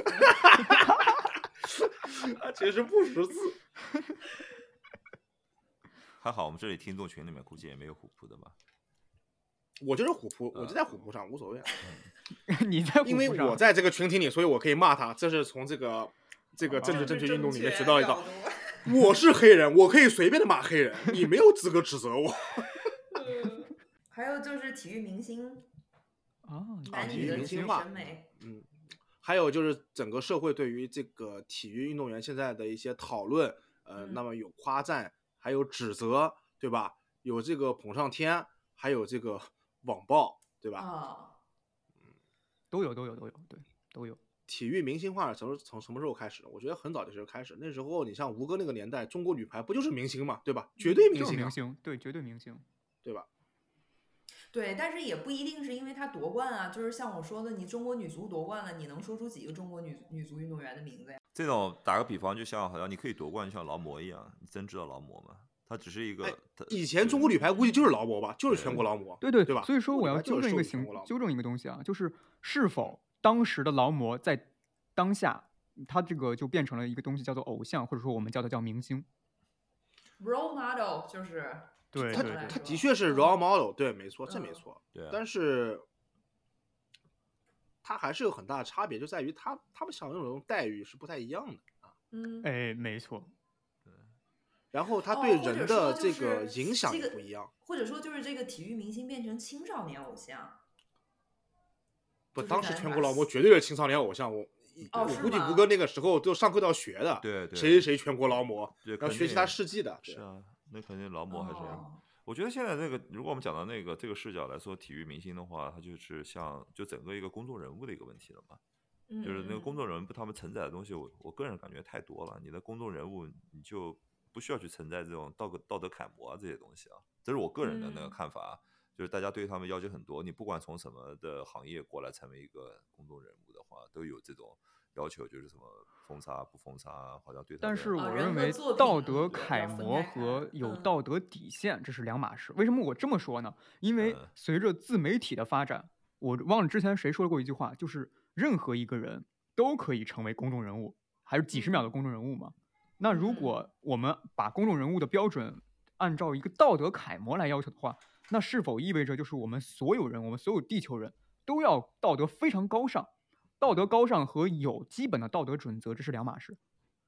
他其实不识字。
还好我们这里听众群里面估计也没有虎扑的吧？
我就是虎扑，我
嗯
就在虎扑上，无所谓啊。
你在
因
虎
为
扑上
我在这个群体里，所以我可以骂他。这是从这个这
啊
个 政治正确运动里面学到一道
角：度
我是黑人，我可以随便的骂黑人，你没有资格指责我。
嗯 还有就是体育明星，
啊，
男
嗯体
女
育
的
明
这
星
个
化
审美，
嗯，还有就是整个社会对于这个体育运动员现在的一些讨论，呃，
嗯
那么有夸赞，还有指责，对吧？有这个捧上天，还有这个网暴，对嗯吧？
啊，
都有都有都有，对，都有。
体育明星化从从什么时候开始的？我觉得很早就开始。那时候你像吴哥那个年代，中国女排不就是明星嘛，对吧？绝对明
就是
星啊，
明星，对，绝对明星。
对吧？
对，但是也不一定是因为他夺冠啊，就是像我说的，你中国女足夺冠了，你能说出几个中国女女足运动员的名字呀？
这种打个比方，就像好像你可以夺冠，就像劳模一样，你真知道劳模吗？他只是一个
哎，
他
以前中国女排估计就是劳模吧，就是全国劳模，
对对
对吧？
所以说
中
我
国女
要
排就
纠
是
正一个
受全
行
国劳模
纠正一个东西啊，就是是否当时的劳模在当下，他这个就变成了一个东西叫做偶像，或者说我们叫它叫明星。
role model 就是
对
他
对对
他的确
嗯
是 role model，对，没错，这没错。
对啊，
但是，他还是有很大的差别，就在于他他们享用的那种待遇是不太一样的。
嗯，
哎，没错，
然后他
哦
对
或者
人
说
的
就
这个
是
影响
这
也
个
不一样。
或者说就是这个体育明星变成青少年偶像。
不，
就是
当时
咱
全
把
国劳模绝对是青少年偶像，我一
哦
我
是
估计
吗
吴哥那个时候就上课都要学的，
对对
谁谁谁全国劳模，
对，
要
肯
学习
定
他事迹的，对
是啊，那肯定劳模还是、
哦
我觉得现在那个，如果我们讲到那个这个视角来说，体育明星的话，他就是像就整个一个公众人物的一个问题了嘛。
嗯
就是那个
嗯
公众人物他们承载的东西，我我个人感觉太多了。你的公众人物，你就不需要去承载这种道德道德楷模啊这些东西啊，这是我个人的那个
嗯
看法啊。就是大家对他们要求很多，你不管从什么的行业过来成为一个公众人物的话，都有这种要求，就是什么封杀不封杀啊，好像对他
但
们。
是
啊
我
人
认
和
为
作
道
品
德
要
楷
分
模
开看
和有
嗯
道德底线这是两码事。为什么我这么说呢？因为
嗯
随着自媒体的发展，我忘了之前谁说过一句话，就是任何一个人都可以成为公众人物，还是几十秒的公众人物嘛。那如
嗯
果我们把公众人物的标准按照一个道德楷模来要求的话，那是否意味着就是我们所有人，我们所有地球人都要道德非常高尚？道德高尚和有基本的道德准则这是两码事。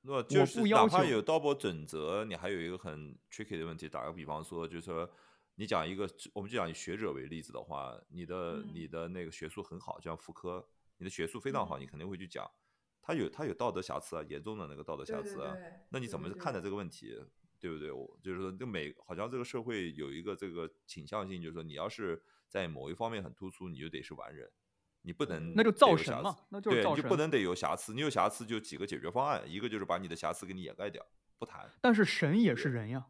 那就
我
是
不
哪
要
怕
求
有 double 准则，你还有一个很 tricky 的问题。打个比方说，就是说你讲一个，我们就讲以学者为例子的话，你的、
嗯
你的那个学术很好，就像妇科，你的学术非常
嗯
好，你肯定会去讲，他有他有道德瑕疵啊，严重的那个道德瑕
对对
疵啊。
对
那你
对
怎么
对
看待
对
这个问题，对不对？我就是说，就每好像这个社会嗯有一个这个倾向性，就是说你要是在某一方面很突出，你就得是完人。你不能
那就
得
造
有
神
瑕
嘛
疵，
那就是
对，
造
你就不
神。
能得有瑕疵，你有瑕疵就几个解决方案，一个就是把你的瑕疵给你掩盖掉，不谈。
但是神也是人呀，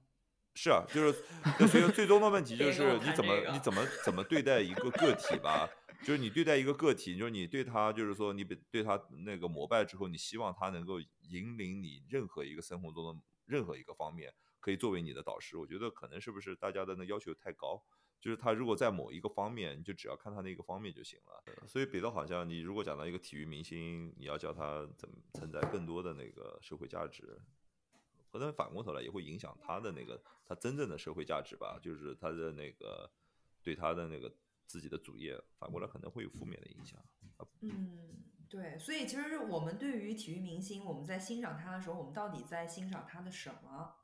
是啊，就是，就所以最终的问 题就
别跟我
是你
谈
怎么
这个
你怎么怎么对待一个个体吧，就是你对待一个个体，就是你对他，就是说你比对他那个膜拜之后，你希望他能够引领你任何一个生活中的任何一个方面，可以作为你的导师。我觉得可能是不是大家的那要求太高，就是他如果在某一个方面，你就只要看他那个方面就行了。呃所以北岛好像你如果讲到一个体育明星，你要叫他怎么承载更多的那个社会价值，可能反过头来也会影响他的那个他真正的社会价值吧，就是他的那个对他的那个自己的主业，反过来可能会有负面的影响。
嗯，对，所以其实我们对于体育明星，我们在欣赏他的时候，我们到底在欣赏他的什么？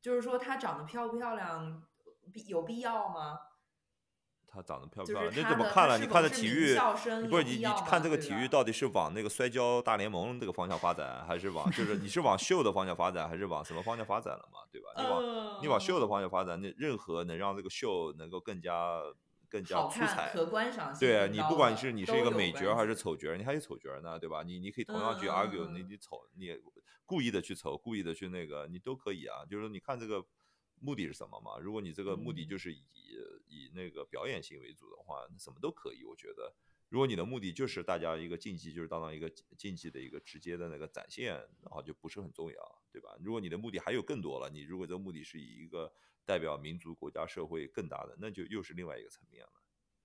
就是说他长得漂不漂亮，必有必要吗？
他长得漂不
就
漂亮，
是
那
他
怎么
的
看
他
呢？
是
你
否
看的
是
体
名
育
校生，
不是
有
你
必
你
要
看
吗
这个
对
体育
吧
到底是往那个摔跤大联盟这个方向发展，还是往就是你是往秀的方向发展，还是往什么方向发展了嘛？对吧？你往
嗯，
你往秀的方向发展，那任何能让这个秀能够更加更加
好
出
看
彩。
可观赏性
对啊
更
你
高
不管
的
是你
都
是一个
有
美角
关
儿还是
系
丑角儿，你还有丑角儿呢，对吧？你你可以同样去
嗯嗯
argue，、
嗯
你你丑你也故意的去丑，故意的去那个，你都可以啊。就是说你看这个目的是什么嘛？如果你这个目的
嗯
就是以、以那个表演性为主的话，那什么都可以，我觉得。如果你的目的就是大家一个竞技，就是当当一个竞技的一个直接的那个展现，然后就不是很重要，对吧？如果你的目的还有更多了，你如果这个目的是以一个代表民族、国家、社会更大的，那就又是另外一个层面了。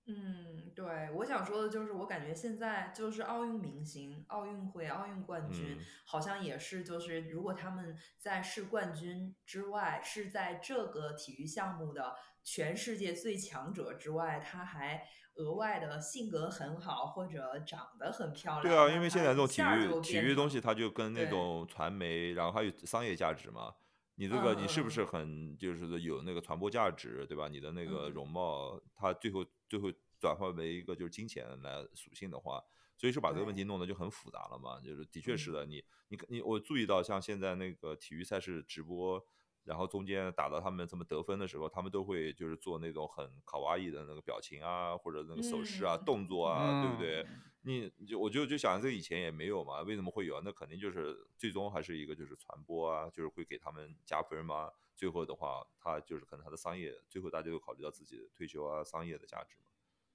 嗯，对，我想说的就是，我感觉现在就是奥运明星、奥运会、奥运冠军，
嗯
好像也是就是，如果他们在是冠军之外，是在这个体育项目的全世界最强者之外，他还额外的性格很好或者长得很漂亮，
对啊，
那
因为
他
现在这种
一
体
下就
育体
变
育东
成
西，它就跟那
对
种传媒，然后还有商业价值嘛。你这个你是不是
嗯
很就是说有那个传播价值，对吧？你的那个
嗯
容貌，它最后最后转化为一个就是金钱来属性的话，所以说把这个问
对嗯
题弄得就很复杂了嘛。就是的确是的，你你你我注意到像现在那个体育赛事直播，然后中间打到他们什么得分的时候，他们都会就是做那种很卡哇伊的那个表情啊，或者那个手势啊、
嗯
动作啊，对
嗯
不对？你你就我就就想，这以前也没有嘛，为什么会有啊？那肯定就是最终还是一个就是传播啊，就是会给他们加分嘛。最后的话，他就是可能他的商业，最后大家都考虑到自己的退休啊、商业的价值嘛。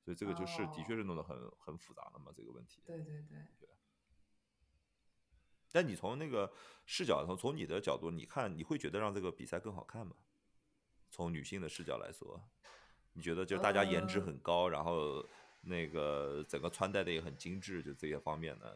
所以这个就是的确
哦
是弄得很很复杂了嘛，这个问题。
对对对，
但你从那个视角，从从你的角度，你看你会觉得让这个比赛更好看吗？从女性的视角来说，你觉得就大家颜值
呃
很高，然后那个整个穿戴的也很精致，就这些方面呢，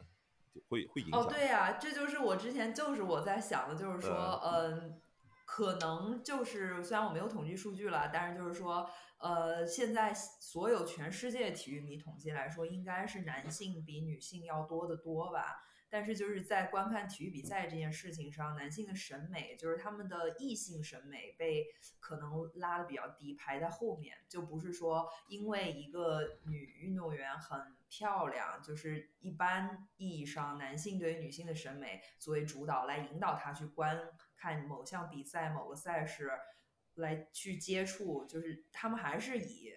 就会会影响
哦，
吗。
对呀、这就是我之前就是我在想的，就是说，嗯、可能就是虽然我没有统计数据了，但是就是说，呃，现在所有全世界体育迷统计来说，应该是男性比女性要多得多吧。但是就是在观看体育比赛这件事情上，男性的审美就是他们的异性审美被可能拉的比较低，排在后面，就不是说因为一个女运动员很漂亮，就是一般意义上男性对于女性的审美作为主导来引导她去观看某项比赛、某个赛事，来去接触，就是他们还是以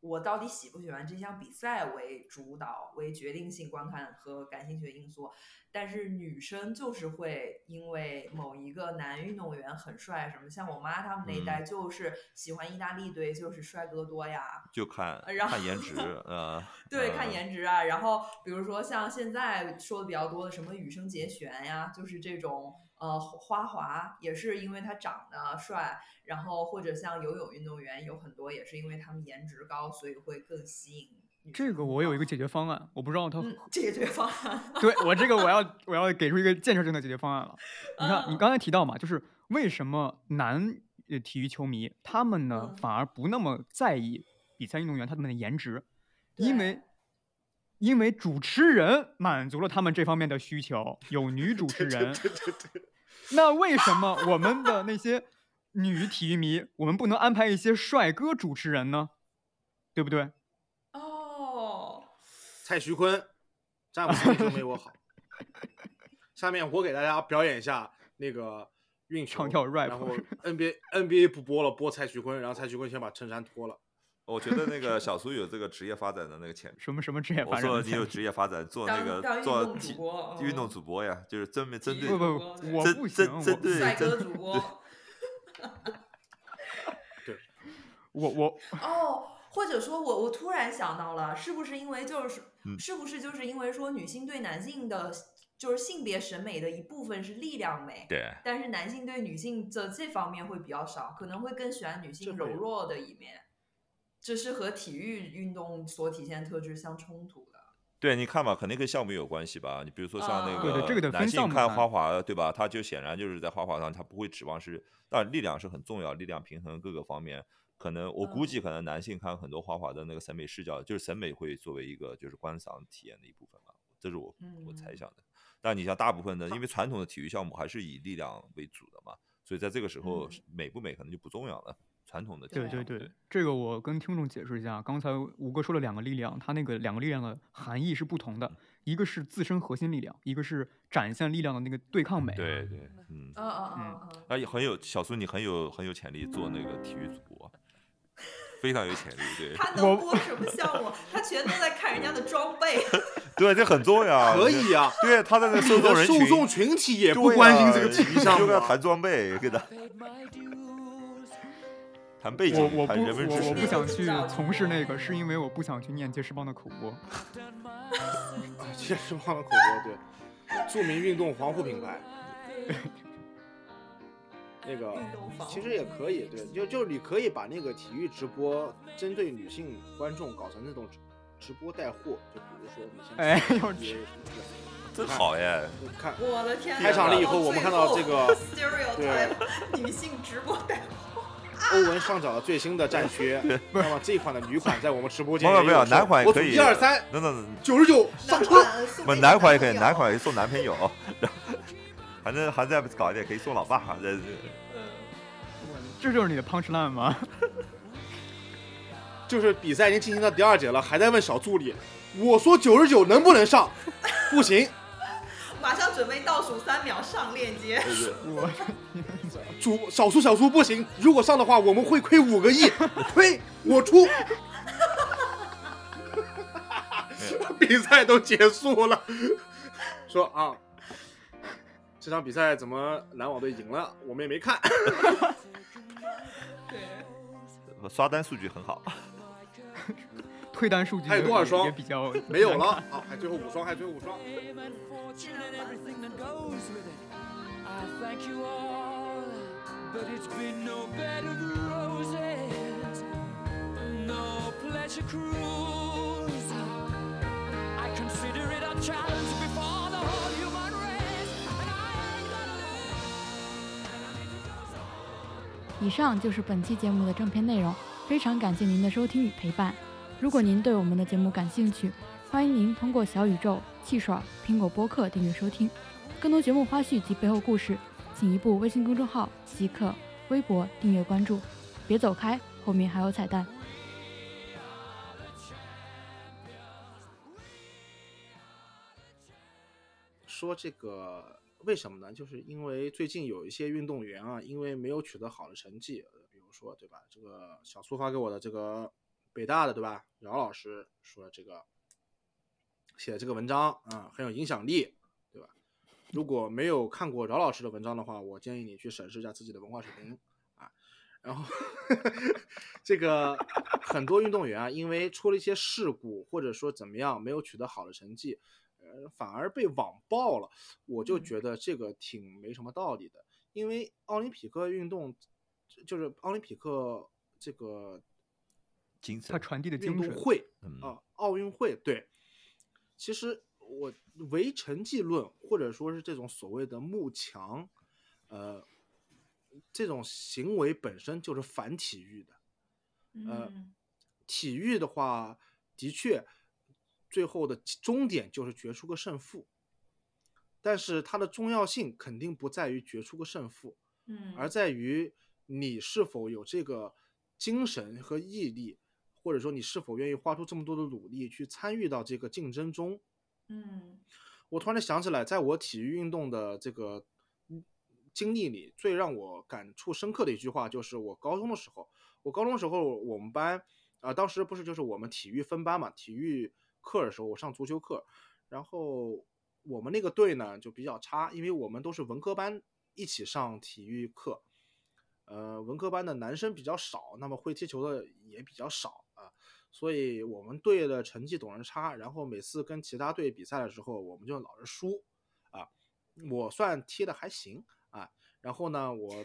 我到底喜不喜欢这项比赛为主导、为决定性观看和感兴趣的因素。但是女生就是会因为某一个男运动员很帅，什么像我妈他们那一代就是喜欢意大利队，就是帅哥多呀，
就看
然后
看颜值，呃，
对，
呃
看颜值啊。然后比如说像现在说的比较多的什么羽生结弦呀，就是这种呃花滑，也是因为他长得帅，然后或者像游泳运动员有很多也是因为他们颜值高，所以会更吸引女生
这个我有一个解决方案，我不知道他。
嗯， 这个对方案，
对我这个我要我要给出一个建设性的解决方案了。你看，你
嗯
刚才提到嘛，就是为什么男呃体育球迷他们呢
嗯
反而不那么在意比赛运动员他们的颜值，因
对
为因为主持人满足了他们这方面的需求，有女主持
啊
人。
对对对对，
那为什么我们的那些女体育迷，我们不能安排一些帅哥主持人呢？对不对？
哦，
蔡徐坤詹姆斯就没我好。 下面我给大家表演一下那个运球
唱跳 rap
然后 NBA NBA 不播了，播蔡徐坤，然后蔡徐坤先把衬衫脱了。
我我觉得那个小苏有这个职业发展的那个潜力。
什么什么职业
我
发展
说
的
你
潜
有
力
职业发展，做那
当当
个
运
做
动主
体
播，嗯
运动主播呀，就是针对针
体育
对
不
主
不
播
不，
对
我
针
不行，
针针
我
对
帅哥
真
主播。
我我
哦，或者说我我突然想到了，是不是因为就是、
嗯
是不是就是因为说女性对男性的就是性别审美的一部分是力量美，
对
但是男性对女性的这方面会比较少，可能会更喜欢女性
这会
柔
有
弱的一面，这是和体育运动所体现特质相冲突的。
对，你看吧，肯定跟项目有关系吧？你比如说像
啊
那
对
个
对这个得分
男性
项目
看
看
花滑，对吧？他就显然就是在花滑上，他不会指望是，当然力量是很重要，力量平衡各个方面。可能我估
嗯
计，可能男性看很多花滑的那个审美视角，就是审美会作为一个就是观赏体验的一部分吧，这是我我猜
嗯
想的。但你像大部分的，因为传统的体育项目还是以力量为主的嘛，所以在这个时候
嗯
美不美可能就不重要了。传统的体
对啊
育
对
项目
对，这个我跟听众解释一下，刚才吴哥说了两个力量，它那个两个力量的含义是不同
嗯
的，一个是自身核心力量，一个是展现力量的那个对抗美。
对对，嗯，
嗯嗯嗯嗯，
哎，很有小苏，你很有很有潜力做那个体育主播，非常有潜力。对
嗯他能播什么项目？他全都在看人家的装备。
对，这很重要。
可以啊，
对，他的那个受
你
众
的
人
受
群
众群体也
对
不关心
啊
这个体育项
就
目
跟他
啊。
谈装备，跟他谈背景
我我，不
谈
我
人文知
我不
识。
想去从事那个，是因为我不想去念杰士邦的口播。
啊确实忘了口播，对，著名运动防护品牌，那个
运动防护
其实也可以，对，就就你可以把那个体育直播针对女性观众搞成那种直直播带货，就比如说你先
哎
看
呦
NBA 什么
真好耶！
之类的，看
我的天哪！
开场了以
后我们看到这个
stereotype 女性直播带
欧文上脚的最新的 战靴，那么这一款的女款在我们直播间
没有
也
没有，
售
男款也
我
可
数
以。
一二三，
等等等，
九十九上
男
车。
款送
不，
给
男款也可以，
朋友
男款也送男朋友， 还能还再搞一点可以送老爸。这
这就是你的 punch line 吗？
就是比赛已经进行到第二节了，还在问小助理，我说九十九能不能上？不行，
马上准备倒数三秒上链接。
我
主小苏小苏不行，如果上的话，我们会亏五个亿，亏我出。比赛都结束了，说啊，这场比赛怎么篮网队赢了？我们也没看。
对，
这刷单数据很好。
退单数据
还有多少
也
双
也比较
没有了，好，还最后五双，还最后五双。
质量满分
everything that goes with it. I thank you all, but it's been no bed of roses, no pleasure cruise. I consider it a challenge before the whole human race, and I ain't gonna lose. And I need to go so
以上就是本期节目的正片内容，非常感谢您的收听与陪伴。如果您对我们的节目感兴趣，欢迎您通过小宇宙、汽水、苹果播客订阅收听。更多节目花絮及背后故事，请移步微信公众号“极客”、微博订阅关注。别走开，后面还有彩蛋。
说这个为什么呢？就是因为最近有一些运动员啊，因为没有取得好的成绩，呃比如说对吧，这个小苏发给我的这个北大的对吧，姚老师说这个写的这个文章啊、很有影响力，对吧？如果没有看过饶老师的文章的话，我建议你去审视一下自己的文化水平啊。然后 这个很多运动员啊，因为出了一些事故，或者说怎么样没有取得好的成绩，呃，反而被网暴了。我
嗯
就觉得这个挺没什么道理的，因为奥林匹克运动就是奥林匹克这个
精
它
神，
传递的
运
精
动
神。
会，
嗯
啊，奥运会对。其实我唯成绩论，或者说是这种所谓的慕强，呃，这种行为本身就是反体育的。
嗯，
体育的话，的确，最后的终点就是决出个胜负，但是它的重要性肯定不在于决出个胜负，
嗯
而在于你是否有这个精神和毅力，或者说你是否愿意花出这么多的努力去参与到这个竞争中。
嗯
我突然地想起来，在我体育运动的这个嗯经历里，最让我感触深刻的一句话，就是我高中的时候，我高中时候我们班啊，当时不是就是我们体育分班嘛，体育课的时候我上足球课，然后我们那个队呢就比较差，因为我们都是文科班一起上体育课，呃，文科班的男生比较少，那么会踢球的也比较少啊、所以我们队的成绩总是差，然后每次跟其他队比赛的时候，我们就老是输啊。我算踢的还行啊，然后呢，我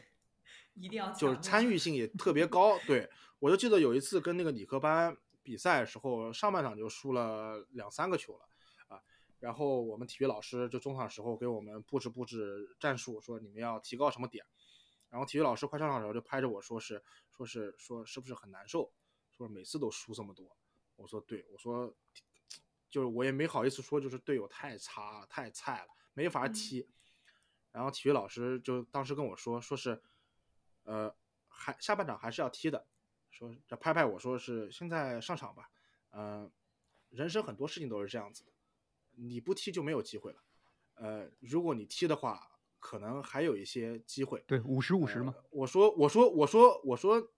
一定要
就是
强调
参与性也特别高。对我就记得有一次跟那个理科班比赛的时候，上半场就输了两三个球了啊。然后我们体育老师就中场时候给我们布置布置战术，说你们要提高什么点。然后体育老师快上场的时候就拍着我说是说是说是不是很难受，说每次都输这么多。我说对，我说就是我也没好意思说，就是队友太差了，太菜了，没
嗯
法踢。然后体育老师就当时跟我说，说是，呃，还下半场还是要踢的，说这拍拍我说是现在上场吧，嗯、人生很多事情都是这样子的，你不踢就没有机会了，呃，如果你踢的话，可能还有一些机会。
对，五十五十嘛
呃。我说，我说，我说，我说，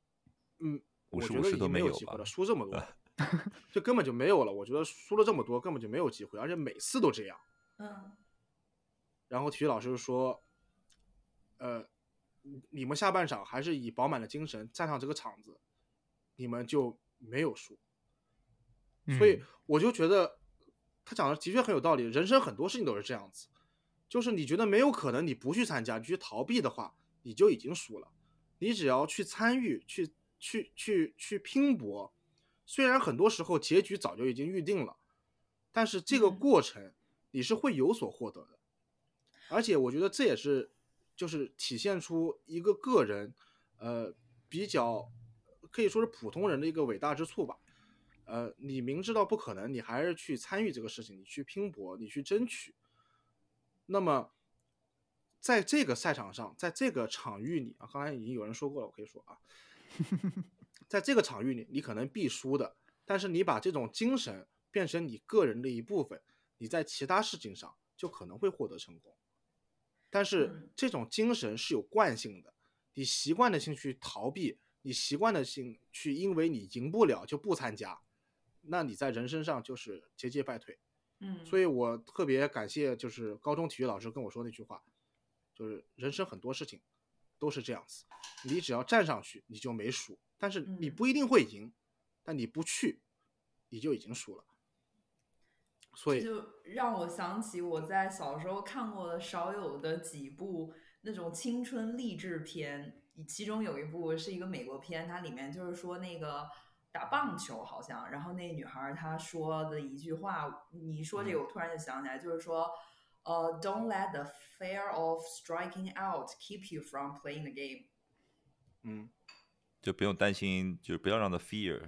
嗯，我
50
觉得已
都
经
没
没
有
机会
吧
了，输这么多，就根本就没有了。我觉得输了这么多，根本就没有机会，而且每次都这样。
嗯，
然后体育老师就说，呃，你你们下半场还是以饱满的精神站上这个场子，你们就没有输。呃所以
嗯
我就觉得他讲的的确很有道理。人生很多事情都是这样子，就是你觉得没有可能，你不去参加，你去逃避的话，你就已经输了。你只要去参与，去去去去拼搏，虽然很多时候结局早就已经预定了，但是这个
嗯
过程你是会有所获得的。而且我觉得这也是就是体现出一个个人，呃，比较可以说是普通人的一个伟大之处吧。呃，你明知道不可能，你还是去参与这个事情，你去拼搏，你去争取。那么，在这个赛场上，在这个场域里啊，刚才已经有人说过了，我可以说啊，在这个场域里，你可能必输的，但是你把这种精神变成你个人的一部分，你在其他事情上就可能会获得成功。但是
嗯
这种精神是有惯性的，你习惯的性去逃避，你习惯的性去因为你赢不了就不参加，那你在人生上就是节节败退。
嗯，
所
以
以我特别感谢就是高中体育老师跟我说那句话，就是人生很多事情都是这样子，你只要站上去你就没输，但是你
嗯
不一定会赢，但你不去你就已经输了。所以
就让我想起我在小时候看过的少有的几部那种青春励志片，其中有一部是一个美国片，它里面就是说那个打棒球好像，然后那女孩儿她说的一句话，你说这个我突然就想起来，就是说。呃、d o n t let the fear of striking out keep you from playing the game。
嗯，
就不用担心，就是不要让他 fear。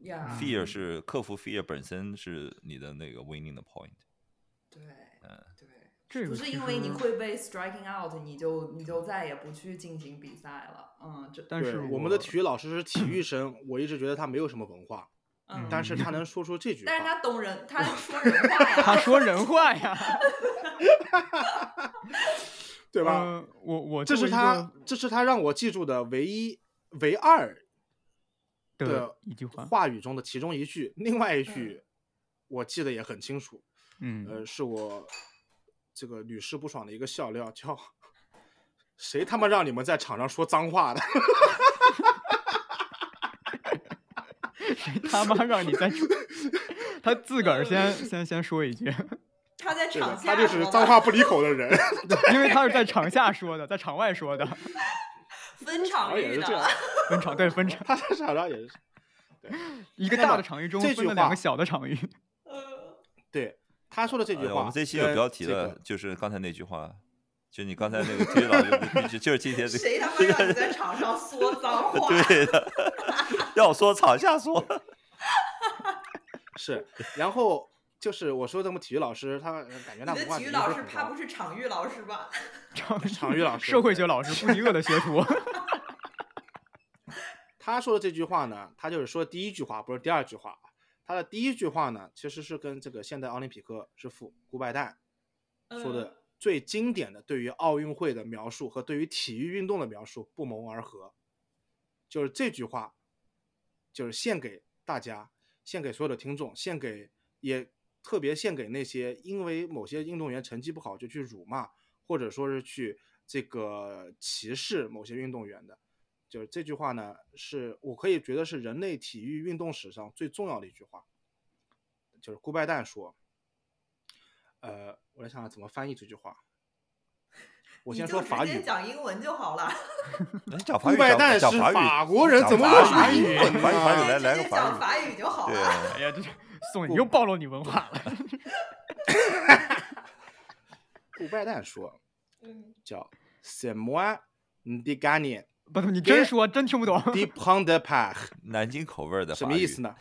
Yeah，
嗯
fear
嗯
是克服 fear 本身是你的那个 winning 的 point。
对，对，
嗯这个
不是
其
因为你
实
会被 striking out，你就你就再也不去进行比赛了。嗯，这
但是
对我们的体育老师是体育生，我一直觉得他没有什么文化，
嗯，
但是他能说出这句
但是
话，
他懂人， 他说人话呀。
他说人话呀，
对吧？
呃我我
这
作为
是
一
他
个，
这是他让我记住的唯一、唯二
的
的
一句话，
话语中的其中一句，另外一
嗯
句我记得也很清楚，
嗯，
呃，是我这个屡试不爽的一个笑料，叫“谁他妈让你们在场上说脏 话的
他妈让你再 说，他自个儿先先先说一句，
他在”，
对的
场下
他就是脏话不离口的 人，
因为他是在场下说的，在场外说的，
分场
好像也
域
是这 样
的。，
分场对分场，
他在场上也是
一个
那么
大的场域中
这
分
句
了两
话
个小的场域，
呃
对他说的这句
哎
话。
我们这期有标题
跟这
了，
个
就是刚才那句话，就你刚才那个体育老师必须，就是今天这
谁 他妈让你在场上说脏话？
对的， 要说场下说，
是，然后就是我说咱们体育老师，他感觉他
你的
文化
体育
底蕴
老
会
师
很
怕
高
不是场域老师吧？
场
场域老师
社会
对
学老师布迪厄的学 徒，
他说的这句话呢，他就是说第一句话，不是第二句话啊。他的第一句话呢，其实是跟这个现代奥林匹克之父古拜旦说
嗯
的最经典的对于奥运会的描述和对于体育运动的描述不谋而合。就是这句话，就是献给大家，献给所有的听众，献给也特别献给那些因为某些运动员成绩不好就去辱骂，或者说是去这个歧视某些运动员的。就是这句话呢，是我可以觉得是人类体育运动史上最重要的一句话。就是顾拜旦说，呃，我来想想怎么翻译这句话。我
你
先
就
说
直
法
接
语吧。
讲英文就好了。
哎讲法
顾
语，
拜
讲
旦
讲
是
法语
法国人，
讲
怎么
法
会法
语
语呢？
法语法语来
直
来
接
个
讲
法语，
法语就好
对
了。
哎呀，这是宋，你又暴露你文化 了。
顾拜旦说
嗯，
叫 “c'est moi d e g a n e
不，你
别
真说，真听不懂。
d e p e n d e p a r
南京口味 儿的
什
法
么意
语
思？呢？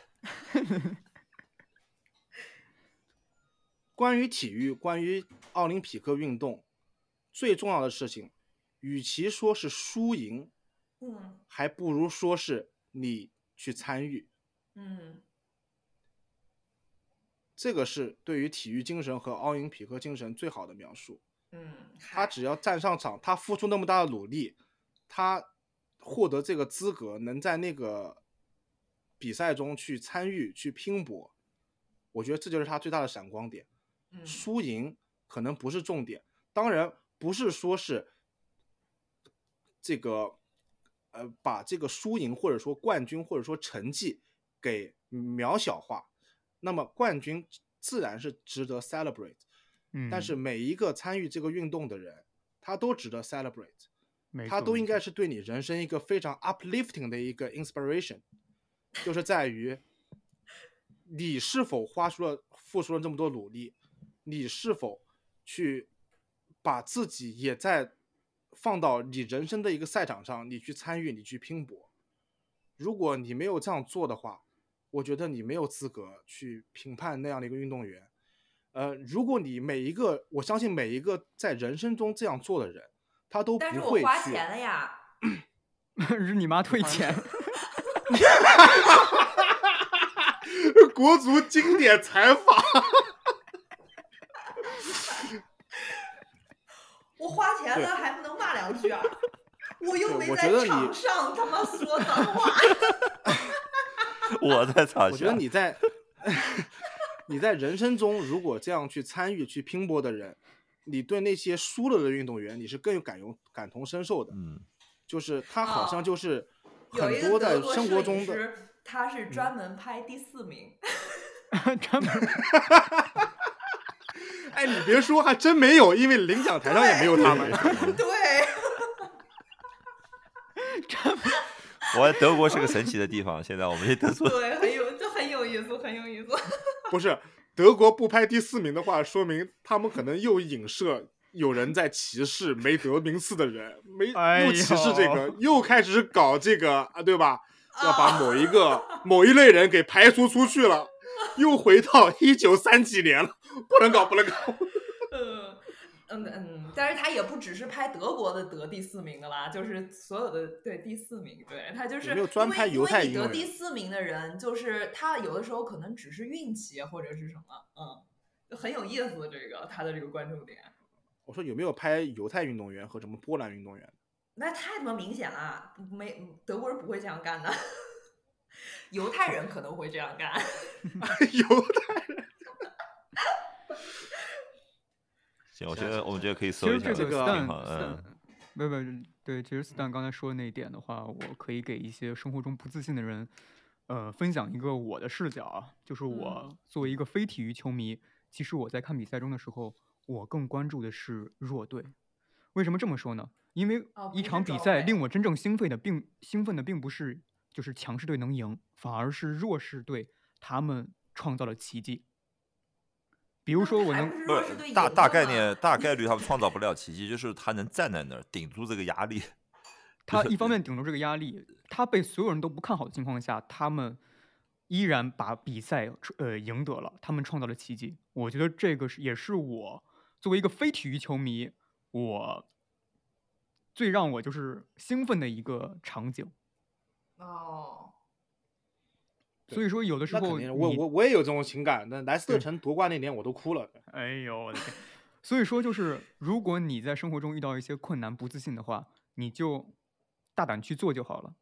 关于体育，关于奥林匹克运动，最重要的事情，与其说是输赢，
嗯
还不如说是你去参与。
嗯
这个是对于体育精神和奥林匹克精神最好的描述。
嗯，
他
嗨
只要站上场，他付出那么大的努力，他获得这个资格，能在那个比赛中去参与、去拼搏，我觉得这就是他最大的闪光点。
嗯
输赢可能不是重点，当然不是说是这个呃把这个输赢或者说冠军或者说成绩给渺小化，那么冠军自然是值得 celebrate。
嗯，
但是每一个参与这个运动的人，他都值得 celebrate，
没
他
错
都
没
应该
错
是对你人生一个非常 uplifting 的一个 inspiration，就是在于你是否花出了付出了这么多努力，你是否去把自己也在放到你人生的一个赛场上，你去参与，你去拼搏。如果你没有这样做的话，我觉得你没有资格去评判那样的一个运动员。呃，如果你每一个，我相信每一个在人生中这样做的人，他都不
但是我
会
花
去。
钱了呀，
日你妈退 钱，
国足经典采访，
我花钱
对
了还不能骂两句啊？我又
对
没
我
在
觉得你
场上他妈说脏话。
我在场
我觉
下
得，你在你在人生中如果这样去参与、去拼搏的人，你对那些输了的运动员，你是更有感同感同身受的。
嗯，
就是他好像
哦
就是
有一个
很多在
德国
生
摄
活
影
中的，嗯
师，他是专门拍第四名，
专门
哎，你别说，还真没有，因为领奖台上也没有他们。
对，
我德国是个神奇的地方，现在我们这德国
对，很有，这很有意思，很有意思。
不是德国不拍第四名的话，说明他们可能又影射有人在歧视没得名次的人，没
哎
又歧视这个
呦，
又开始搞这个啊，对吧？要把某一个某一类人给排除出去了，又回到 一九三几年了，不能搞，不能搞。
嗯嗯嗯，但是他也不只是拍德国的得第四名的啦，就是所有的对第四名，对他就是
有没有专拍犹太
因为因为
英
你
文
得第四名的人，就是他有的时候可能只是运气或者是什么，嗯，就很有意思这个他的这个关注点，
我说有没有拍犹太运动员和什么波兰运动 员？
那太他妈明显了，没德国人不会这样干的， 犹太人可能会这样干，
犹
行，我觉得我们觉得可以搜
其
一
实
下
这
这
个
个
地
Stan，
地方，嗯，
不不，对，其实 Stan 刚才说的那一点的话，我可以给一些生活中不自信的人，呃，分享一个我的视角啊，就是我作为一个非体育球迷，其实我在看比赛中的时候，我更关注的是弱队。为什么这么说呢？因为
哦
一
不
场
是
比
装
赛
备
令我真正兴奋的并兴奋的并不是就是强势队能赢，反而是弱势队他们创造了奇迹。比如说，我
还
能
不是
不
弱势队
是大
赢
大
了
概
吗
念大概率他们创造不了奇迹，就是他能站在那儿顶住这个压力，
他一方面顶住这个压力，他被所有人都不看好的情况下，他们依然把比赛出呃赢得了，他们创造了奇迹。我觉得这个是也是我作为一个非体育球迷，我最让我就是兴奋的一个场景。
哦，
所以说，有的时
那肯
候
定，我
你
我我也有这种情感。那莱斯特
对
城夺冠那年我都哭了。
哎呦我的天！所以说，就是如果你在生活中遇到一些困难、不自信的话，你就大胆去做就好了。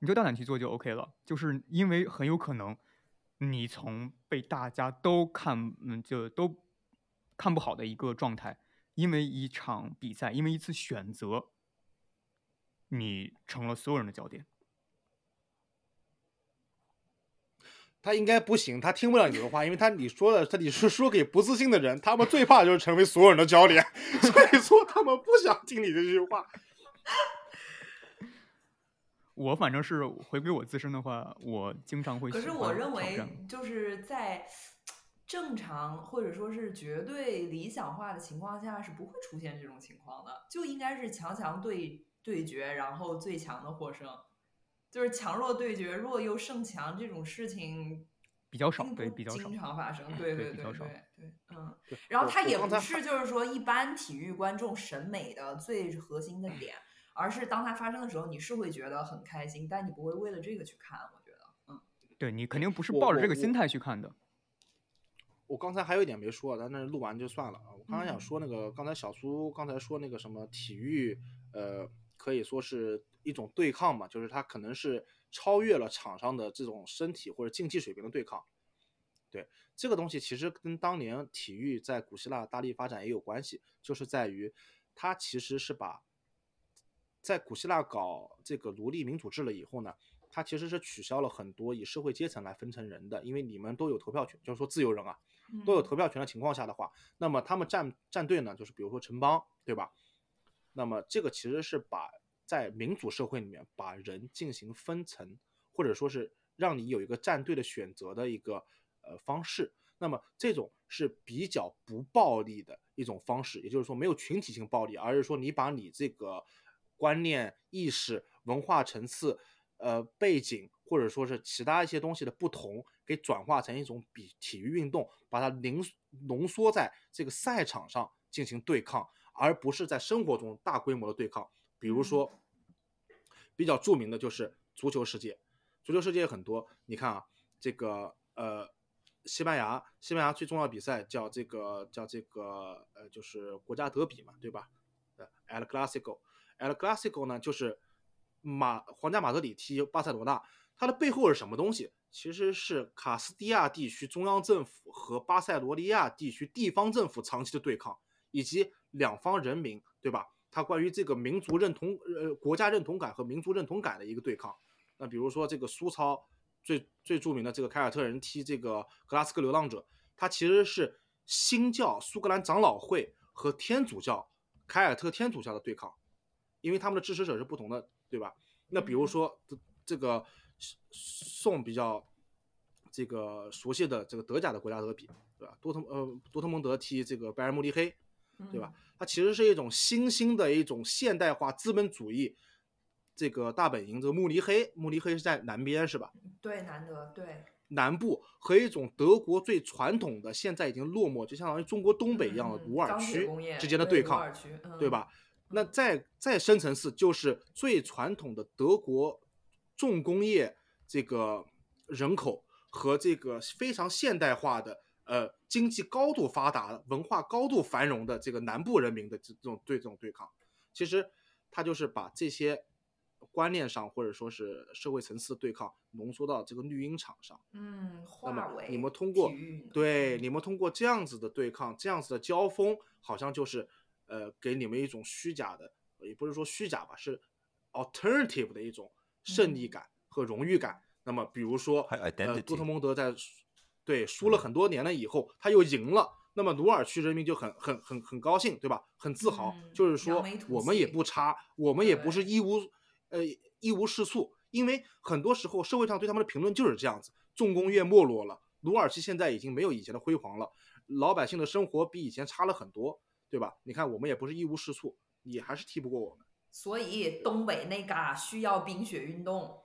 你就大胆去做就 OK 了。就是因为很有可能你从被大家都看，嗯，就都看不好的一个状态，因为一场比赛，因为一次选择，你成了所有人的焦点。
他应该不行，他听不了你的话，因为他你说了，他你是说给不自信的人，他们最怕就是成为所有人的焦点， 所以说他们不想听你这句话。
我反正是回归我自身的话，我经常会
可
喜
是我
欢
认
挑
为
战
就是在正常或者说是绝对理想化的情况下是不会出现这种情况的，就应该是强强对对决，然后最强的获胜，就是强弱对决，弱优胜强这种事情。
比较少
并
对
不
比较少
经常发生，对
对
对
比
对
较
对
少
对，嗯， 然后
我
它
我
也
刚
不
才
是就是说一般体育观众审美的最核心的点，而是当它发生的时候，你是会觉得很开心，但你不会为了这个去看，我觉得，嗯。
对你肯定不是
我
抱着这
我
个心
我
态去看的。
我刚才还有一点没说，咱那录完就算了啊。我刚才
嗯
想说那个，刚才小苏刚才说那个什么体育，呃，可以说是一种对抗嘛，就是它可能是超越了场上的这种身体或者竞技水平的对抗。对这个东西，其实跟当年体育在古希腊大力发展也有关系，就是在于它其实是把在古希腊搞这个奴隶民主制了以后呢，它其实是取消了很多以社会阶层来分成人的，因为你们都有投票权，就是说自由人啊，
嗯
嗯
都有投票权的情况下的话，那么他们战战队呢，就是比如说城邦，对吧？那么这个其实是把在民主社会里面把人进行分层，或者说是让你有一个战队的选择的一个呃方式。那么这种是比较不暴力的一种方式，也就是说没有群体性暴力，而是说你把你这个观念、意识、文化层次、呃背景，或者说是其他一些东西的不同，给转化成一种比体育运动，把它凝浓缩在这个赛场上进行对抗，而不是在生活中大规模的对抗。比如说，比较著名的就是足球世界，足球世界很多，你看啊，这个呃，西班牙，西班牙最重要的比赛叫这个叫这个呃，就是国家德比嘛，对吧？呃，El Clasico，El Clasico 呢就是马皇家马德里踢巴塞罗那，它的背后是什么东西？其实是卡斯蒂亚地区中央政府和巴塞罗那亚地区地方政府长期的对抗，以及两方人民，对吧？它关于这个民族认同、呃国家认同感和民族认同感的一个对抗。那比如说这个苏超最最著名的这个凯尔特人踢这个格拉斯哥流浪者，它其实是新教苏格兰长老会和天主教凯尔特天主教的对抗，因为他们的支持者是不同的，对吧？那比如说这这个宋比较这个熟悉的这个德甲的国家德比，对吧？多特呃多特蒙德踢这个拜仁慕尼黑，对吧？它其实是一种新兴的一种现代化资本主义这个大本营，这个慕尼黑，慕尼黑是在南边是吧？
嗯？对，难得对，
南部和一种德国最传统的，现在已经落寞，就相当于中国东北一样的
嗯
鲁尔
钢铁
区
工业
之间的
对
抗，
鲁尔区嗯、
对吧？那再再深层次就是最传统的德国重工业这个人口和这个非常现代化的呃经济高度发达、文化高度繁荣的这个南部人民的这这种对这种对抗，其实它就是把这些观念上或者说是社会层次的对抗浓缩到这个绿茵场上。
嗯，化
那么
为
你们通过
体育运动
对，
嗯
你们通过这样子的对抗，这样子的交锋，好像就是呃，给你们一种虚假的，也不是说虚假吧，是 alternative 的一种胜利
嗯
感和荣誉感。那么，比如说，
还有
呃，多特
identity 嗯
蒙德在输对输了很多年了以后，他又赢了，那么鲁尔区人民就很很很很高兴，对吧？很自豪，
嗯
就是
扬
说
眉吐
我们也
气
不差，我们也不
对
是一无呃一无是处，因为很多时候社会上对他们的评论就是这样子，重工业没落了，鲁尔区现在已经没有以前的辉煌了，老百姓的生活比以前差了很多，对吧？你看我们也不是一无是处，你还是踢不过我们。
所以东北那嘎需要冰雪运动，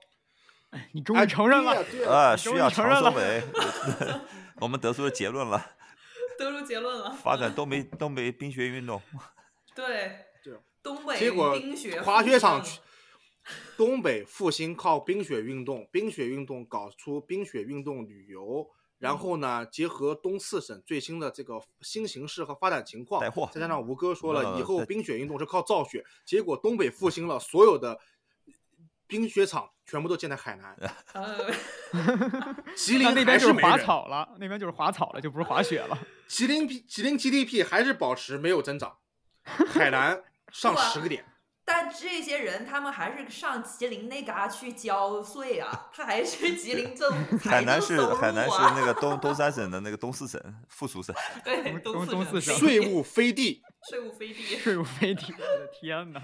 哎，你终
哎
于承认
对
了
呀，对呀
啊，
你终
需
于
要
承
长
认
松
了
维。 我们得出了结论了，
得出结论了。
发展东北东北冰雪运动。
对
对，
东北
结
哎
果
冰雪
滑
复
雪场
兴
去，东北复兴靠冰雪运动，冰雪运动搞出冰雪运动旅游，然
嗯
后呢，结合东四省最新的这个新形势和发展情况
带货，
再加上吴哥说
那
了，以后
在
冰雪运动是靠造雪，结果东北复兴了，所有的冰雪场全部都建在海南，
呃，
吉林
那那
还
边就是
没
滑
人，
草了，那边就是滑草了，就不是滑雪 了。
吉林 P 吉林 GDP 还是保持没有 增长，海南上
不啊
十个点，
但这些人他们还是上吉林那嘎去交税啊，他还是吉林政府财
海南
政收
是
入啊。
海南是那个东东三省的那个东四省附属省，
对
东东
四
四省
省
税务飞地，
税务飞地。
税务飞地，我的天哪！